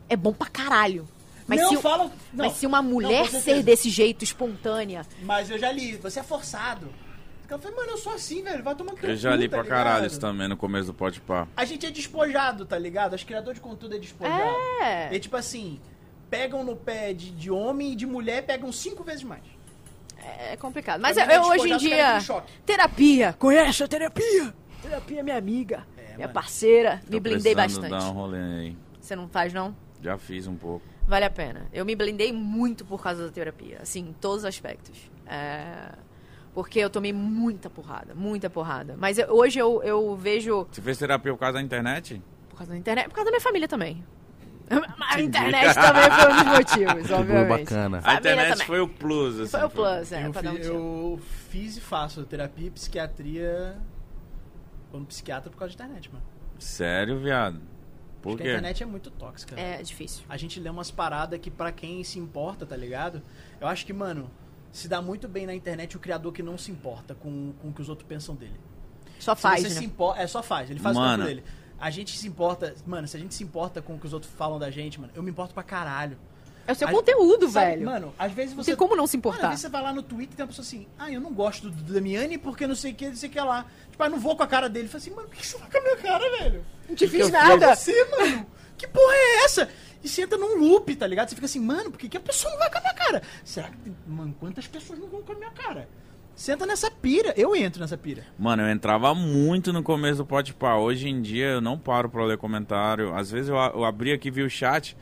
é bom pra caralho. Mas,
não
se,
fala. Não,
mas se uma mulher
com certeza.
ser desse jeito, espontânea,
Mas eu já li, você é forçado. Eu falei, mano, eu sou assim, velho. Vai tomar
Eu já li
tá
pra
ligado?
caralho isso também no começo do Pode Pá.
A gente é despojado, tá ligado? As criadores de conteúdo é despojado.
É.
E tipo assim, pegam no pé de, de homem e de mulher pegam cinco vezes mais.
é complicado. Mas
Pra
eu,
mim, é
hoje em
despojado, os caras
dia.
ficam em choque.
Terapia! Conhece a terapia? Terapia é minha amiga, minha
mano.
parceira.
Tô
Me blindei
precisando
bastante.
dar um rolê aí.
Você não faz, não?
Já fiz um pouco.
Vale a pena. Eu me blindei muito por causa da terapia, assim, em todos os aspectos. É, Porque eu tomei muita porrada, muita porrada. Mas eu- hoje eu, eu vejo.
Você fez terapia por causa da internet?
Por causa da internet, por causa da minha família também. A internet também foi um dos motivos,
Tudo
obviamente.
bacana.
a
Família
internet
também.
foi o plus, assim.
Foi o plus, é,
eu,
pra dar um
fi-
tiro.
eu fiz e faço terapia e psiquiatria como psiquiatra por causa da internet, mano.
Sério, viado? Por
Porque a
quê?
internet é muito tóxica.
É difícil.
A gente lê umas paradas que pra quem se importa, tá ligado? Eu acho que, mano, se dá muito bem na internet o criador que não se importa com, com o que os outros pensam dele.
Só
Se
faz,
você
né?
se importa, é só faz, ele faz
Mano.
o tempo dele. A gente se importa, mano, se a gente se importa com o que os outros falam da gente, mano, eu me importo pra caralho.
É o seu
A-
conteúdo,
Sabe,
velho.
Mano, às vezes
não
você
tem como não se
Mano, às
importar.
vezes você vai lá no Twitter e tem uma pessoa assim, ah, eu não gosto do Damiani porque não sei o que, não sei o que lá. Tipo, ah, não vou com a cara dele. Fala assim, mano, por que você vai com a minha cara, velho?
Não te fiz
Nada.
nada.
Você, mano, que porra é essa? E você entra num loop, tá ligado? Você fica assim, mano, por que, que a pessoa não vai com a minha cara? Será que, tem- mano, quantas pessoas não vão com a minha cara? Você entra nessa pira, eu entro nessa pira.
Mano, eu entrava muito no começo do Pode Pá. Hoje em dia eu não paro pra ler comentário. Às vezes eu, a- eu abri aqui e vi o chat.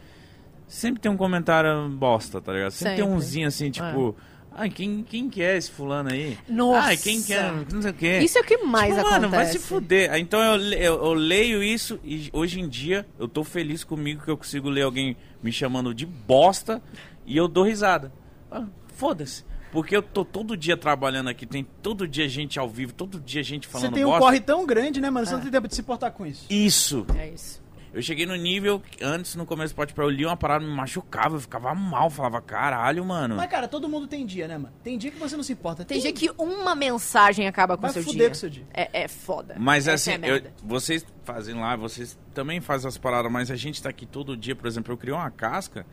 Sempre tem um comentário bosta, tá ligado? Sempre, tem
Sempre.
umzinho assim, tipo... Ai, quem, quem que é esse fulano aí?
Nossa.
Ai, quem que é? Não sei o quê.
Isso é o que mais
Tipo,
acontece.
Mano, vai se fuder. Aí, Então eu, le- eu, eu leio isso e hoje em dia eu tô feliz comigo que eu consigo ler alguém me chamando de bosta e eu dou risada. Ah, Foda-se. Porque eu tô todo dia trabalhando aqui, tem todo dia gente ao vivo, todo dia gente falando
você tem um
bosta.
corre tão grande, né, mano? Você não tem tempo de se importar com isso.
Isso.
É isso.
Eu cheguei no nível que antes, no começo do podcast, eu li uma parada, me machucava, eu ficava mal, falava, caralho, mano.
Mas, cara, todo mundo tem dia, né, mano? Tem dia que você não se importa.
Tem dia que uma mensagem acaba com
Vai
o seu
fuder
dia.
com o seu dia.
É, é foda.
Mas
Essa
assim,
é a
eu-
merda.
vocês fazem lá, vocês também fazem as paradas, mas a gente tá aqui todo dia, por exemplo, eu criei uma casca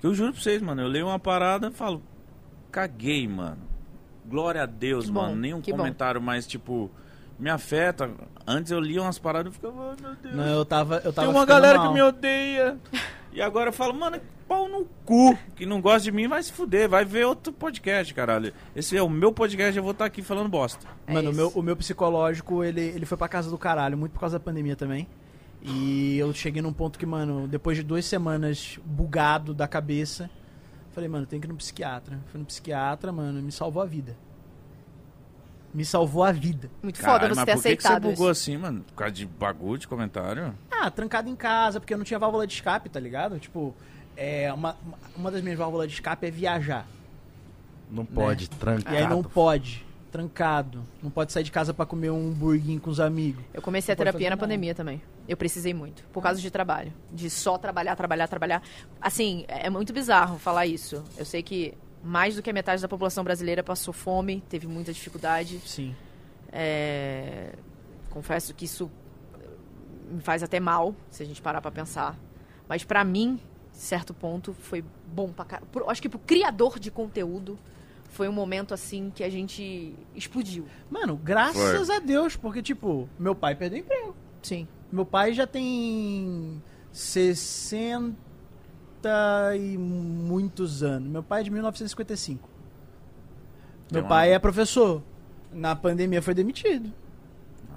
que eu juro pra vocês, mano, eu leio uma parada e falo, caguei, mano. Glória a Deus,
Que
mano.
bom,
Nenhum
que bom.
comentário mais, tipo, me afeta. Antes eu lia umas paradas e ficava, ai meu Deus.
Não, eu tava. Eu
Tem
tava
uma
ficando
galera
mal.
que me odeia. E agora eu falo, mano, pau no cu. Que não gosta de mim vai se fuder, vai ver outro podcast, caralho. Esse é o meu podcast, eu vou estar aqui falando bosta.
É
Mano, o
isso.
meu, o meu psicológico, ele, ele foi pra casa do caralho, muito por causa da pandemia também. E eu cheguei num ponto que, mano, depois de duas semanas bugado da cabeça, falei, mano, tem que ir no psiquiatra. Fui no psiquiatra, mano, me salvou a vida. Me salvou a vida.
Muito
Caralho,
foda você
mas
ter
por que que
aceitado
você bugou
isso.
assim, mano? Por causa de bagulho de comentário?
Ah, trancado em casa, porque eu não tinha válvula de escape, tá ligado? Tipo, é, uma, uma- uma das minhas válvulas de escape é viajar.
Não
É.
pode, trancar.
E aí não pode. Trancado. Não pode sair de casa pra comer um burguinho com os amigos.
Eu comecei a
Não pode
terapia na
fazer nada.
pandemia também. Eu precisei muito, por causa de trabalho. De só trabalhar, trabalhar, trabalhar. Assim, é é muito bizarro falar isso. Eu sei que mais do que a metade da população brasileira passou fome, teve muita dificuldade.
Sim.
É, Confesso que isso me faz até mal, se a gente parar pra pensar. Mas pra mim, certo ponto, foi bom pra caralho. Acho que pro criador de conteúdo, foi um momento assim que a gente explodiu.
Mano, graças a Deus, porque, tipo, meu pai perdeu emprego.
Sim.
Meu pai já tem 60. 50 e muitos anos. Meu pai é de 1955. Meu
Tem
pai
uma-
é professor. Na pandemia foi demitido.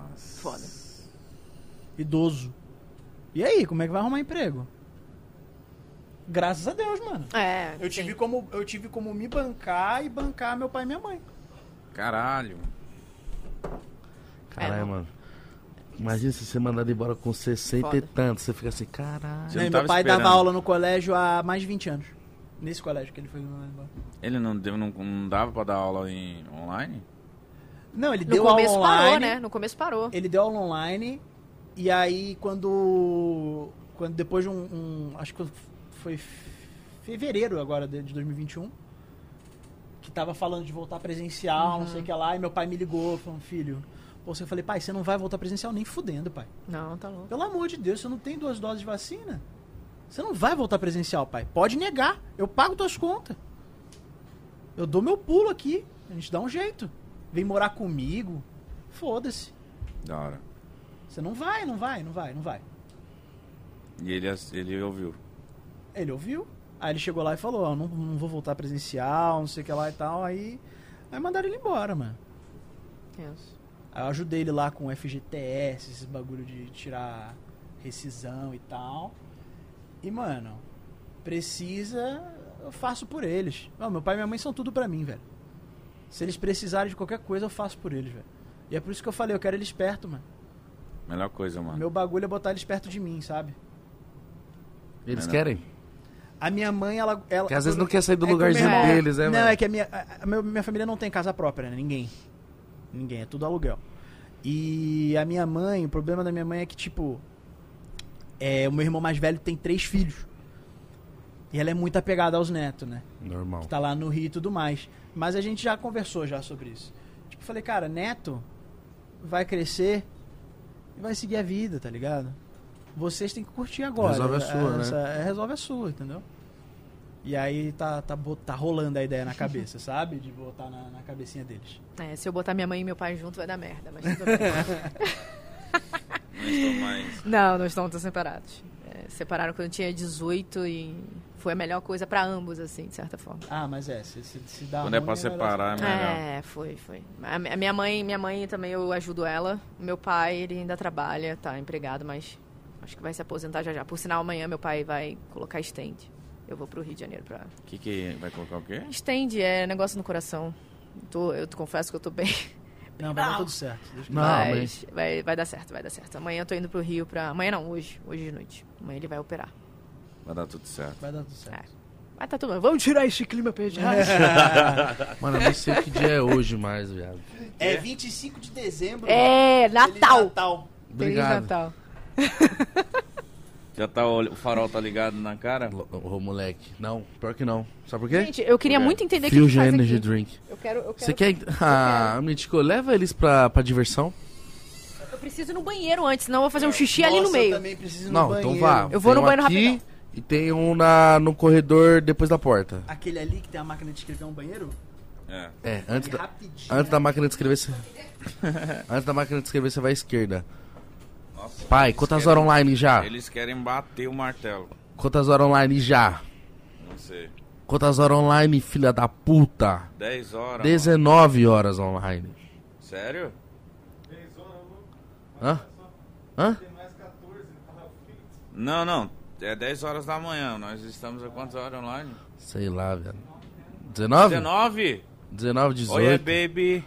Nossa.
Foda.
Idoso. E aí, como é que vai arrumar emprego? Graças a Deus, mano.
É.
Eu tive, como, eu tive como me bancar e bancar meu pai e minha mãe.
Caralho.
Caralho,
É,
mano. Imagina se você mandado embora com 60 e
Foda.
tanto. Você fica assim, caralho.
Você não
Né,
tava
meu pai
esperando.
dava aula no colégio há mais de 20 anos. Nesse colégio que ele foi mandado embora.
Ele não, deu, não, não dava pra dar aula em, online?
Não, ele
No
deu aula
começo
online.
parou, né? No começo parou.
Ele deu aula online. E aí, quando. quando depois de um, um- Acho que foi fevereiro agora de de 2021. Que tava falando de voltar presencial, não sei
Uhum.
o que lá. E meu pai me ligou, falando: Filho, pô, eu falei: Pai, você não vai voltar presencial nem fudendo, pai.
Não, tá louco.
Pelo amor de Deus, você não tem duas doses de vacina? Você não vai voltar presencial, pai. Pode negar. Eu pago tuas contas. Eu dou meu pulo aqui. A gente dá um jeito. Vem morar comigo. Foda-se.
Da hora.
Você não vai, não vai, não vai, não vai.
E ele, ass- ele ouviu.
Ele ouviu. Aí ele chegou lá e falou, ó, não, não vou voltar presencial, não sei o que lá e tal. Aí, aí mandaram ele embora, mano.
É Isso.
Aí eu ajudei ele lá com FGTS, esses bagulho de tirar rescisão e tal. E, mano, precisa, eu faço por eles. Não, meu pai e minha mãe são tudo pra mim, velho. Se eles precisarem de qualquer coisa, eu faço por eles, velho. E é por isso que eu falei, eu quero eles perto, mano.
Melhor coisa, mano.
Meu bagulho é botar eles perto de mim, sabe?
Eles
Não, não.
querem?
A minha mãe, ela. ela
Porque às vezes não quer sair do
É que o
lugarzinho
meu-
deles, né,
Não,
mano?
é que a minha, a- a meu- minha família não tem casa própria, né? Ninguém. Ninguém, é tudo aluguel. E a minha mãe, o problema da minha mãe é que, tipo, é, o meu irmão mais velho tem três filhos. E ela é muito apegada aos netos, né?
Normal.
Que tá lá no Rio e tudo mais. Mas a gente já conversou já sobre isso. Tipo, eu falei, cara, neto vai crescer e vai seguir a vida, tá ligado? Vocês têm que curtir agora.
Resolve a sua, né?
né? Resolve a sua, entendeu? E aí tá, tá, bo- tá rolando a ideia na cabeça, sabe? De botar na, na cabecinha deles.
É, se eu botar minha mãe e meu pai junto vai dar merda, mas tudo bem.
Mas tô mais-
Não, não estão tão separados. É, separaram quando eu tinha 18 e foi a melhor coisa pra ambos, assim, de certa forma.
Ah, mas é, se, se, se dá
Quando é
ruim,
pra
melhor
separar, é
separar.
melhor.
É, foi, foi. A mi- a minha mãe, minha mãe também eu ajudo ela. O Meu pai, ele ainda trabalha, tá empregado, mas acho que vai se aposentar já já. Por sinal, amanhã meu pai vai colocar stand. Eu vou pro Rio de Janeiro pra.
Que que vai colocar o quê?
Stand é negócio no coração. Tô- eu te confesso que eu tô bem.
né?
Não, vai dar tudo certo. Deus que-
Não, mas...
Ah, mas vai, vai dar certo, vai dar certo. Amanhã eu tô indo pro Rio pra. Amanhã não, hoje. Hoje de noite. Amanhã ele vai operar.
Vai dar tudo certo.
Vai dar tudo certo.
Mas tá tudo bem. Vamos tirar esse clima pediado.
Mano, eu nem sei que dia é hoje mais, viado.
É 25 de dezembro.
É, Natal.
Natal.
Feliz
Obrigado.
Natal.
Já tá ol- o farol tá ligado na cara?
Ô, moleque. Não, pior que não. Sabe por quê?
Gente, eu queria
Obrigado.
muito entender o que que
Fusion
faz
Energy
aqui.
Drink.
Eu quero, eu
Você
quero.
quer. Ah, Mítico, leva eles pra, pra diversão.
Eu preciso ir no banheiro antes, senão eu vou fazer um xixi ali no
Nossa,
meio.
Eu também preciso ir no
não,
banheiro.
então vá.
Eu vou
Tem
no
um
banheiro
aqui
rapidão.
E tem um na, no corredor depois da porta.
Aquele ali que tem a máquina de escrever é um banheiro?
É.
É, antes da,
Rapidinho. né?
antes da máquina de escrever, você. antes da máquina de escrever, você vai à esquerda. Pai, quantas horas online
Ah.
já?
Eles querem bater o martelo.
Quantas horas online já?
Não sei.
Quantas horas online, filha da puta?
10 horas.
19 horas online.
mano. Sério?
Hã? Hã?
Não, não. É 10 horas da manhã. Nós estamos a quantas horas online?
Sei lá, velho. 19?
19?
19, 18.
é
Oi, baby.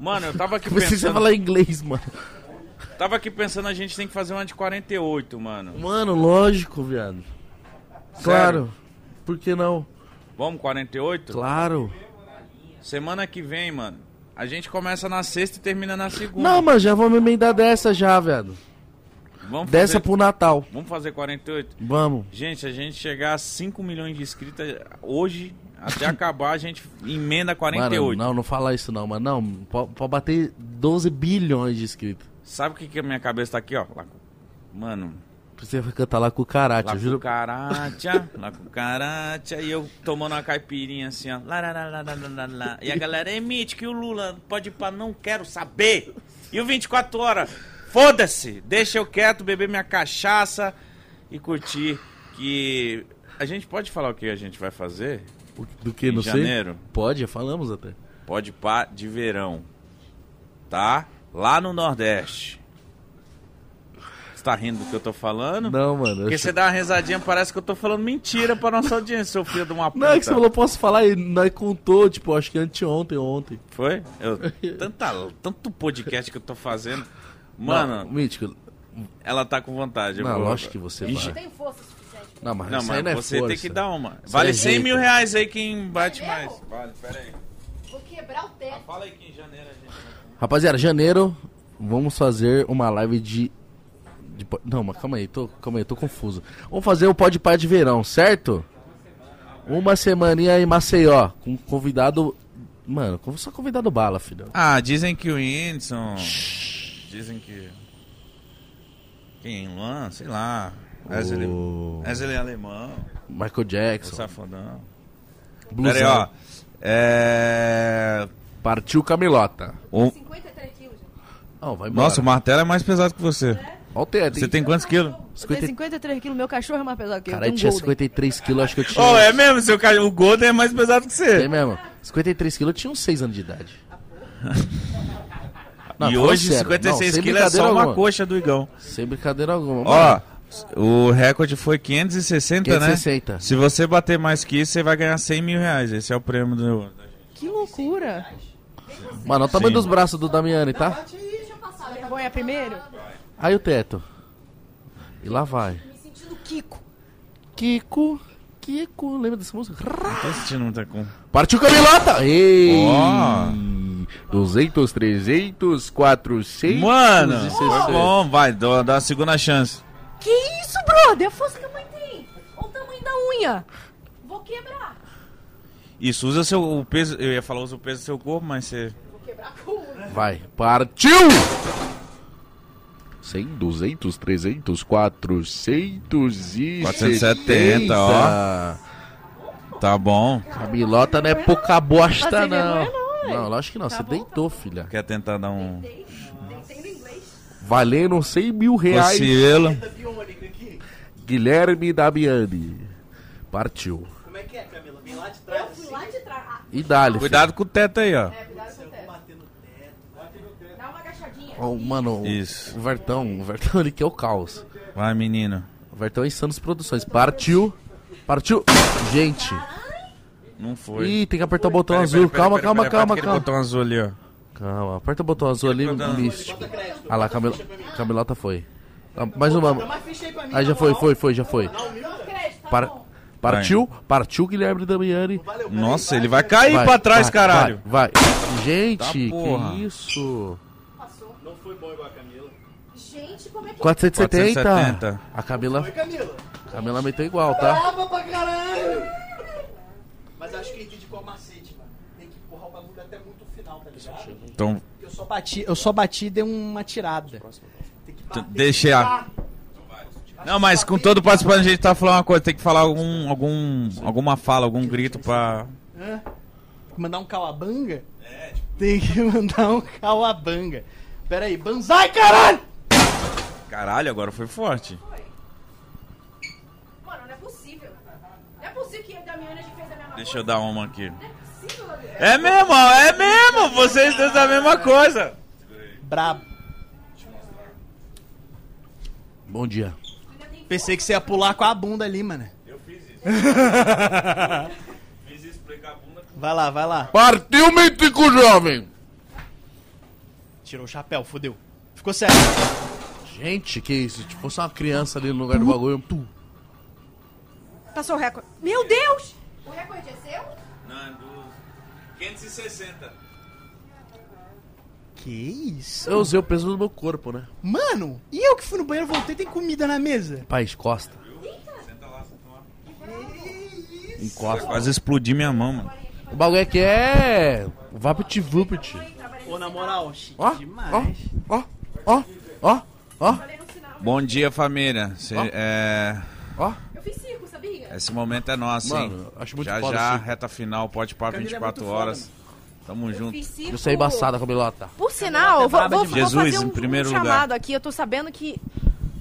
Mano, eu tava aqui
Eu pensei que assim você
pensando.
ia falar inglês, mano.
Tava aqui pensando, a gente tem que fazer uma de 48, mano.
Mano, lógico, viado. Claro. Por que não?
Vamos, 48?
Claro.
Semana que vem, mano. A gente começa na sexta e termina na segunda.
Não, mas já vamos emendar dessa já, viado.
Vamos fazer,
Dessa pro Natal.
Vamos fazer 48?
Vamos.
Gente, a gente chegar a 5 milhões de inscritos hoje, até acabar, a gente emenda 48.
Mano, não, não fala isso não, mano. Não, pode, bater 12 bilhões de inscritos.
Sabe o que que a minha cabeça tá aqui, ó? Lá com- Mano,
Você vai cantar lá com o Karate,
lá
eu
com
juro.
caracha, lá com caracha, e eu tomando uma caipirinha assim, ó. Lá, lá, lá, lá, lá, lá, lá, lá. E a galera emite que o Lula pode ir pra não quero saber. E o 24 horas, foda-se, deixa eu quieto, beber minha cachaça e curtir que A gente pode falar o que a gente vai fazer
O- Do que, não
em janeiro?
sei? Pode, já falamos até.
Pode pá de verão. Tá? Lá no Nordeste. Você tá rindo do que eu tô falando?
Não, mano. eu
Porque
acho-
você dá uma risadinha, parece que eu tô falando mentira pra nossa audiência, seu filho de uma puta.
Não, é que você falou, posso falar, e nós contou, tipo, acho que anteontem, ontem.
Foi? Eu- tanta, tanto podcast que eu tô fazendo. Mano,
Não, Mítico,
ela tá com vontade. eu
não,
vou-
lógico que você
Ixi,
Não
vai.
tem força suficiente.
Não, mas,
Não,
isso aí
mas
não é
você
força.
tem que dar uma.
Isso
Vale
é
100
jeito.
mil reais aí quem bate mais. Vale, pera aí.
Vou quebrar o teto.
Fala aí que em janeiro a gente...
Rapaziada, janeiro, vamos fazer uma live de... de po- Não, mas calma aí, tô, calma aí, tô confuso. Vamos fazer o Pode Pá de Verão, certo? Uma semaninha em Maceió, com um convidado... Mano, com- só convidado bala, filho.
Ah, dizem que o Whindersson. Dizem que. Quem? Luan? Sei lá. Wesley,
O-
Wesley é Alemão.
Michael
O
Jackson,
Safadão.
Blusão.
Pera aí, ó. É.
Partiu Camilota.
o-
53 quilos, gente.
Não, vai embora.
Nossa, o martelo é mais pesado que você.
Olha o teto,
Você
hein?
tem quantos quilos?
um
Eu tenho 53 quilos, meu cachorro é mais pesado que eu.
Caralho,
tem um
tinha
golden.
53 quilos, acho que eu tinha...
Oh, é mesmo? Seu cara, o Golden é mais pesado que
É
você.
mesmo? 53 quilos, eu tinha uns 6 anos de idade. Não,
e
fala
hoje,
sério.
56
Não, sem
quilos é só
brincadeira
uma
alguma.
coxa do Igão.
Sem brincadeira alguma.
Ó, tá, né? o recorde foi 560, né?
560.
Se você bater mais que isso, você vai ganhar 100 mil reais. Esse é o prêmio do.
Que loucura.
Mano, olha o tamanho
Sim.
dos braços do Damiani, tá?
Vergonha primeiro?
Aí o teto. E lá vai.
Me sentindo Kiko.
Kiko, Kiko, lembra dessa música? Rá.
Tô sentindo muita com.
Partiu Camilota! Ei!
Ó.
200, 300, 400.
Mano, tá
e 60.
bom, vai, dá, dá a segunda chance.
Que isso, brother? A força que a mãe tem. Olha o tamanho da unha. Vou quebrar.
Isso, usa seu o peso. Eu ia falar, usa o peso do seu corpo, mas você.
Vou quebrar com unha.
Vai, partiu! 100, 200, 300, 470.
470, ó. Tá bom.
Camilota não é pouca bosta,
Passei
não.
vergonha não, ué. Tá
Não, lógico que não. Você
bom,
deitou, filha.
Quer tentar dar um
Entendo inglês.
Valendo 100 mil reais.
cochilo?
um
Guilherme Damiani. Partiu.
Como é que é, Camila? Vem lá de
Eu
assim.
fui lá de trás. Ah,
E dá-lhe. filho.
Cuidado com o teto aí, ó.
é, cuidado com o teto. Dá uma agachadinha.
Ó, mano,
Isso.
o Vertão, o Vertão ele quer o caos.
Vai, menino.
O Vertão é Insanos Produções. Partiu. Partiu. Gente.
Não foi.
Ih, tem que apertar o botão
Pera aí,
azul.
pera aí,
Calma,
pera aí, pera aí,
calma, calma,
aperta
calma.
aquele botão azul ali, ó.
Calma, aperta o botão azul ali,
botão azul.
místico. Ah lá, Camilo, Camilota foi. Ah, Mais uma. Aí já foi, foi, foi, já foi.
Crédito, tá
Par-
bom.
Partiu, partiu Guilherme Damiani.
Nossa, ele vai cair
Vai,
pra trás,
vai,
caralho. Tá
Vai, vai. Gente,
porra.
que isso?
Passou.
Não foi bom igual a Camila.
Gente, como é que...
470.
470.
A Camila,
Camila,
Camila meteu igual, tá?
tava pra caralho! Mas acho que entendi qual macete, mano. Tem que empurrar o bagulho até muito o final, tá ligado?
Então,
Eu só bati, eu só bati e dei uma tirada. Tem que
t-
bater.
deixei a. Não, mas com todo participante a gente tá falando uma coisa, tem que falar algum, algum, alguma fala, algum grito pra.
Hã? Mandar um calabanga? É, Tem que mandar um calabanga. Pera aí, banzai, caralho!
Caralho, agora foi forte.
Mano, não é possível. Não é possível que a Damiana fez a mesma coisa.
Deixa eu dar uma aqui.
Não é possível, Gabriel.
É mesmo, é mesmo, vocês dois a mesma coisa.
Brabo.
Bom dia.
Pensei que você ia pular com a bunda ali, mano.
Eu fiz isso. fiz isso, pregar a bunda.
Vai lá, vai lá.
Partiu, mítico jovem.
Tirou o chapéu, fodeu. Ficou sério.
Gente, que isso? Se fosse uma criança ali no lugar do
Uhum.
bagulho.
Passou o recorde. Meu Deus! O recorde é seu?
Não, é do 560.
Que isso?
Eu usei o peso do meu corpo, né?
Mano, e eu que fui no banheiro, voltei, tem comida na mesa.
Paz, costa.
Senta lá, senta lá.
Encosta.
Quase explodi minha mão, mano.
O bagulho aqui é. Vapt Vupt.
Pô, na moral, chique
Ó,
demais.
ó, ó, ó, ó,
Falei no sinal.
Bom dia, família. Cê-
Ó.
é,
ó.
Eu fiz circo, sabia?
esse momento é nosso, hein?
Mano, acho muito
já
foda
já,
esse-
reta final, pode parar
Camila é
24
muito
horas.
foda,
Tamo junto.
Fiz circo.
Você é embaçada, Camilota.
Por sinal, eu vou,
um braba
vou,
demais.
vou
Jesus,
fazer um,
em primeiro
um
lugar.
chamado aqui. Eu tô sabendo que.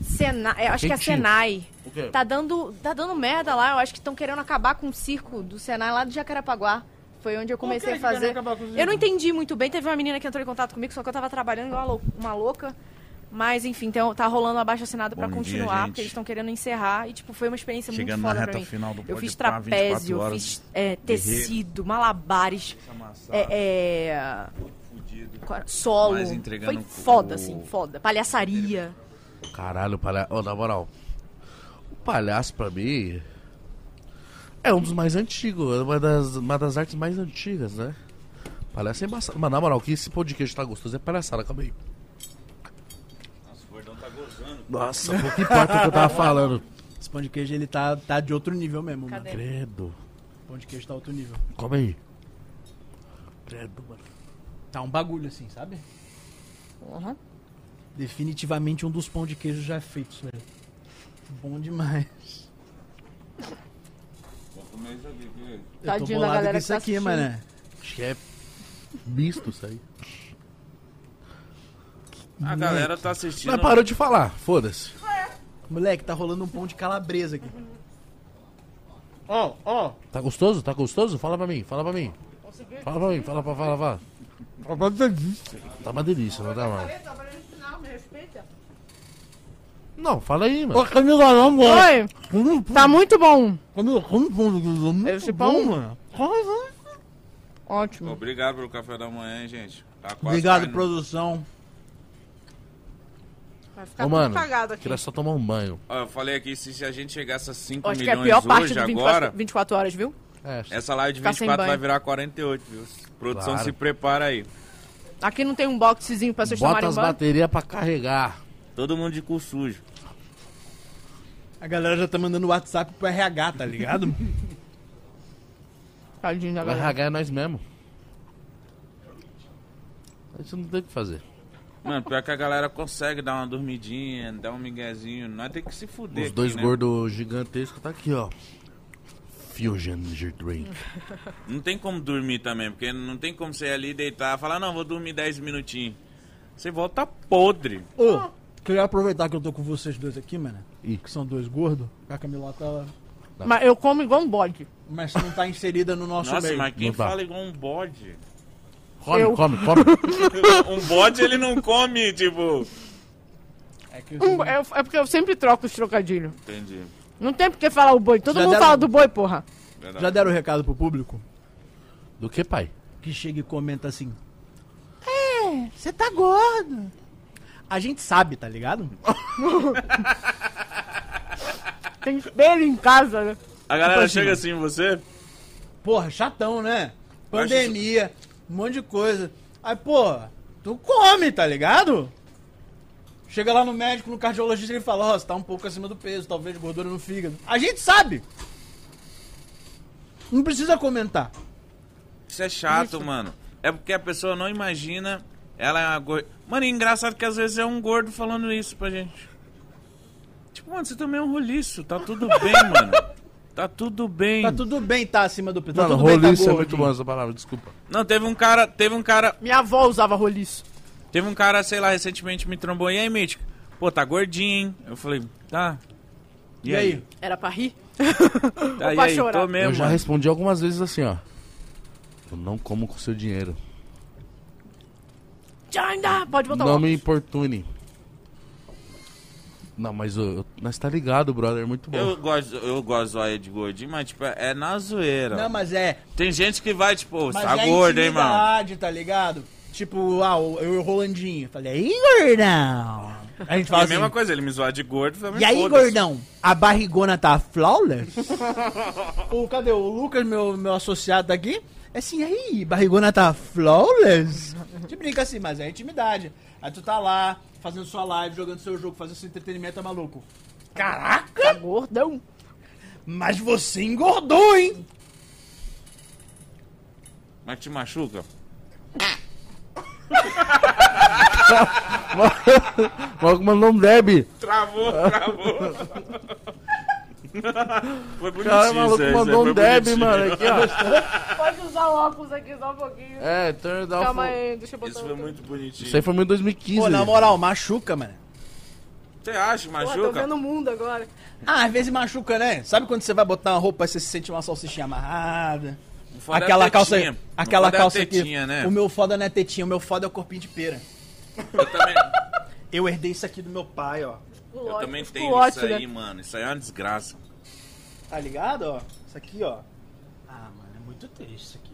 Sena... é, acho que é
Quentinho.
Senai.
quê?
Tá dando, tá dando merda lá. Eu acho que estão querendo acabar com o circo do Senai lá de Jacarepaguá. Foi onde eu comecei a fazer. Eu não entendi muito bem. Teve uma menina que entrou em contato comigo, só que eu tava trabalhando igual uma lou- uma louca. Mas, enfim, então, tá rolando abaixo assinado pra
Bom dia,
continuar,
gente.
porque eles estão querendo encerrar. E, tipo, foi uma experiência
Chegando
muito
na
foda pra
reta
mim.
final do
Eu
Pode
fiz
Pá, 24
trapézio, eu
horas
fiz é,
de
tecido, malabares, é, é,
Fudido.
qua- solo.
Mas entregando
Foi
o-
foda, assim, foda. Palhaçaria.
Caralho, palhaço. na moral. O palhaço, pra mim. É um dos mais antigos. É uma das, uma das artes mais antigas, né? Palhaço é embaçado. Mas na moral, que esse pão de queijo tá gostoso é palhaçada, calma aí.
Nossa, o gordão tá gozando.
Nossa, pouco importa o que eu tava falando.
Esse pão de queijo, ele tá, tá de outro nível mesmo, mano.
Cadê?
Credo.
Pão de queijo tá outro nível.
Calma aí. Credo, mano.
Tá um bagulho assim, sabe?
Uhum.
Definitivamente um dos pão de queijo já feitos, velho. Bom demais.
Vou comer isso aqui, viu?
eu tô
Tadinho da
bolado
galera
com
que
isso
tá
aqui,
assistindo.
mané.
Acho que é misto isso aí.
A galera tá assistindo.
Mas parou de falar, foda-se.
Moleque, tá rolando um pão de calabresa aqui. Ó, ó.
Tá gostoso? Tá gostoso? Fala pra mim, fala pra mim. Fala pra mim, fala pra fala, fala. Tá uma delícia, não tá mal. Não, fala aí, mano.
Camila, não,
Oi,
Come,
tá muito bom.
Camila, come é pão de queijo. Muito
Tá
Esse pão-
bom, mano.
Ótimo.
Obrigado pelo café da manhã, hein, gente. Tá quase
Obrigado,
caindo.
produção.
Vai ficar
Ô,
Tá tudo
mano,
cagado aqui.
queria só tomar um banho.
Ó, eu falei aqui, se, se a gente chegasse a 5
Acho que é a
milhões
pior parte
hoje,
do 24,
agora,
24 horas, viu?
É,
essa live de
Ficar sem
24 vai
banho.
virar 48, viu? Produção,
Claro.
se prepara aí.
Aqui não tem um boxezinho pra vocês
bota
tomarem
as
um banho.
baterias pra carregar.
Todo mundo de cu sujo.
A galera já tá mandando WhatsApp pro RH, tá ligado?
Tadinho da
Vai
galera.
ragar é nós mesmo. A gente não tem o que fazer.
Mano, pior que a galera consegue dar uma dormidinha, dar um miguezinho. Nós tem que se fuder.
Os dois
aqui, né?
gordos gigantescos tá aqui, ó. Fusion Energy Drink.
Não tem como dormir também, porque não tem como você ir ali deitar e falar, não, vou dormir 10 minutinhos. Você volta podre.
Ô, queria aproveitar que eu tô com vocês dois aqui, mano.
Ih.
Que são dois gordos. A Camilota, ela.
Mas eu como igual um bode.
Mas não tá inserida no nosso
Nossa,
meio.
mas quem
Não dá.
fala igual um bode?
Come,
Eu.
come, come.
um bode ele não come, tipo.
É que
Uh,
Um- é, é porque eu sempre troco os trocadilhos.
Entendi.
Não tem porque falar o boi. Todo
Já
mundo
deram-
fala do boi, porra.
Verdade.
Já deram o recado pro público?
Do que, pai?
Que chega e comenta assim. É, você tá gordo. A gente sabe, tá ligado?
Tem espelho em casa, né?
A galera
Tipo
chega assim em você?
Porra, chatão, né? Pandemia, um monte de coisa. Aí, porra, tu come, tá ligado? Chega lá no médico, no cardiologista, ele fala, ó, você tá um pouco acima do peso, talvez gordura no fígado. A gente sabe! Não precisa comentar.
Isso é chato, mano. É porque a pessoa não imagina. Ela é uma gorda. Mano, e engraçado que às vezes é um gordo falando isso pra gente. Tipo, mano, você também é um roliço. Tá tudo bem, mano. Tá tudo bem.
Tá tudo bem tá acima do peso. Tá
Mano,
tudo bem tá
roliço é
gordo.
muito bom essa palavra, desculpa.
Não, teve um cara. Teve um cara.
Minha avó usava roliço.
Teve um cara, sei lá, recentemente me trombou. E aí, Mítico? Pô, tá gordinho, hein? Eu falei, tá.
E aí?
Era pra rir?
Tá,
Ou
e
pra
aí?
chorar?
Tô
eu
mesmo, né?
já
mano.
respondi algumas vezes assim, ó. Eu não como com seu dinheiro.
Já ainda! Pode botar
não
o
me importune. Não, mas eu, eu- nós tá ligado, brother, é muito bom.
Eu gosto, eu gosto de zoar de gordinho, mas, tipo, é na zoeira.
Não, mas é.
Tem gente que vai, tipo, "Ô, você
Mas
tá
é
gordo, hein, mano?
intimidade, tá ligado? Tipo, ah, o- eu e o Rolandinho. Falei, aí, gordão? A gente
É
fala
a
assim,
mesma coisa, ele me zoar de gordo, também
E aí,
foda-se.
gordão, a barrigona tá flawless? o, cadê o Lucas, meu, meu associado aqui? É assim, aí, barrigona tá flawless? Te brinca assim, mas é intimidade. Aí tu tá lá, fazendo sua live, jogando seu jogo, fazendo seu entretenimento, é maluco. Caraca,
Tá gordão.
mas você engordou, hein?
Mas te machuca?
Logo, mano, não bebe.
Travou, travou. foi bonitinho,
Cara, maluco
Zé, Zé,
mandou
foi
um deb,
bonitinho.
mano. Aqui, ó.
Pode usar o óculos aqui só um pouquinho.
É, turn it down.
Calma
for-
É,
aí, deixa eu botar
Isso
o
foi muito bonitinho.
Isso aí foi muito 2015.
Pô, na
né?
moral, machuca, mano.
Você acha,
tá
Porra, tô
machuca?
vendo o mundo agora.
Ah, às vezes machuca, né? Sabe quando você vai botar uma roupa e você se sente uma salsichinha amarrada?
Não fode a
Aquela calça.
tetinha. Não
Aquela
fode a
calça
tetinha,
que.
né?
O meu foda não é tetinha, o meu foda é o corpinho de pera.
Eu também,
Eu herdei isso aqui do meu pai, ó.
O
eu
ódio,
também
o
tenho
ódio,
isso
né?
aí, mano. Isso aí é uma desgraça.
Tá ligado, ó? Isso aqui, ó. Ah, mano, é muito triste isso aqui.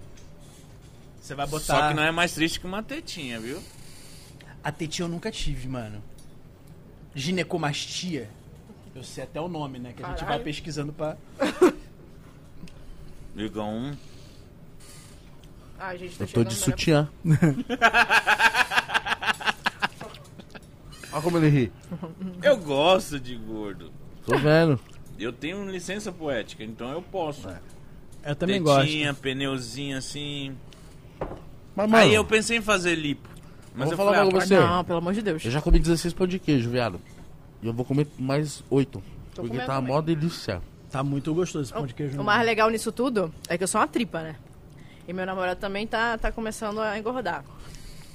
Você vai botar.
Só que não é mais triste que uma tetinha, viu?
A tetinha eu nunca tive, mano. Ginecomastia. Eu sei até o nome, né? Que a gente vai
Caralho.
pesquisando pra.
Liga um.
Ai, gente, tô
Eu tô de
chegando, né?
sutiã. Olha como ele ri.
Eu gosto de gordo.
Tô vendo.
Eu tenho licença poética, então eu posso.
É.
Eu também gosto.
Tetinha, pneuzinho assim.
Mas, mano,
Aí eu
eu,
pensei em fazer lipo. Mas
Vou
eu
falar
falei, ah,
pra
pra-
você.
Não, pelo amor de Deus.
já comi 16 pão de queijo, viado. E eu vou comer mais 8. Porque
comendo
tá
também.
mó delícia.
Tá muito gostoso esse pão de queijo.
O
né?
mais legal nisso tudo é que eu sou uma tripa, né? E meu namorado também tá, tá começando a engordar.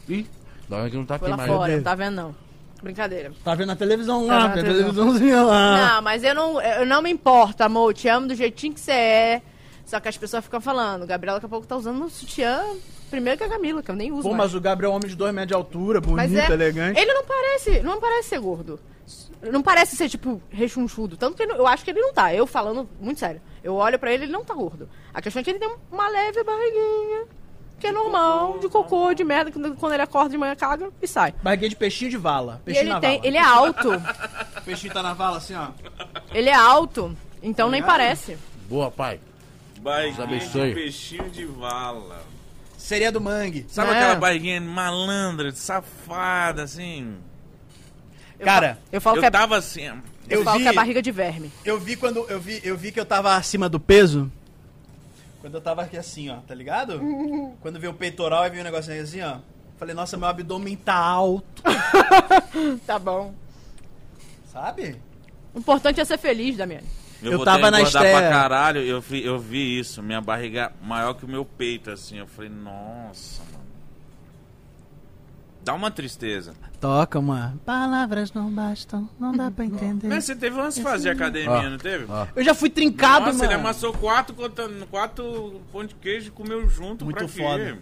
Ih, da hora que não tá
Foi
aqui
lá
mais.
fora, não tá vendo não. Brincadeira.
Tá vendo a televisão
né?
Tá
lá,
na
tem a
televisão.
televisãozinha
Ah.
lá.
Não, mas eu não, eu não me importo, amor. Eu te amo do jeitinho que você é. Só que as pessoas ficam falando. Gabriela daqui a pouco tá usando um sutiã primeiro que a Camila, que eu nem uso
Pô,
mais.
mas o Gabriel é um homem de dois metros de altura, bonito,
Mas é,
elegante.
ele não parece, não parece ser gordo. Não parece ser, tipo, rechonchudo. Tanto que ele não- eu acho que ele não tá. Eu falando muito sério. Eu olho pra ele, ele não tá gordo. A questão é que ele tem uma leve barriguinha, que é normal, de cocô, de merda, que quando ele acorda de manhã, caga e sai.
Barriguinha de peixinho de vala.
E
Peixinho
ele
na
tem,
vala.
ele é alto.
Peixinho tá na vala assim, ó.
Ele é alto, então nem
ligado?
parece.
Boa, pai.
Barriguinha de
abençoe.
é peixinho de vala.
Seria do mangue.
Sabe
Não.
aquela barriguinha malandra, safada, assim?
Eu
Cara,
fa- eu falo
eu
que é,
tava assim.
eu
eu
falo
vi-
que é barriga de verme.
Eu vi quando. Eu vi, eu vi que eu tava acima do peso. Quando eu tava aqui assim, ó, tá ligado? quando veio o peitoral e veio um negócio aí assim, ó. Falei, nossa, meu abdômen tá alto,
Tá bom.
sabe?
O importante é ser feliz, Damiano.
Eu,
Eu
vou
tava
tava
na
na pra
estreia.
caralho, eu vi, eu vi isso, minha barriga maior que o meu peito, assim. Eu falei, nossa, mano. Dá uma tristeza.
Toca uma. Palavras não bastam, não dá pra entender.
Mas você teve uma fase de academia,
Ah,
não teve?
ah.
Eu já fui trincado,
Nossa, ele é
mano.
amassou quatro, cotão- quatro pão de queijo e comeu junto
Muito
pra quê?
foda.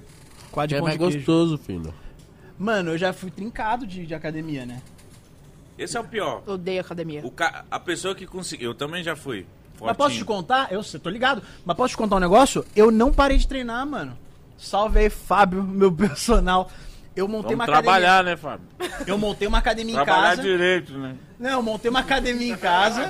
Quase
Que é
pão
mais
de queijo.
gostoso, filho.
Mano, eu já fui trincado de, de academia, né?
Esse é o pior.
Eu Odeio academia.
O ca- A pessoa que conseguiu... Eu também já fui.
Mas
fortinho.
posso te contar? Eu sei, tô ligado. Mas posso te contar um negócio? Eu não parei de treinar, mano. Salve aí, Fábio, meu personal. Eu montei
Vamos
uma
trabalhar, né, Fábio?
academia. Eu montei uma academia em
Trabalhar
casa.
direito, né?
Não, eu montei uma academia em casa.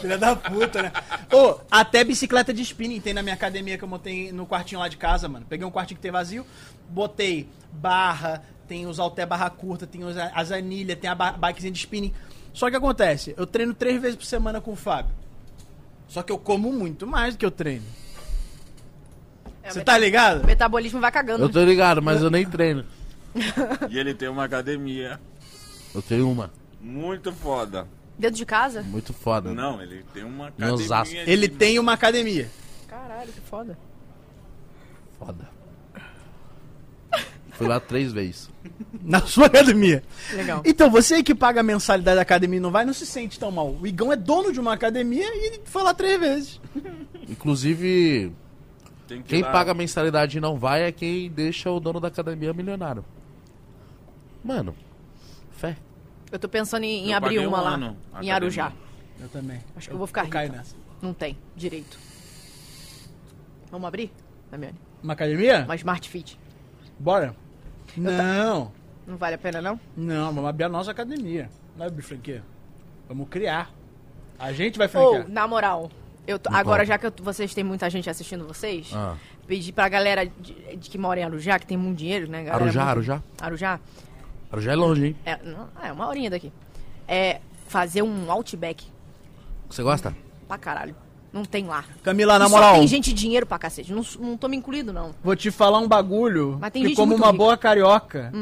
Filha da puta, né? Ô, até bicicleta de spinning tem na minha academia que eu montei no quartinho lá de casa, mano. Peguei um quartinho que tem vazio, botei barra, tem os halter barra curta, tem os, as anilhas, tem a ba- bikezinha de spinning. Só que o que acontece, eu treino três vezes por semana com o Fábio. Só que eu como muito mais do que eu treino.
É,
Você
meta-
tá ligado?
O metabolismo vai cagando.
Eu tô ligado, mas eu nem treino.
E ele tem uma academia
Eu tenho uma.
muito foda.
Dentro de casa?
Muito foda. né?
Não, ele tem uma
Em Osasco.
academia...
Ele
de-
tem uma academia.
Caralho, que foda.
Foda. Fui lá três vezes.
Na sua academia.
Legal.
Então, você que paga a mensalidade da academia e não vai, não se sente tão mal. O Igão é dono de uma academia e foi lá três vezes.
Inclusive,
Tem que ir
quem
lá.
paga a mensalidade e não vai é quem deixa o dono da academia milionário. Mano, fé.
Eu tô pensando em, em
Eu
abrir
paguei um
uma lá.
ano,
em
academia.
Arujá.
Eu também.
Acho que eu vou ficar rica.
caio nessa.
Não tem direito. Vamos abrir, Damiane?
Uma academia?
Uma Smart Fit.
Bora. Não,
Não vale a pena, não?
não, vamos abrir a nossa academia. Não é abrir franquia. Vamos criar. A gente
é
vai
Ou,
franquear.
na moral, eu tô-
Não
agora
pode.
já que eu- vocês têm muita gente assistindo vocês,
Ah.
pedi pra galera de, de que mora em Arujá, que tem muito dinheiro, né? Galera
Arujá,
muito-
Arujá.
Arujá.
Arujá é longe, hein?
É, não, é uma horinha daqui. É fazer um outback
Você gosta?
pra caralho. Não tem lá.
Camila, na
E só
moral,
tem gente dinheiro pra cacete. Não, não tô me incluindo, não.
vou te falar um bagulho.
Mas tem
que
gente
como
muito
uma
rica. Hum.
boa carioca,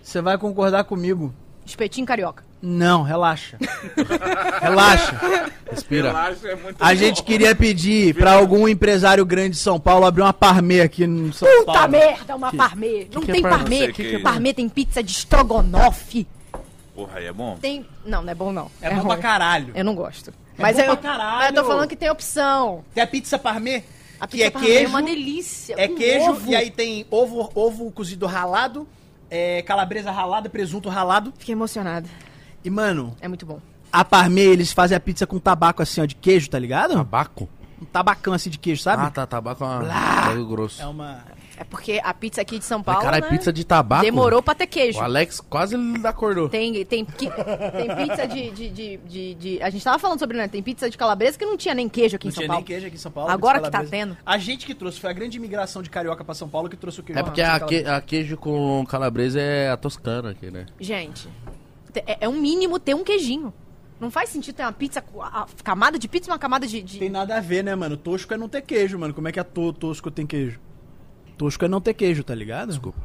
você vai concordar comigo.
Espetinho carioca.
Não, relaxa. relaxa.
Respira.
Relaxa, é muito
A
bom.
gente queria pedir pra algum empresário grande de São Paulo abrir uma parmê aqui no São
Puta
Paulo.
merda, uma parmê. Não
que é
tem
parmê?
Não sei
parmê.
o que é isso.
Parmê tem pizza de estrogonofe.
Porra, aí é bom.
Tem. Não, não é bom não.
É, bom pra
ruim.
caralho.
Eu não gosto.
É
mas,
bom
eu,
pra caralho.
mas eu tô falando que tem opção.
Tem a pizza parmê,
A
que
pizza
é
parmê
queijo,
É uma delícia.
é
com
queijo
ovo.
e aí tem ovo, ovo cozido ralado, é, calabresa ralada, presunto ralado.
Fiquei emocionada.
E, mano,
É muito bom.
a parmê, eles fazem a pizza com tabaco assim, ó, de queijo, tá ligado?
Tabaco?
Um tabacão assim de queijo,
Ah,
sabe?
tá, tabaco é uma... bagulho grosso.
É uma...
É porque a pizza aqui de São
Mas,
Paulo.
é
Caralho,
né,
pizza de tabaco?
Demorou pra ter queijo.
O Alex quase ele acordou.
Tem, tem, que- tem pizza de, de, de, de- de- A gente tava falando sobre, né? Tem pizza de calabresa que não tinha nem queijo aqui
Não
em São
tinha
Paulo.
nem queijo aqui em São Paulo.
Agora
pizza
que tá
calabresa.
tendo.
A gente que trouxe, foi a grande imigração de carioca pra São Paulo que trouxe o queijo.
É porque
Pizza
a,
calabresa.
que- a queijo com calabresa é a toscana aqui, né?
Gente, te- é, é um mínimo ter um queijinho. Não faz sentido ter uma pizza, com a a camada de pizza e uma camada de. de-
Tem nada a ver, né, mano? Tosco é não ter queijo, mano. Como é que é to tosco tem queijo? Tosco é não ter queijo, tá ligado? Desculpa.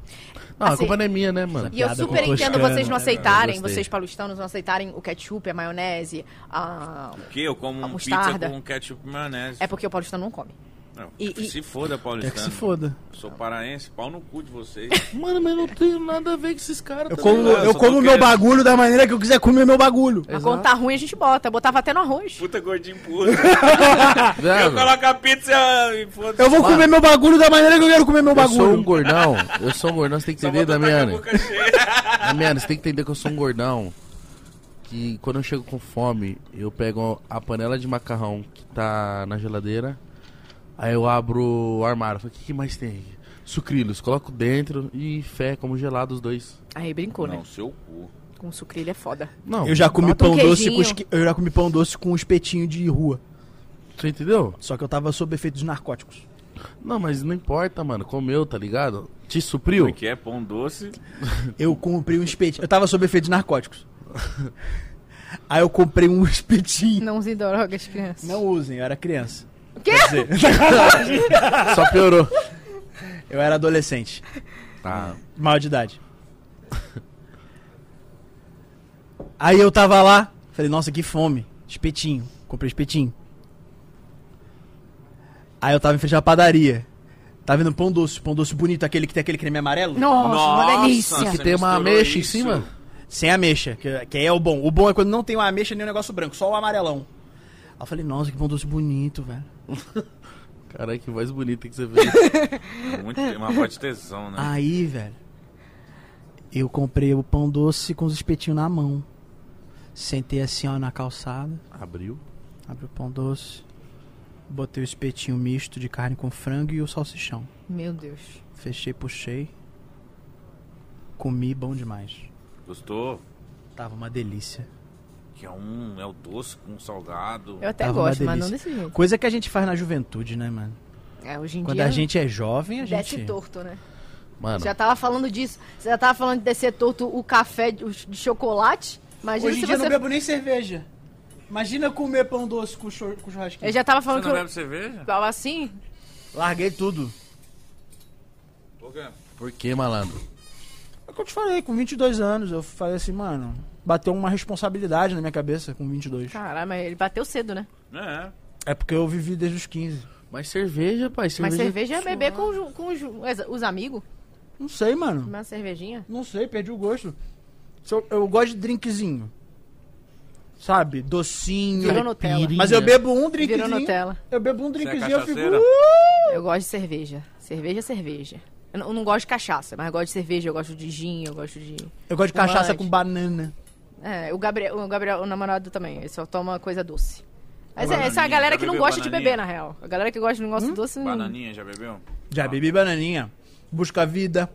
Não, a
Assim,
culpa não é minha, né, mano?
E eu
piada
super
com
entendo
toscano,
vocês não
né,
aceitarem,
Eu gostei.
vocês paulistanos não aceitarem o ketchup, a maionese, a...
O quê? Eu como
A
um pizza
mostarda.
com ketchup e maionese.
É porque o paulistano não come.
Não,
e- e-
Se foda,
Quer É que
paulistano.
se foda.
Sou paraense, pau no cu de vocês.
Mano, mas não tem nada a ver com esses caras.
Eu
tá
como,
ligado?
ligado?
eu
Só
como
tô
meu
querendo.
bagulho da maneira que eu quiser comer meu bagulho.
Mas quando tá ruim, a gente bota. Eu botava até no arroz.
Puta gordinho puto. Eu
Velho,
coloco a pizza e foda-se.
Eu vou comer meu bagulho da maneira que eu quero comer
eu
meu
sou
bagulho.
um gordão. Eu sou um gordão, você tem que
Só
entender,
vou botar com a
Damiane.
boca cheia.
Damiane, você tem que entender que eu sou um gordão. Que quando eu chego com fome, eu pego a panela de macarrão que tá na geladeira. Aí eu abro o armário. Falo, o que, que mais tem? Sucrilhos. Coloco dentro e fé, como gelado os dois.
Aí brincou, né?
Não, seu cu.
Com sucrilho é foda.
Não,
Eu já comi
Bota um
pão doce com
queijinho.
esqui- eu já comi pão doce com espetinho de rua.
você entendeu?
Só que eu tava sob efeito de narcóticos.
Não, mas não importa, mano. Comeu, tá ligado? Te supriu?
Porque é pão doce.
Eu comprei um espetinho. Eu tava sob efeito de narcóticos. Aí eu comprei um espetinho.
Não usem drogas, crianças.
Não usem, eu era criança.
Quê?
Quer dizer,
Só piorou.
eu era adolescente.
Tá.
Maior de idade. Aí eu tava lá, falei, nossa, que fome. Espetinho. Comprei espetinho. Aí eu tava em frente à padaria. Tava vendo pão doce, pão doce bonito, aquele que tem aquele creme amarelo.
Nossa, uma delícia.
Que
você
tem uma
misturou
ameixa em
isso.
cima?
Sem ameixa, que, que é o bom. O bom é quando não tem uma ameixa nem um negócio branco, só o amarelão. Aí eu falei, nossa, que pão doce bonito, velho.
Caralho, que voz bonita que você fez.
É Muito, tem uma voz de tesão, né?
Aí, velho, eu comprei o pão doce com os espetinhos na mão. Sentei assim, ó, na calçada.
Abriu.
Abri o pão doce. Botei o espetinho misto de carne com frango e o salsichão.
é- Meu Deus.
Fechei, puxei. Comi bom demais.
Gostou?
Tava uma delícia.
Que é um. É o doce com salgado.
Eu até
Tava uma
gosto, mas não
delícia.
desse jeito.
Coisa que a gente faz na juventude, né, mano?
É, hoje em
Quando
dia
a gente é jovem, a
desce
gente.
torto, né?
Mano,
Você já tava falando disso. Você já tava falando de descer torto o café de, de chocolate. Imagina
Hoje em
se
dia eu
você.
não bebo nem cerveja. Imagina comer pão doce com, chur... com churrasquinho.
Eu já tava
Você
falando
não bebe
que
cerveja?
eu. Tava assim.
Larguei tudo.
Por quê?
por que, malandro?
É o que eu te falei, com 22 anos, eu falei assim, mano, bateu uma responsabilidade na minha cabeça com 22.
Caralho, mas ele bateu cedo, né?
É.
É porque eu vivi desde os 15.
Mas cerveja, pai. Cerveja
Mas cerveja é beber com, ju- com ju- exa- os amigos.
Não sei, mano.
Tomar uma cervejinha.
Não sei, perdi o gosto. Se Eu, eu gosto de drinkzinho. Sabe? Docinho.
Virou Nutella.
pirinha.
Mas eu bebo um
Virou
drinkzinho.
Nutella.
Eu bebo um
Você é
drinkzinho e eu fico. "Uh!"
cachaceira?
Eu gosto de cerveja. Cerveja é cerveja. Eu não, eu não gosto de cachaça, mas eu gosto de cerveja, eu gosto de gin, eu gosto de.
Eu gosto de cachaça
Fumante.
com banana.
É, o Gabriel, o Gabriel, o namorado também, ele só toma coisa doce. Mas é,
Bananinha,
essa é a galera
já
que não
bebeu
gosta de
bananinha?
beber, na real. A galera que gosta de um negócio doce não.
Bananinha, já bebeu?
Já bebi bananinha. Busca vida.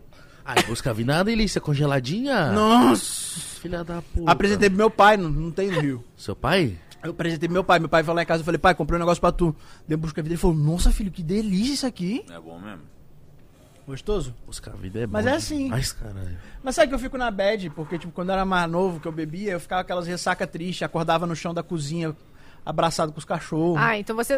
Ai, busca vi nada, delícia. Congeladinha?
Nossa!
Filha da puta.
Apresentei pro meu pai, não, não tem no Rio.
Seu pai?
Eu apresentei pro meu pai, meu pai foi lá em casa, eu falei, pai, comprei um negócio pra tu. Deu busca vida, ele falou, nossa filho, que delícia isso aqui.
É bom mesmo.
Gostoso?
Busca vida é bom.
Mas é assim.
Mas, caralho.
Mas sabe que eu fico na bad, porque tipo, quando eu era mais novo, que eu bebia, eu ficava aquelas ressaca triste, acordava no chão da cozinha, abraçado com os cachorros.
Ah, então você.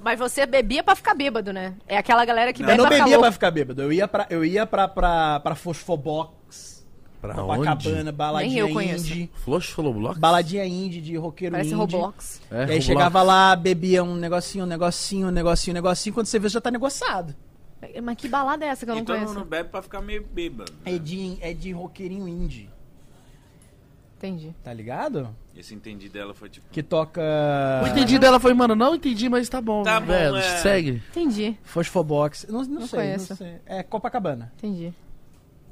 Mas você bebia pra ficar bêbado, né? É aquela galera que
eu
bebe
não
pra
bebia
calor.
pra ficar bêbado, eu ia pra, eu ia pra, pra, pra Fosfobox,
Pra onde?
Copacabana,
Nem
baladinha
eu conheço.
indie,
Flush falou bloco?
baladinha indie de roqueiro
Parece
indie.
Roblox.
É,
e aí
Roblox.
chegava lá, bebia um negocinho, um negocinho, um negocinho, um negocinho, quando você vê, já tá negociado.
Mas que balada é essa que eu não
então
conheço?
não bebe pra ficar meio bêbado.
É de, é de roqueirinho indie.
Entendi.
tá ligado?
Esse entendi dela foi tipo.
Que toca.
O entendi dela foi, mano, não entendi, mas tá bom.
Tá
né,
bom,
velho,
é.
segue.
Entendi,
Fosfobox. Não, não,
Não
sei,
conheço.
não sei. É Copacabana.
entendi.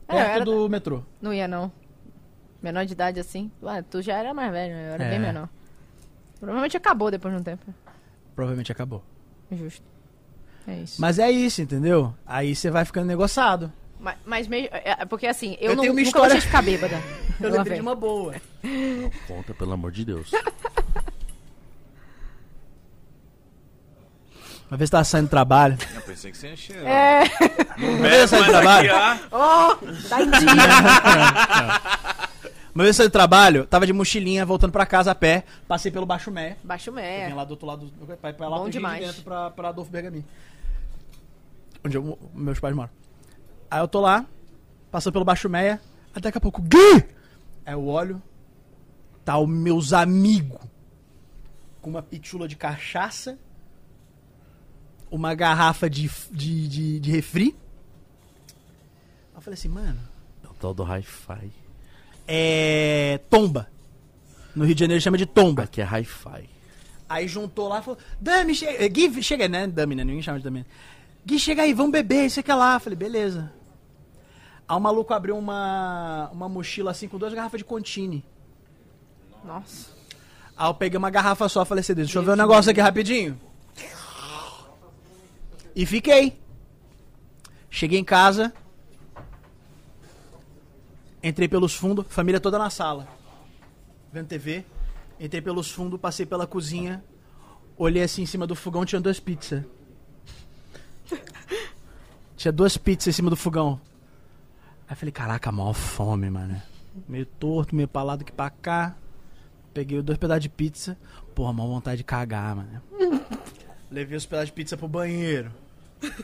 É,
Perto
era-
do metrô.
Não ia, não. Menor de idade assim. Ué, tu já era mais velho, né? eu era
É.
bem menor. Provavelmente acabou depois de um tempo.
Provavelmente acabou.
Justo. É isso.
Mas é isso, entendeu? Aí você vai ficando negociado.
Mas, mas meio. é, é, Porque assim, eu,
Eu
não
tenho uma
nunca
história-
gostei de ficar bêbada.
Eu
Lá
lembrei
vem.
de uma boa.
Conta, pelo amor de Deus. É
Uma vez tava saindo do trabalho.
Eu pensei que você ia cheirar.
É.
Não
eu
bebe
saí
mais aqui,
do trabalho.
ah.
Oh, tá em dia.
Uma vez eu saí do trabalho, tava de mochilinha, voltando pra casa a pé, passei pelo Baixo Mé.
Baixo o
Eu vinha
mé.
lá do outro lado, do- pra, pra lá
É. Bom
pro Rio
demais.
de dentro, pra, pra Adolfo Bergamin. Onde eu- meus pais moram. Aí eu tô lá, passando pelo Baixo Meia, aí daqui a pouco, Gui! Aí eu olho, tá os meus amigos com uma pitula de cachaça, uma garrafa de, f- de, de, de refri. Aí eu falei assim, mano,
É o tal do hi-fi.
é tomba. No Rio de Janeiro chama de tomba.
Aqui é hi-fi.
Aí juntou lá e falou: Dami, chega. eh, Gui, chega aí, né? Dami, né? Ninguém chama de Dami. Gui, chega aí, vamos beber, isso aqui é lá. Eu Falei, beleza. Aí o maluco abriu uma, uma mochila assim com duas garrafas de Contini.
Nossa.
Aí eu peguei uma garrafa só, falei assim, deixa eu ver um negócio aqui rapidinho. E fiquei. Cheguei em casa. Entrei pelos fundos, família toda na sala. Vendo TV. Entrei pelos fundos, passei pela cozinha. Olhei assim em cima do fogão, tinha duas pizzas. Tinha duas pizzas em cima do fogão. Aí falei, caraca, maior fome, mano. Meio torto, meio pra lá do que pra cá. Peguei dois pedaços de pizza. Porra, mó vontade de cagar, mano. Levei os pedaços de pizza pro banheiro.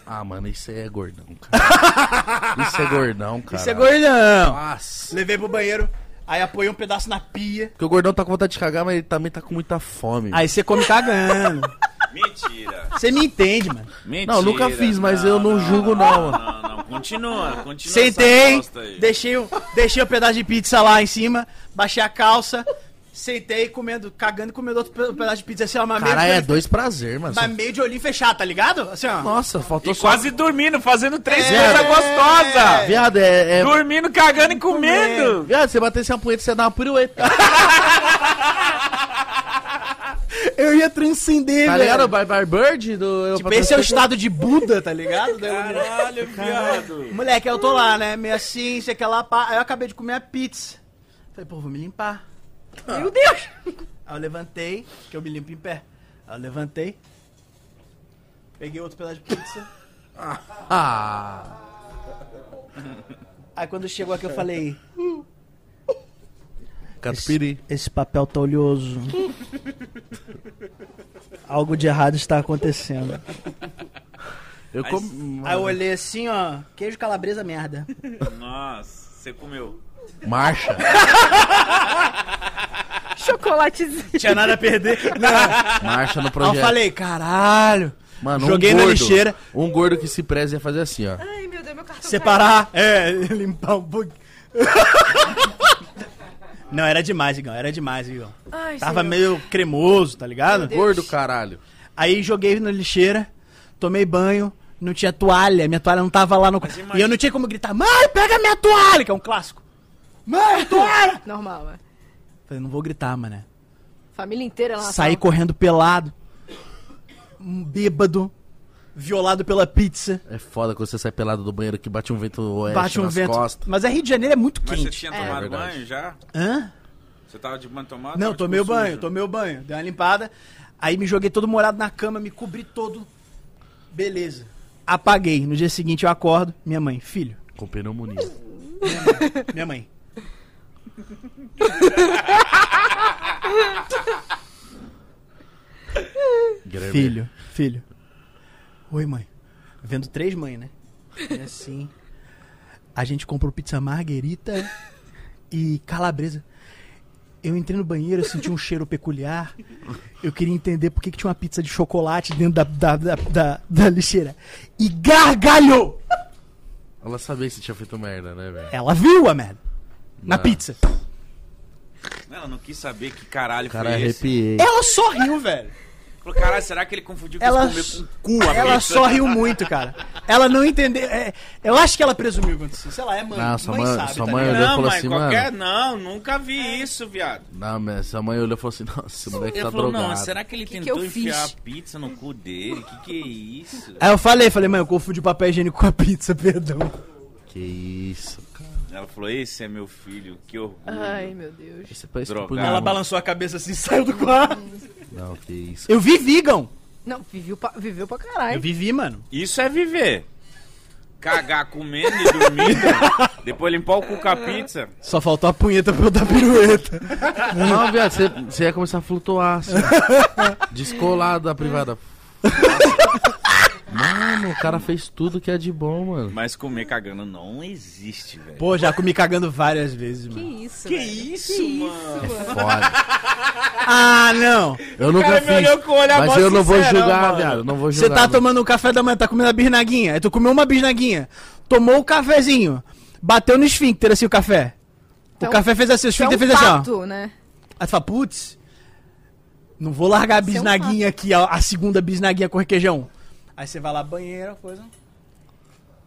Ah, mano, isso aí é gordão, cara. isso é gordão, cara.
Isso é gordão!
Nossa.
Levei pro banheiro, aí apoiei um pedaço na pia.
Porque o gordão tá com vontade de cagar, mas ele também tá com muita fome.
Aí você come cagando.
Mentira.
Você me entende, mano.
Mentira.
Não, nunca fiz, mas eu não julgo, não, mano.
Não, não, continua, continua. essa
Sentei,
bosta aí.
deixei o, deixei o pedaço de pizza lá em cima, baixei a calça, sentei comendo, cagando e comendo outro pe- pedaço de pizza assim, ó, mas meio,
Caralho, é
de-
dois prazer, mano.
mas meio de olhinho fechado, tá ligado? Assim, ó.
Nossa, faltou
E
só.
quase dormindo, fazendo três
É.
coisas gostosas.
Viado, é. é-
Dormindo, cagando e comendo.
Viado, você batesse uma punheta, você dá uma pirueta.
Eu ia transcender,
Tá
velho.
ligado? Bye Bye Bird do.
Tipo, esse é o estado de Buda, tá ligado?
Caralho, viado.
Moleque, eu tô lá, né? Meio assim, sei que lá, pá. Aí eu acabei de comer a pizza. Falei, pô, vou me limpar.
Meu Deus!
Aí eu levantei, que eu me limpo em pé. Aí eu levantei. Peguei outro pedaço de pizza.
Ah,
Aí quando chegou aqui eu falei,
catupiry.
esse papel tá oleoso. Algo de errado está acontecendo.
Eu
Mas-
comi.
Aí eu olhei assim, ó, queijo calabresa merda.
Nossa, você comeu.
Marcha.
Chocolatezinho.
Tinha nada a perder.
Marcha no
Aí eu
projeto.
falei, caralho.
Mano,
joguei na lixeira.
Um gordo que se preza ia fazer assim, ó.
Ai, meu Deus, meu cartão.
Separar, é, limpar um pouquinho. Não, era demais, Igão, era demais, Igão.
caiu. Ai,
Tava
senhor.
meio cremoso, tá ligado?
Deus.
Gordo, caralho.
Aí joguei na lixeira, tomei banho, não tinha toalha, minha toalha não tava lá no.
imagina-
E eu não tinha como gritar, mãe, pega minha toalha, que é um clássico. Mãe, toalha!
Normal, é.
Falei, não vou gritar, mané.
Família inteira lá. na
Saí
sala.
correndo pelado, um bêbado, violado pela pizza,
É foda quando você sai pelado do banheiro que bate um vento oeste
bate um
nas
vento.
costas.
Mas é Rio de Janeiro, é muito
Mas você
quente.
tinha
É.
tomado
É verdade.
banho já?
Hã?
Você tava de banho tomado?
Não,
Tava,
tomei o
tipo,
banho,
sujo.
tomei o banho. Dei uma limpada. Aí me joguei todo molhado na cama, me cobri todo. Beleza. Apaguei. No dia seguinte eu acordo. Minha mãe, filho.
Com pneumonia.
Minha mãe.
Greve.
filho, filho. Oi, mãe. Vendo três mães, né? É assim. A gente comprou pizza marguerita e calabresa. Eu entrei no banheiro, eu senti um cheiro peculiar. Eu queria entender por que, que tinha uma pizza de chocolate dentro da, da, da, da- da lixeira. E gargalhou! É
Ela sabia que você tinha feito merda, né, velho?
Ela viu a merda. Na
Não.
pizza.
Ela não quis saber que caralho
Cara,
foi esse.
arrepiei.
Ela só riu, velho.
Falou, caralho, será que ele confundiu com
Ela-
esse comer com o cu? a
Ela
pizza?"
só riu muito, cara. Ela não entendeu. é, eu acho que ela presumiu o que aconteceu. Sei lá, é mãe.
Nossa,
mãe,
mãe-
sabe,
sua
tá
mãe-
ligado?
olhou e
Não,
falou
mas
assim,
qualquer... Não, nunca
É.
vi isso, viado.
Não, mas essa mãe olhou e falou assim, nossa, o moleque
Ele
tá
falou,
drogado.
não, será que ele
Que que
tentou
eu
enfiar
fiz?
a pizza no cu dele? Que que é isso?
Aí eu falei, falei, mãe, eu confundi o papel higiênico com a pizza, perdão.
Que isso, cara.
Ela falou, esse é meu filho, que orgulho.
Ai, meu Deus.
Esse parece
Drogado.
punhal.
Ela balançou a cabeça assim, saiu do quarto.
Não, que isso.
Eu vi Vigan.
Não, viveu pra, viveu pra caralho.
Eu vivi, mano.
Isso é viver. Cagar comendo e dormindo, depois limpar o cu com a pizza.
Só faltou a punheta pra eu dar pirueta.
Não, viado, você, você ia começar a flutuar, assim. Descolado da privada. Mano, o cara fez tudo que é de bom, mano.
Mas comer cagando não existe, velho.
Pô, já comi cagando várias vezes,
Que
mano.
isso,
Que
velho.
isso, mano?
É foda.
Ah, não.
Eu
cara
nunca
me olhou
fiz.
com o olhar
Mas
mó
eu não vou
sincerão,
julgar,
mano.
viado. Não vou
Você
julgar.
tá
não.
tomando um café da manhã, tá comendo a bisnaguinha. Aí tu comeu uma bisnaguinha, tomou o cafezinho, bateu no esfíncter assim o café.
Então-
o café fez assim, o
Isso é um
esfíncter fez assim, ó.
fato, né?
Aí tu fala, putz, não vou largar a
Isso é um
bisnaguinha aqui, a, a segunda bisnaguinha com requeijão. Aí você vai lá, banheiro, coisa.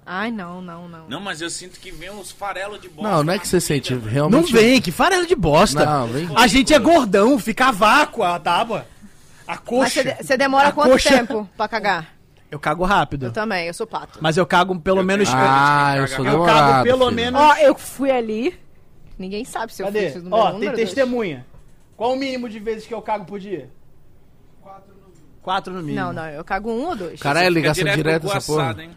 Ai, não, não, não.
Não, mas eu sinto que vem uns farelos de bosta.
Não, não é que você sente,
Não
realmente.
vem, que farelo de bosta.
Não, vem.
a gente é gordão, fica a vácuo a tábua. A
Mas
coxa.
você de- você demora
A
quanto
coxa.
tempo pra cagar?
Eu cago rápido.
Eu também, eu sou pato.
Mas eu cago pelo
Eu
menos.
tenho-
Ah, eu sou
Eu cago
demorado.
pelo
filho.
menos-
Ó, eu fui ali. Ninguém sabe se eu
Cadê?
fiz o número
Ó,
um,
tem
número dois.
testemunha. Qual o mínimo de vezes que eu cago por dia? Quatro no mínimo.
Não, não, eu cago um ou dois.
Fica
Caralho, é ligação
É direto
direta
com o
essa porra.
assado, hein?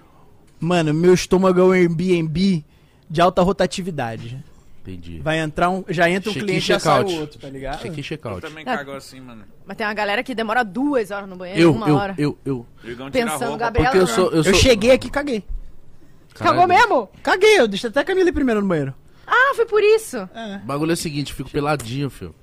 Mano, meu estômago é um Airbnb de alta rotatividade.
Entendi.
Vai entrar um. Já entra um
Check-in,
cliente e já sai
check-out.
o outro, tá ligado?
Check-in, check-out.
Eu também cago
É.
assim, mano.
Mas tem uma galera que demora duas horas no banheiro,
Eu,
uma
eu,
hora.
eu, eu.
Brigão tira a
Pensando,
roupa.
Gabriel.
Porque eu sou. Eu,
Eu,
sou...
cheguei aqui e caguei.
Caralho.
Cagou mesmo?
Caguei, eu deixei até a Camila ir primeiro no banheiro.
Ah, foi por isso.
O bagulho é o seguinte, eu fico peladinho, filho.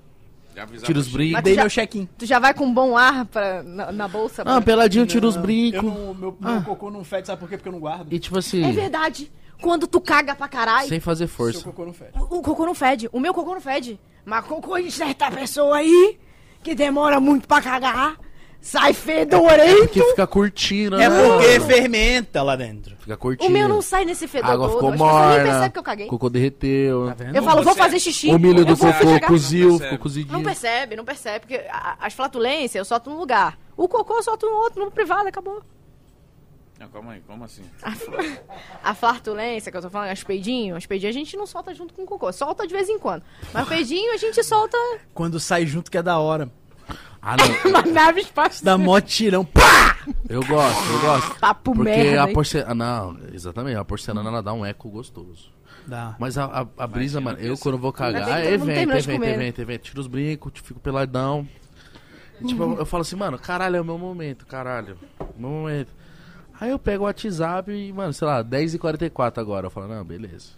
Já avisava
Tira os
o
brincos.
Mas
Dei
já-
meu check-in.
Tu já vai com bom ar pra, na, na bolsa?
Ah,
pra-
peladinho, tira os brincos.
meu, cocô não fede, sabe por quê? Porque eu não guardo.
E tipo assim,
É verdade. Quando tu caga pra caralho,
sem fazer força.
cocô não fede.
o, o cocô não fede. O meu cocô não fede. Mas cocô de certa pessoa aí, que demora muito pra cagar, sai fedorento.
Porque fica curtindo,
É
né,
porque
mano?
fermenta lá dentro.
Fica curtindo.
O meu não sai nesse fedor
A água
todo.
ficou né?
As pessoas
morna.
nem percebem que eu caguei.
Cocô derreteu.
Eu falo, vou
percebe.
fazer xixi.
O milho
eu
do
vou
cocô
cagar.
coziu,
Tá Não
ficou
percebe.
cozidinho.
Não percebe, não percebe, porque a- as flatulências eu solto num lugar. O cocô eu solto no outro, no privado, acabou.
Gabriel. Não, calma aí, como assim?
Ah,
A flatulência que eu tô falando, as peidinhos, as peidinhas a gente não solta junto com o cocô, solta de vez em quando. Mas peidinho a gente solta
Quando sai junto que é da hora.
Ah, não.
na nave espacial.
Dá mó tirão. Pá!
Eu gosto, eu gosto.
Papo
Porque
Tá merda.
a
hein?
porcelana. Não, exatamente. A porcelana ela dá um eco gostoso.
Dá.
Mas a, a- a brisa, mano, eu quando vou cagar,
Mas é que
é
todo mundo
evento,
terminou de
evento,
comer, né?
evento, evento. Tiro os brincos, fico peladão. E, tipo, eu, eu falo assim, mano, caralho, é o meu momento, caralho. Meu momento. Aí eu pego o WhatsApp e, mano, sei lá, 10h44 agora. Eu falo, não, beleza.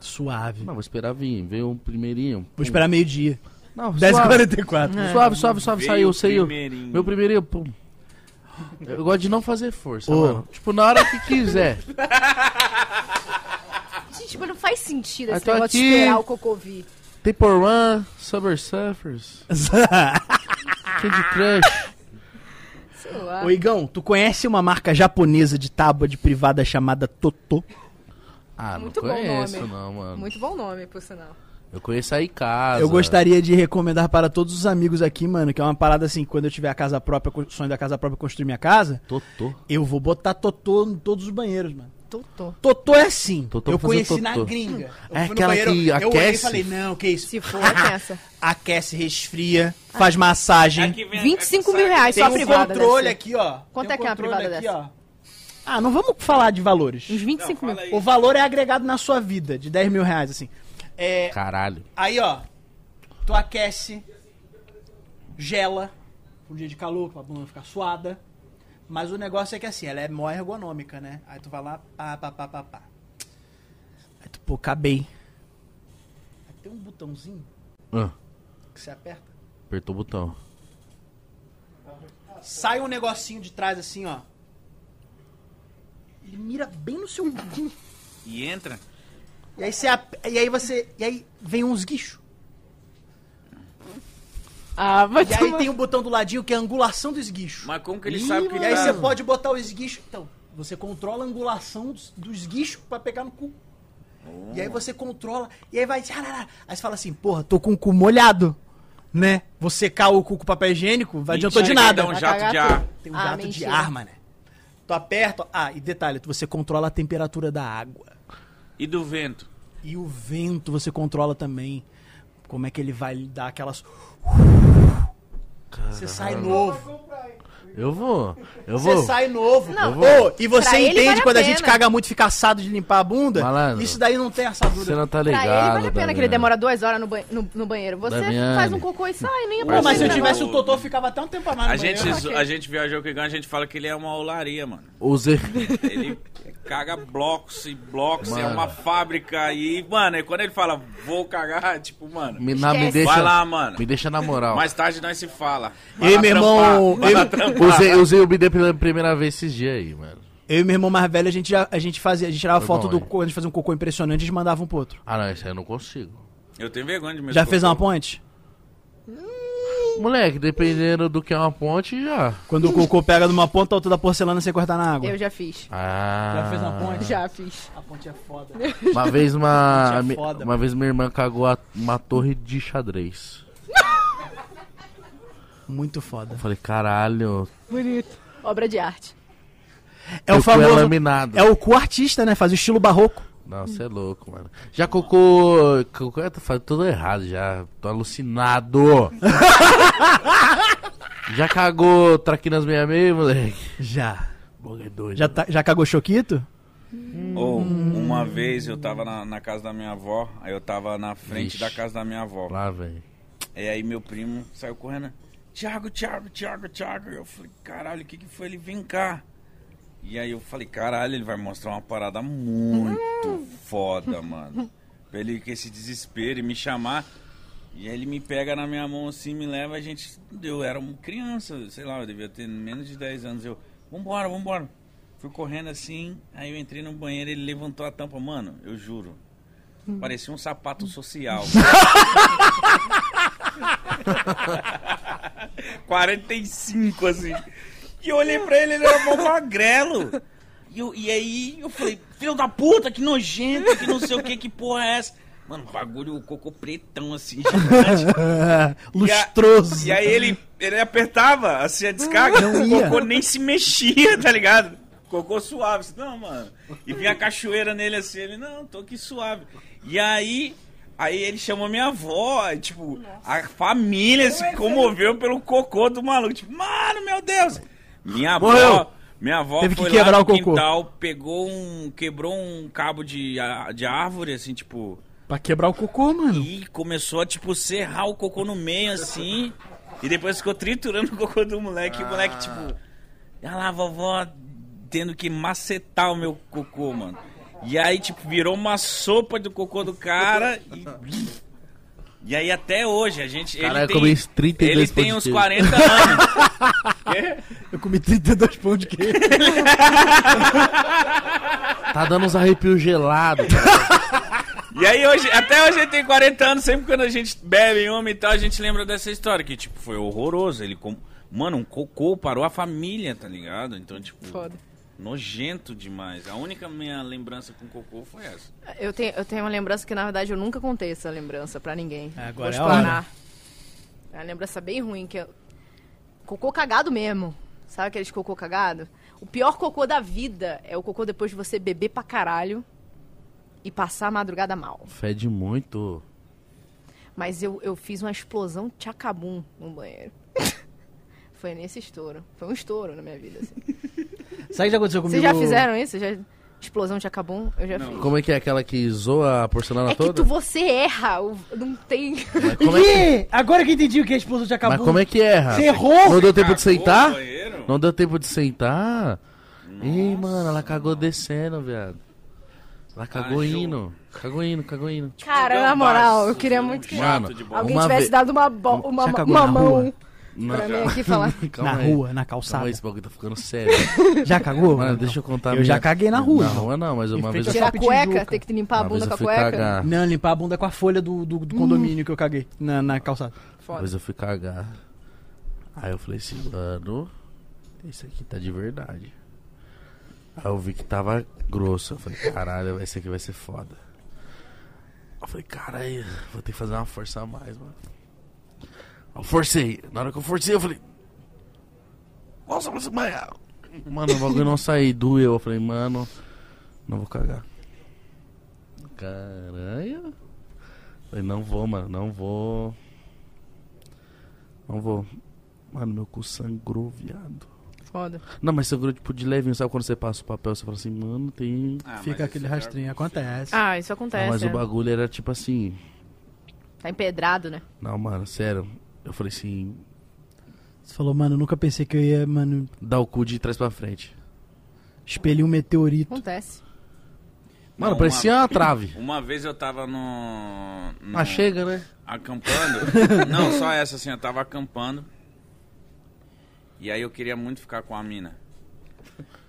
Suave.
Não, vou esperar vir, veio um primeirinho.
Vou esperar meio-dia.
Não,
10h44.
Suave, suave, suave,
Veio
saiu,
o
saiu.
primeirinho. É
Meu primeiro, pum. Eu gosto de não fazer força,
Ô.
mano. Tipo, na hora que quiser.
Gente, mas tipo, não faz sentido
Mas
esse
tô
negócio de
aqui.
esperar o cocô vir.
Temple Run, Summer Surfers, Candy Crush.
Sei lá.
Ô, Igão, tu conhece uma marca japonesa de tábua de privada chamada Totô?
Ah,
Muito bom
não conheço
nome.
não, mano.
Muito bom nome, por sinal.
Eu conheço aí casa.
Eu gostaria de recomendar para todos os amigos aqui, mano, que é uma parada assim, quando eu tiver a casa própria, o sonho da casa própria é construir minha casa,
Totô.
eu vou botar Totô em todos os banheiros, mano.
Totô.
Totô é assim.
Totô
eu
pra fazer
conheci na
totô.
gringa. Eu
É
fui no
aquela
banheiro,
que
Eu olhei e
aquece?
falei, não, que isso.
Se for, é essa.
Aquece, resfria, faz massagem.
Aqui vem é a-
25
essa-
mil reais,
Tem
só a
um
privada. deve
controle
ser.
aqui, ó.
Quanto
Tem
é
um
que é uma
controle
privada dessa?
ó. Ah, não vamos falar de valores.
Uns
Não,
25 mil.
fala aí.
O valor é agregado na sua vida, de 10 mil reais, assim. É,
Caralho.
aí, ó, tu aquece, gela, um dia de calor, pra bunda ficar suada. Mas o negócio é que, assim, ela é mó ergonômica, né? Aí tu vai lá, pá, pá, pá, pá, pá. Aí tu, pô, acabei. Aí tem um botãozinho
Ah,
que você aperta.
apertou o botão.
Sai um negocinho de trás, assim, ó. Ele mira bem no seu cu.
E entra.
E aí você. ap- E aí você. E aí vem uns guichos.
Ah, vai
E aí
tomar-
tem um botão do ladinho que é a angulação do esguicho.
Mas como que ele sabe que
E
ele
aí
tá...
você pode botar o esguicho. Então, você controla a angulação dos- do esguicho pra pegar no cu. E aí você controla. E aí vai. tcharará. Aí você fala assim, porra, tô com o cu molhado. Né? Você cala o cu com papel higiênico, não adiantou de
Mentira, que ele
nada.
dá um
Vai
jato de
cagar
ar.
tudo.
Tem um
Ah,
jato de
mentira.
ar, mané. Tu aperta. ó. Ah, e detalhe, você controla a temperatura da água.
E do vento?
E o vento você controla também. Como é que ele vai dar aquelas. Você sai novo.
Eu vou. Eu
Você
vou.
sai novo.
Não.
Ô, e você
Pra ele
entende
vale a
quando a gente
pena.
caga muito e fica assado de limpar a bunda?
Malandro.
Isso daí não tem
Você
assadura.
não tá
Pra
ligado.
ele vale a pena que ele
Damiano.
demora duas horas no, banhe- no- no banheiro. Você
Damiani.
faz um cocô e sai, nem é
Pô, mas se eu
Não.
tivesse o Totô, ficava até um tempo a mais.
A
no
gente,
banheiro.
a gente viajou com o Igão, a gente fala que ele é uma olaria, mano.
O Zé.
Ele caga blocos e blocos, é
Mano.
uma fábrica. E, mano, e quando ele fala, vou cagar, tipo, mano,
Me, na, me
Esquece.
deixa,
Vai lá, mano.
Me deixa na moral.
mais tarde nós se fala. Vai
Ei,
lá
meu
trampar,
irmão.
vai lá
ei-
trampar.
Usei, usei o BD pela primeira vez esses dias aí, mano.
Eu e meu irmão mais velho, a gente, já, a gente fazia, a gente tirava
Foi
foto
bom,
do
hein?
co- a gente fazia um cocô impressionante e a gente mandava um pro outro.
Ah, não, isso aí eu não consigo.
Eu tenho vergonha de me
Já fez uma
ponta?
ponte?
Moleque, dependendo do que é uma ponte, já.
Quando o cocô pega numa ponta, a outra da porcelana sem cortar na água.
Eu já fiz.
Ah.
Já fez uma ponte?
Já fiz.
A ponte é foda.
Uma vez uma.
Gente, é foda,
uma vez minha irmã cagou a- uma torre de xadrez.
Muito foda.
Eu falei, caralho.
Bonito. Obra de arte.
É o
teu cu É
famoso.
laminado.
É o cu artista, né? Faz o estilo barroco.
Não, você é louco, mano. Já cocô. Cocô eu tô fazendo tudo errado já. Tô alucinado. já cagou Traquinas 66, moleque?
Já.
Bagulho é doido.
Já, tá- já cagou choquito?
Ou, uma vez eu tava na, na casa da minha avó, aí eu tava na frente
Vixe.
da casa da minha avó.
Lá, velho.
E aí meu primo saiu correndo. Tiago, Tiago, Tiago, Tiago. Eu falei, caralho, o que que foi? Ele vem cá. E aí eu falei, caralho, ele vai mostrar uma parada muito foda, mano. Pra ele com esse desespero e me chamar. E aí ele me pega na minha mão assim, me leva, a gente. Eu era uma criança, sei lá, eu devia ter menos de 10 anos. Eu, vambora, vambora. Fui correndo assim, aí eu entrei no banheiro, ele levantou a tampa, mano, eu juro. Parecia um sapato social. 45, assim. E eu olhei pra ele, ele era mó magrelo. E, eu- e aí eu falei, filho da puta, que nojento, que não sei o que, que porra é essa? Mano, bagulho, o cocô pretão, assim, gigante.
Lustroso.
E aí ele, ele apertava, assim, a descarga,
Não
o
ia.
cocô nem se mexia, tá ligado? Cocô suave, assim, não, mano. E vinha a cachoeira nele, assim, ele, não, tô aqui suave. E aí, aí ele chamou minha avó, e, tipo, a família se comoveu pelo cocô do maluco. Tipo, mano, meu Deus! Minha
Morreu.
avó... Minha avó
Teve que
foi
quebrar
lá
o
no
cocô.
quintal, pegou um... Quebrou um cabo de, a- de árvore, assim, tipo...
Pra quebrar o cocô, mano.
E começou a, tipo, serrar o cocô no meio, assim. E depois ficou triturando o cocô do moleque. E o moleque, tipo... Olha lá, a vovó tendo que macetar o meu cocô, mano. E aí, tipo, virou uma sopa do cocô do cara e... E aí, até hoje, a gente... ele
Caralho,
tem-
comi uns 32
Ele tem
pão
uns
de queijo.
40 anos.
Eu comi 32 pão de queijo.
Tá dando uns arrepios gelados.
E aí hoje, até hoje ele tem 40 anos, sempre quando a gente bebe uma e tal, a gente lembra dessa história, que tipo, foi horroroso. Ele com... Mano, um cocô parou a família, tá ligado? Então, tipo,
Foda.
nojento demais. A única minha lembrança com cocô foi essa.
Eu tenho, eu tenho uma lembrança que, na verdade, eu nunca contei essa lembrança pra ninguém.
É, agora
Vou
é a
explanar. É uma lembrança bem ruim, que é cocô cagado mesmo. Sabe aqueles cocô cagado? O pior cocô da vida é o cocô depois de você beber pra caralho e passar a madrugada mal.
Fede muito.
Mas eu, eu fiz uma explosão tchacabum no banheiro. Foi nesse estouro. Foi um estouro na minha vida. assim.
Sabe o que já aconteceu comigo?
Vocês já fizeram isso? Já... Explosão tchacabum? Eu já fiz.
Como é que é aquela que zoa a porcelana
É que
toda?
tu, você erra. o- Não tem...
Mas como é que...
Agora que eu entendi o que a explosão já acabou.
Mas como é que erra?
Você errou?
Não deu tempo
Cagou
de sentar?
no banheiro?
Não deu tempo de sentar? Ih, mano, ela cagou descendo, viado. Ela cagou
Ah, Ju.
indo. Cagou indo, cagou indo. Tipo,
Cara, na
Gambaço,
moral, eu queria
um
muito que
jato
Mano, um
de bola.
alguém
Uma
tivesse
vez- um
dado uma, bo... uma
Já
ma-
cagou na
mamão.
rua?
Não,
pra mim
calma-
aqui falar.
calma
na
aí.
rua, na
Calma
calçada.
aí, esse bagulho tá ficando sério.
Já cagou?
Mano, deixa eu contar. a
Eu já caguei na rua,
Na
irmão.
rua não, mas uma
Em
vez eu
frente
Tirar a
shopping de
cueca,
Juca.
ter que limpar a
uma vez
bunda com
eu
a
fui
cueca.
cagar.
Não, limpar a bunda com a folha do, do,
Hum.
do condomínio que eu caguei na, na calçada.
Uma
Foda.
vez eu fui cagar. Aí eu falei assim, mano, esse aqui tá de verdade. Aí eu vi que tava grosso. Eu falei, caralho, esse aqui vai ser foda. Eu falei, caralho, vou ter que fazer uma força a mais, mano. Eu forcei. Na hora que eu forcei, eu falei. Nossa, mas. mas- Mano, o bagulho não saiu, doeu. Eu falei, mano, não vou cagar. Caralho. Falei, não vou, mano, não vou. Não Então vou. Mano, meu cu sangrou, viado.
Foda.
Não, mas sangrou tipo de levinho. Sabe quando você passa o papel, você fala assim, mano, tem.
Ah, mas
Fica
isso
aquele
é-
rastrinho, acontece.
Ah, isso
Não, mas
acontece.
o
é.
bagulho era tipo assim.
Tá empedrado, né?
Não, mano, sério. Eu falei assim,
Você falou, mano, nunca pensei que eu ia, mano,
dá o cu de trás pra frente.
expelir um
Hum.
meteorito.
Acontece.
Mano,
Não,
parecia uma trave.
Uma vez eu tava no. no-
Ah, chega, né?
acampando. Não, só essa assim, eu tava acampando. E aí eu queria muito ficar com a mina.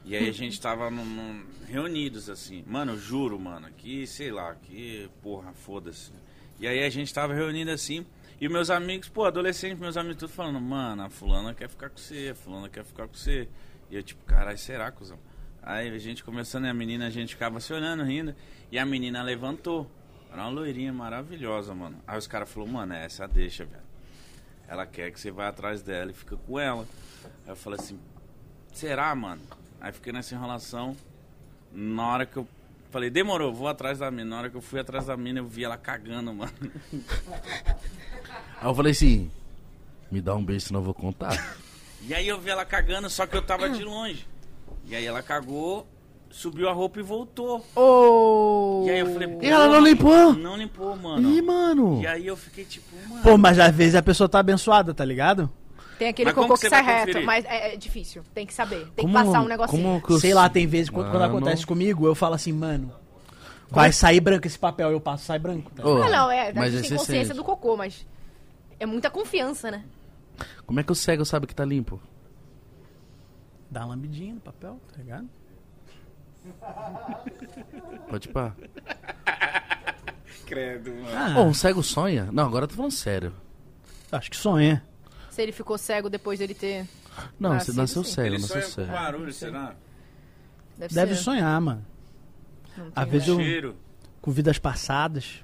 E aí a gente tava num, num- reunidos assim. Mano, eu juro, mano, que sei lá, que porra, foda-se. E aí a gente tava reunido assim. E meus amigos, pô, adolescente, meus amigos tudo falando, mano, a fulana quer ficar com você, a fulana quer ficar com você. E eu tipo, caralho, será, cuzão? Aí a gente começando, e a menina, a gente ficava se olhando, rindo. E a menina levantou. Era uma loirinha maravilhosa, mano. Aí os caras falaram, mano, é essa deixa, velho. Ela quer que você vá atrás dela e fica com ela. Aí eu falei assim, será, mano? Aí fiquei nessa enrolação. Na hora que eu falei, demorou, vou atrás da mina. Na hora que eu fui atrás da mina, eu vi ela cagando, mano.
Aí eu falei assim, me dá um beijo, senão eu vou contar.
E aí eu vi ela cagando, só que eu tava de longe. E aí ela cagou, subiu a roupa e voltou.
Ô.
E aí eu falei,
E ela não limpou?
Não limpou, mano.
Ih, mano.
E aí eu fiquei tipo, mano.
Pô, mas às vezes a pessoa tá abençoada, tá ligado?
Tem aquele
Mas como
cocô
que
que,
você
sai
vai
reto,
conferir?
mas é, é difícil. Tem que saber. Tem
Como-
que passar um negocinho.
como que eu
Sei lá, tem vezes, quando,
Mano.
quando acontece comigo, eu falo assim, mano, vai sair branco esse papel, eu passo, sai branco. Tá? ligado?
Ô,
Ah, não, é. A
mas
gente
você
tem consciência
sente.
do cocô, mas. É muita confiança, né?
Como é que o cego sabe que tá limpo?
Dá uma lambidinha no papel, tá ligado?
Pode pá.
Credo, mano.
Ah,
Ô, um cego sonha? Não, agora eu tô falando sério.
acho que sonha.
Se ele ficou cego depois dele ter.
Não,
Ah,
você
sim,
nasceu
sim.
cego,
Ele
nasceu
sonha com
cego.
é um barulho, será?
Deve,
Deve
ser.
sonhar, mano.
Não
Às
tenho,
vezes eu,
Cheiro.
com vidas passadas,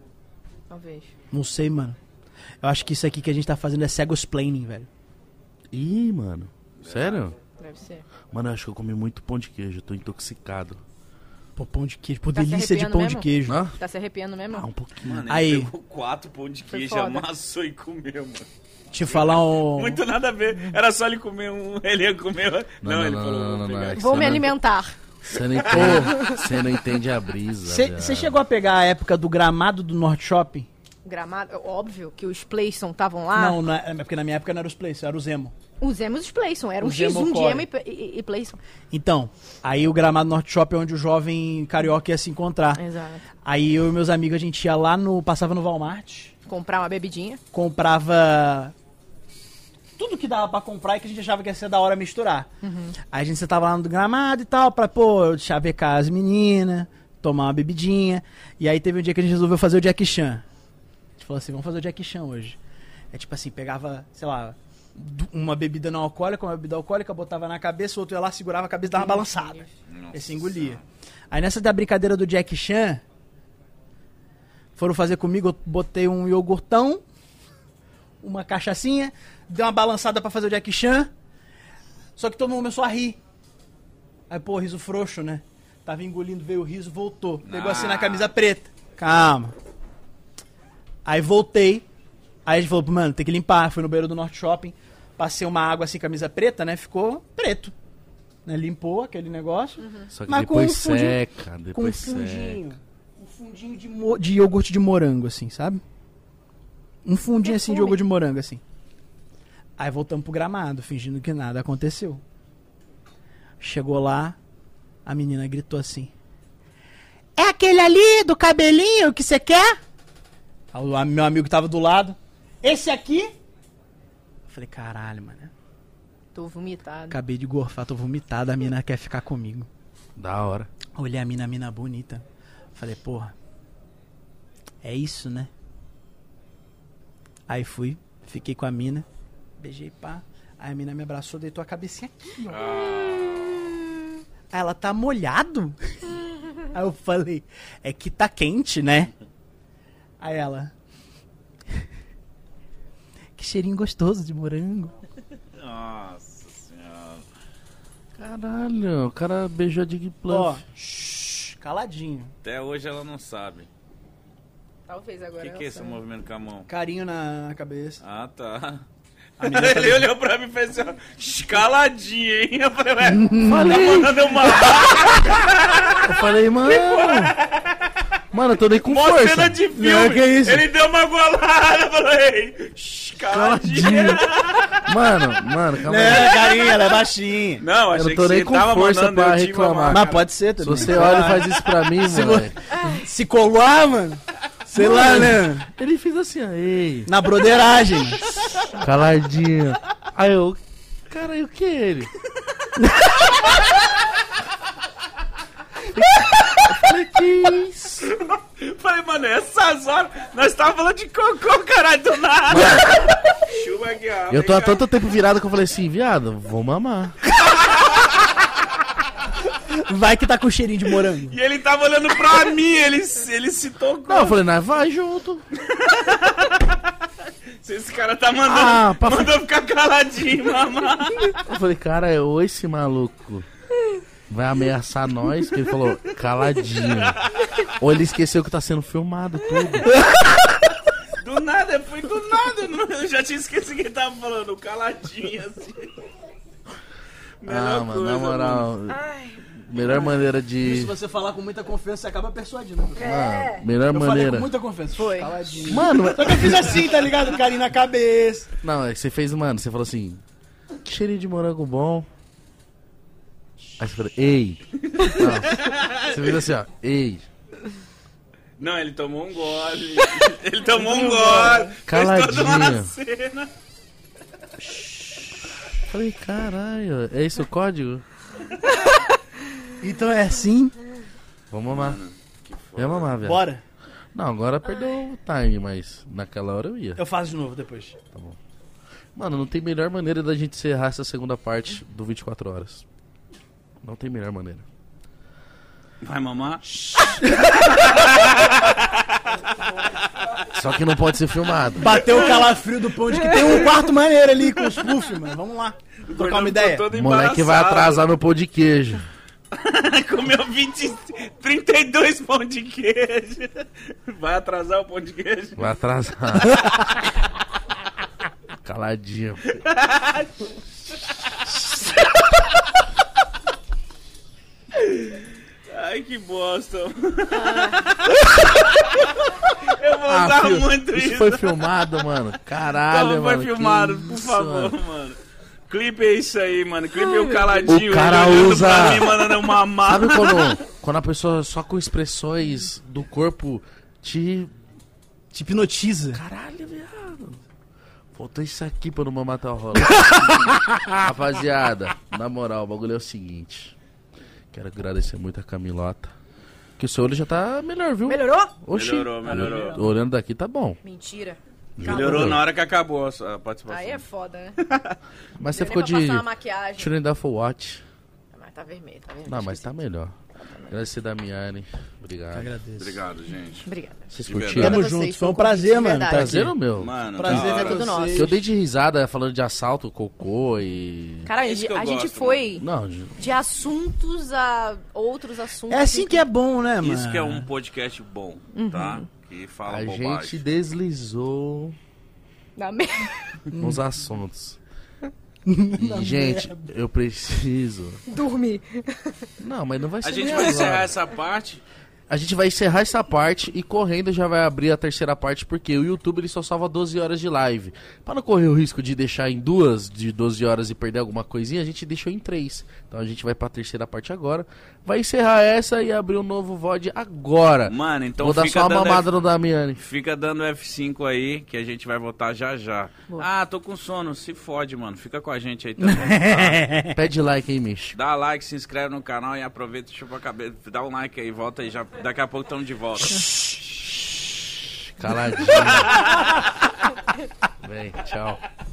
Talvez.
não sei, mano. Eu acho que isso aqui que a gente tá fazendo é cegosplaining, velho.
Ih, mano. Sério?
Deve ser.
Mano, eu acho que eu comi muito pão de queijo, eu tô intoxicado.
Pô, pão de queijo, pô,
Tá se
delícia de
arrepiando
pão de
mesmo?
queijo.
Hã?
Tá se arrepiando mesmo?
Ah, um pouquinho.
Mano, ele
Aí.
pegou quatro pão de
Foi
queijo,
foda.
amassou e comeu, mano.
Te falar um...
Muito nada a ver. Era só ele comer um, ele ia comer. Não, ele falou, vou pegar.
é que
Vou
você
me
não-
alimentar.
Você não entende, você não entende a brisa. velho.
Você chegou a pegar a época do gramado do Norte Shopping?
Gramado. é Óbvio que os Playson estavam lá.
Não, na- é porque na minha época não era os Plays, era o Zemo.
Usemos os Playson. Era um
O Zemo
X1 de
Core.
Emo e, e, e Playson.
Então, aí o gramado Norte Shopping é onde o jovem carioca ia se encontrar.
Exato.
Aí eu e meus amigos, a gente ia lá no. Passava no Walmart,
Comprar uma bebidinha.
comprava tudo que dava pra comprar e que a gente achava que ia ser da hora misturar. Aí a gente sentava lá no gramado e tal, pra, pô, chavecar as meninas, tomar uma bebidinha. E aí teve um dia que a gente resolveu fazer o Jack Chan. A gente falou assim, vamos fazer o Jack Chan hoje. É tipo assim, pegava, sei lá, du- uma bebida não alcoólica, uma bebida alcoólica, botava na cabeça, o outro ia lá, segurava a cabeça e dava uma balançada.
Nossa
Esse engolia. Aí nessa da brincadeira do Jack Chan, foram fazer comigo, eu botei um iogurtão, uma cachaçinha, dei uma balançada pra fazer o Jack Chan, só que todo mundo começou a rir. Aí, pô, riso frouxo, né? Tava engolindo, veio o riso, voltou. Pegou assim na camisa preta. Calma. Aí voltei. Aí a gente falou, mano, tem que limpar. Fui no banheiro do Norte Shopping, passei uma água assim, camisa preta, né? Ficou preto. Né? Limpou aquele negócio.
Só que
Mas com um
depois
fundinho-
seca,
Com um
depois seca.
fundinho. Um fundinho de, mo- de iogurte de morango, assim, sabe? Um fundinho assim de
Perfume.
iogurte de morango, assim. Aí voltamos pro gramado, fingindo que nada aconteceu. Chegou lá, a menina gritou assim: É aquele ali do cabelinho que você quer? Aí o a- meu amigo que tava do lado. Esse aqui? Eu Falei, caralho, mano.
Tô vomitado.
Acabei de gorfar, tô vomitado, a mina quer ficar comigo.
Da hora.
Olhei a mina, a mina bonita. Falei, porra. É isso, né? Aí fui, fiquei com a mina. Beijei, pá. Aí a mina me abraçou, deitou a cabecinha aqui, ó. Aí ela tá molhado? Aí eu falei, é que tá quente, né? Aí ela. Que cheirinho gostoso de morango.
Nossa senhora.
Caralho, o cara beijou a Dig
Ó,
Plus.
shh, caladinho.
Até hoje ela não sabe.
Talvez
O
agora.
que, que é esse movimento com a mão?
Carinho na cabeça.
Ah, tá.
A menina
Ele
também.
olhou pra mim e fez assim, ó, escaladinha, hein? Eu falei, ué, tá mandando eu matar
Eu falei, mano. Mano, eu tô nem com
uma
força.
cena de filme.
Não, é que isso?
Ele deu uma golada, eu falei, ei, escaladinha.
Mano, mano, calma aí.
É, carinha, ela é baixinha.
Não,
Eu
achei
não
que
tô nem
você
com
tava
força
mandando
pra
eu te
reclamar.
mamar,
Mas
cara.
pode ser
Se
também.
você olha e faz isso pra mim,
Se
mano.
Se colar, mano. Sei lá, né?
Ele fez assim, ó. Ei,
Na broderagem.
caladinho. Aí eu. Cara, e o que é ele? Eu falei, que isso?
Falei, mano, essas horas, nós tava falando de cocô, caralho, do nada. Chuva aqui, ó.
Eu tô há tanto tempo virado que eu falei assim, viado, vou mamar.
Vai que tá com cheirinho de morango.
E ele tava olhando pra mim, ele, ele se tocou.
Não, eu falei, nós vai junto.
Se Esse cara tá mandando,
Ah, pra-
mandou ficar caladinho, mamar.
Eu falei, cara, é ô esse maluco. Vai ameaçar nós, que ele falou, caladinho. Ou ele esqueceu que tá sendo filmado tudo.
Do nada, foi do nada. não- Eu já tinha esquecido que ele tava falando, caladinho, assim.
Ah,
Melhor
mano,
coisa,
na moral. Melhor maneira de.
Se você falar com muita confiança, você acaba persuadindo.
Mano, melhor
Eu falei
maneira.
com muita confiança.
Foi.
Caladinho.
Mano,
Só que eu fiz assim, tá ligado? Carinho na cabeça.
não, é que você fez, mano, você falou assim. Que cheirinho de morango bom. Aí você falou, ei. Não, Você fez assim, ó, ei.
Não, ele tomou um gole. Ele tomou um gole. Fez toda uma
Caladinho.
cena.
Falei, caralho, é esse o código?
Então é assim.
Vamos mamar. Vamos mamar, velho.
Bora.
Não, agora perdeu o time, mas naquela hora eu ia.
Eu faço de novo depois.
Mano, não tem melhor maneira da gente encerrar essa segunda parte do 24 horas. Não tem melhor maneira.
Vai mamar?
Só que não pode ser filmado.
Bateu o calafrio do pão de que tem um quarto maneiro ali com os puff, mano. Vamos lá. Vou trocar uma ideia.
O moleque vai atrasar meu pão de queijo.
Comeu 20, 32 pão de queijo. Vai atrasar o pão de queijo.
Vai atrasar. Caladinho.
Ai, que bosta. Eu vou
Ah,
usar
fio,
muito isso.
isso foi filmado, mano. Caralho,
Não,
mano.
foi
que
filmado,
isso,
por favor,
mano.
mano. Clipe é isso aí, mano. Clipe é o caladinho.
O cara
ele olhando
usa-
Pra mim, mandando eu mamar.
Sabe é quando, quando a pessoa só com expressões do corpo te
Te hipnotiza.
Caralho, viado. Faltou isso aqui pra não mamar tal rola. Rapaziada, na moral, o bagulho é o seguinte. Quero agradecer muito a Camilota. Que o seu olho já tá melhor, viu?
Melhorou?
Oxi.
Melhorou, melhorou.
Olhando- Olhando daqui tá bom.
Mentira.
Melhorou na hora que acabou a sua participação.
Aí é foda, né?
Mas você
Deu
ficou
nem
de
pra passar uma maquiagem.
Trinity Duffel Watch.
Mas tá vermelho, tá vermelho.
Não, mas tá melhor. Agradecer Damiane. Obrigado.
Agradeço.
Obrigado, gente.
Obrigada.
Vocês
De
curtiram?
verdade.
Tamo
Vocês
junto. Foi
são
um prazer,
convidados de
mano.
verdade.
tá aqui.
Prazer é o meu.
Mano,
Prazer
da
é
hora.
todo nosso.
Que eu dei de risada falando de assalto, cocô e.
Cara, a
Esse
gente,
que eu
a gente
gosto,
foi
Não, de-
de assuntos a outros assuntos.
É assim que é bom, né, mano?
Isso que é um podcast bom,
Uhum.
tá? Que fala
a
bobagem.
gente deslizou.
Na me-
nos assuntos. E, gente, eu preciso.
Dormir.
Não, mas não vai ser.
A gente
nem
vai
agora.
encerrar essa parte.
A gente vai encerrar essa parte e correndo já vai abrir a terceira parte, porque o YouTube ele só salva 12 horas de live. Para não correr o risco de deixar em duas de 12 horas e perder alguma coisinha, a gente deixou em três. Então a gente vai para a terceira parte agora. Vai encerrar essa e abrir um novo VOD agora.
Mano, então
Vou dar
fica
só uma
dando
mamada no Damiani.
Fica dando F5 aí, que a gente vai voltar já já.
Boa.
Ah, tô com sono. Se fode, mano. Fica com a gente aí também. tá?
Pede like, hein, Mish.
Dá like, se inscreve no canal e aproveita e chupa a cabeça. Dá um like aí, volta aí. Já... Daqui a pouco tamo de volta.
Caladinho. Vem, tchau.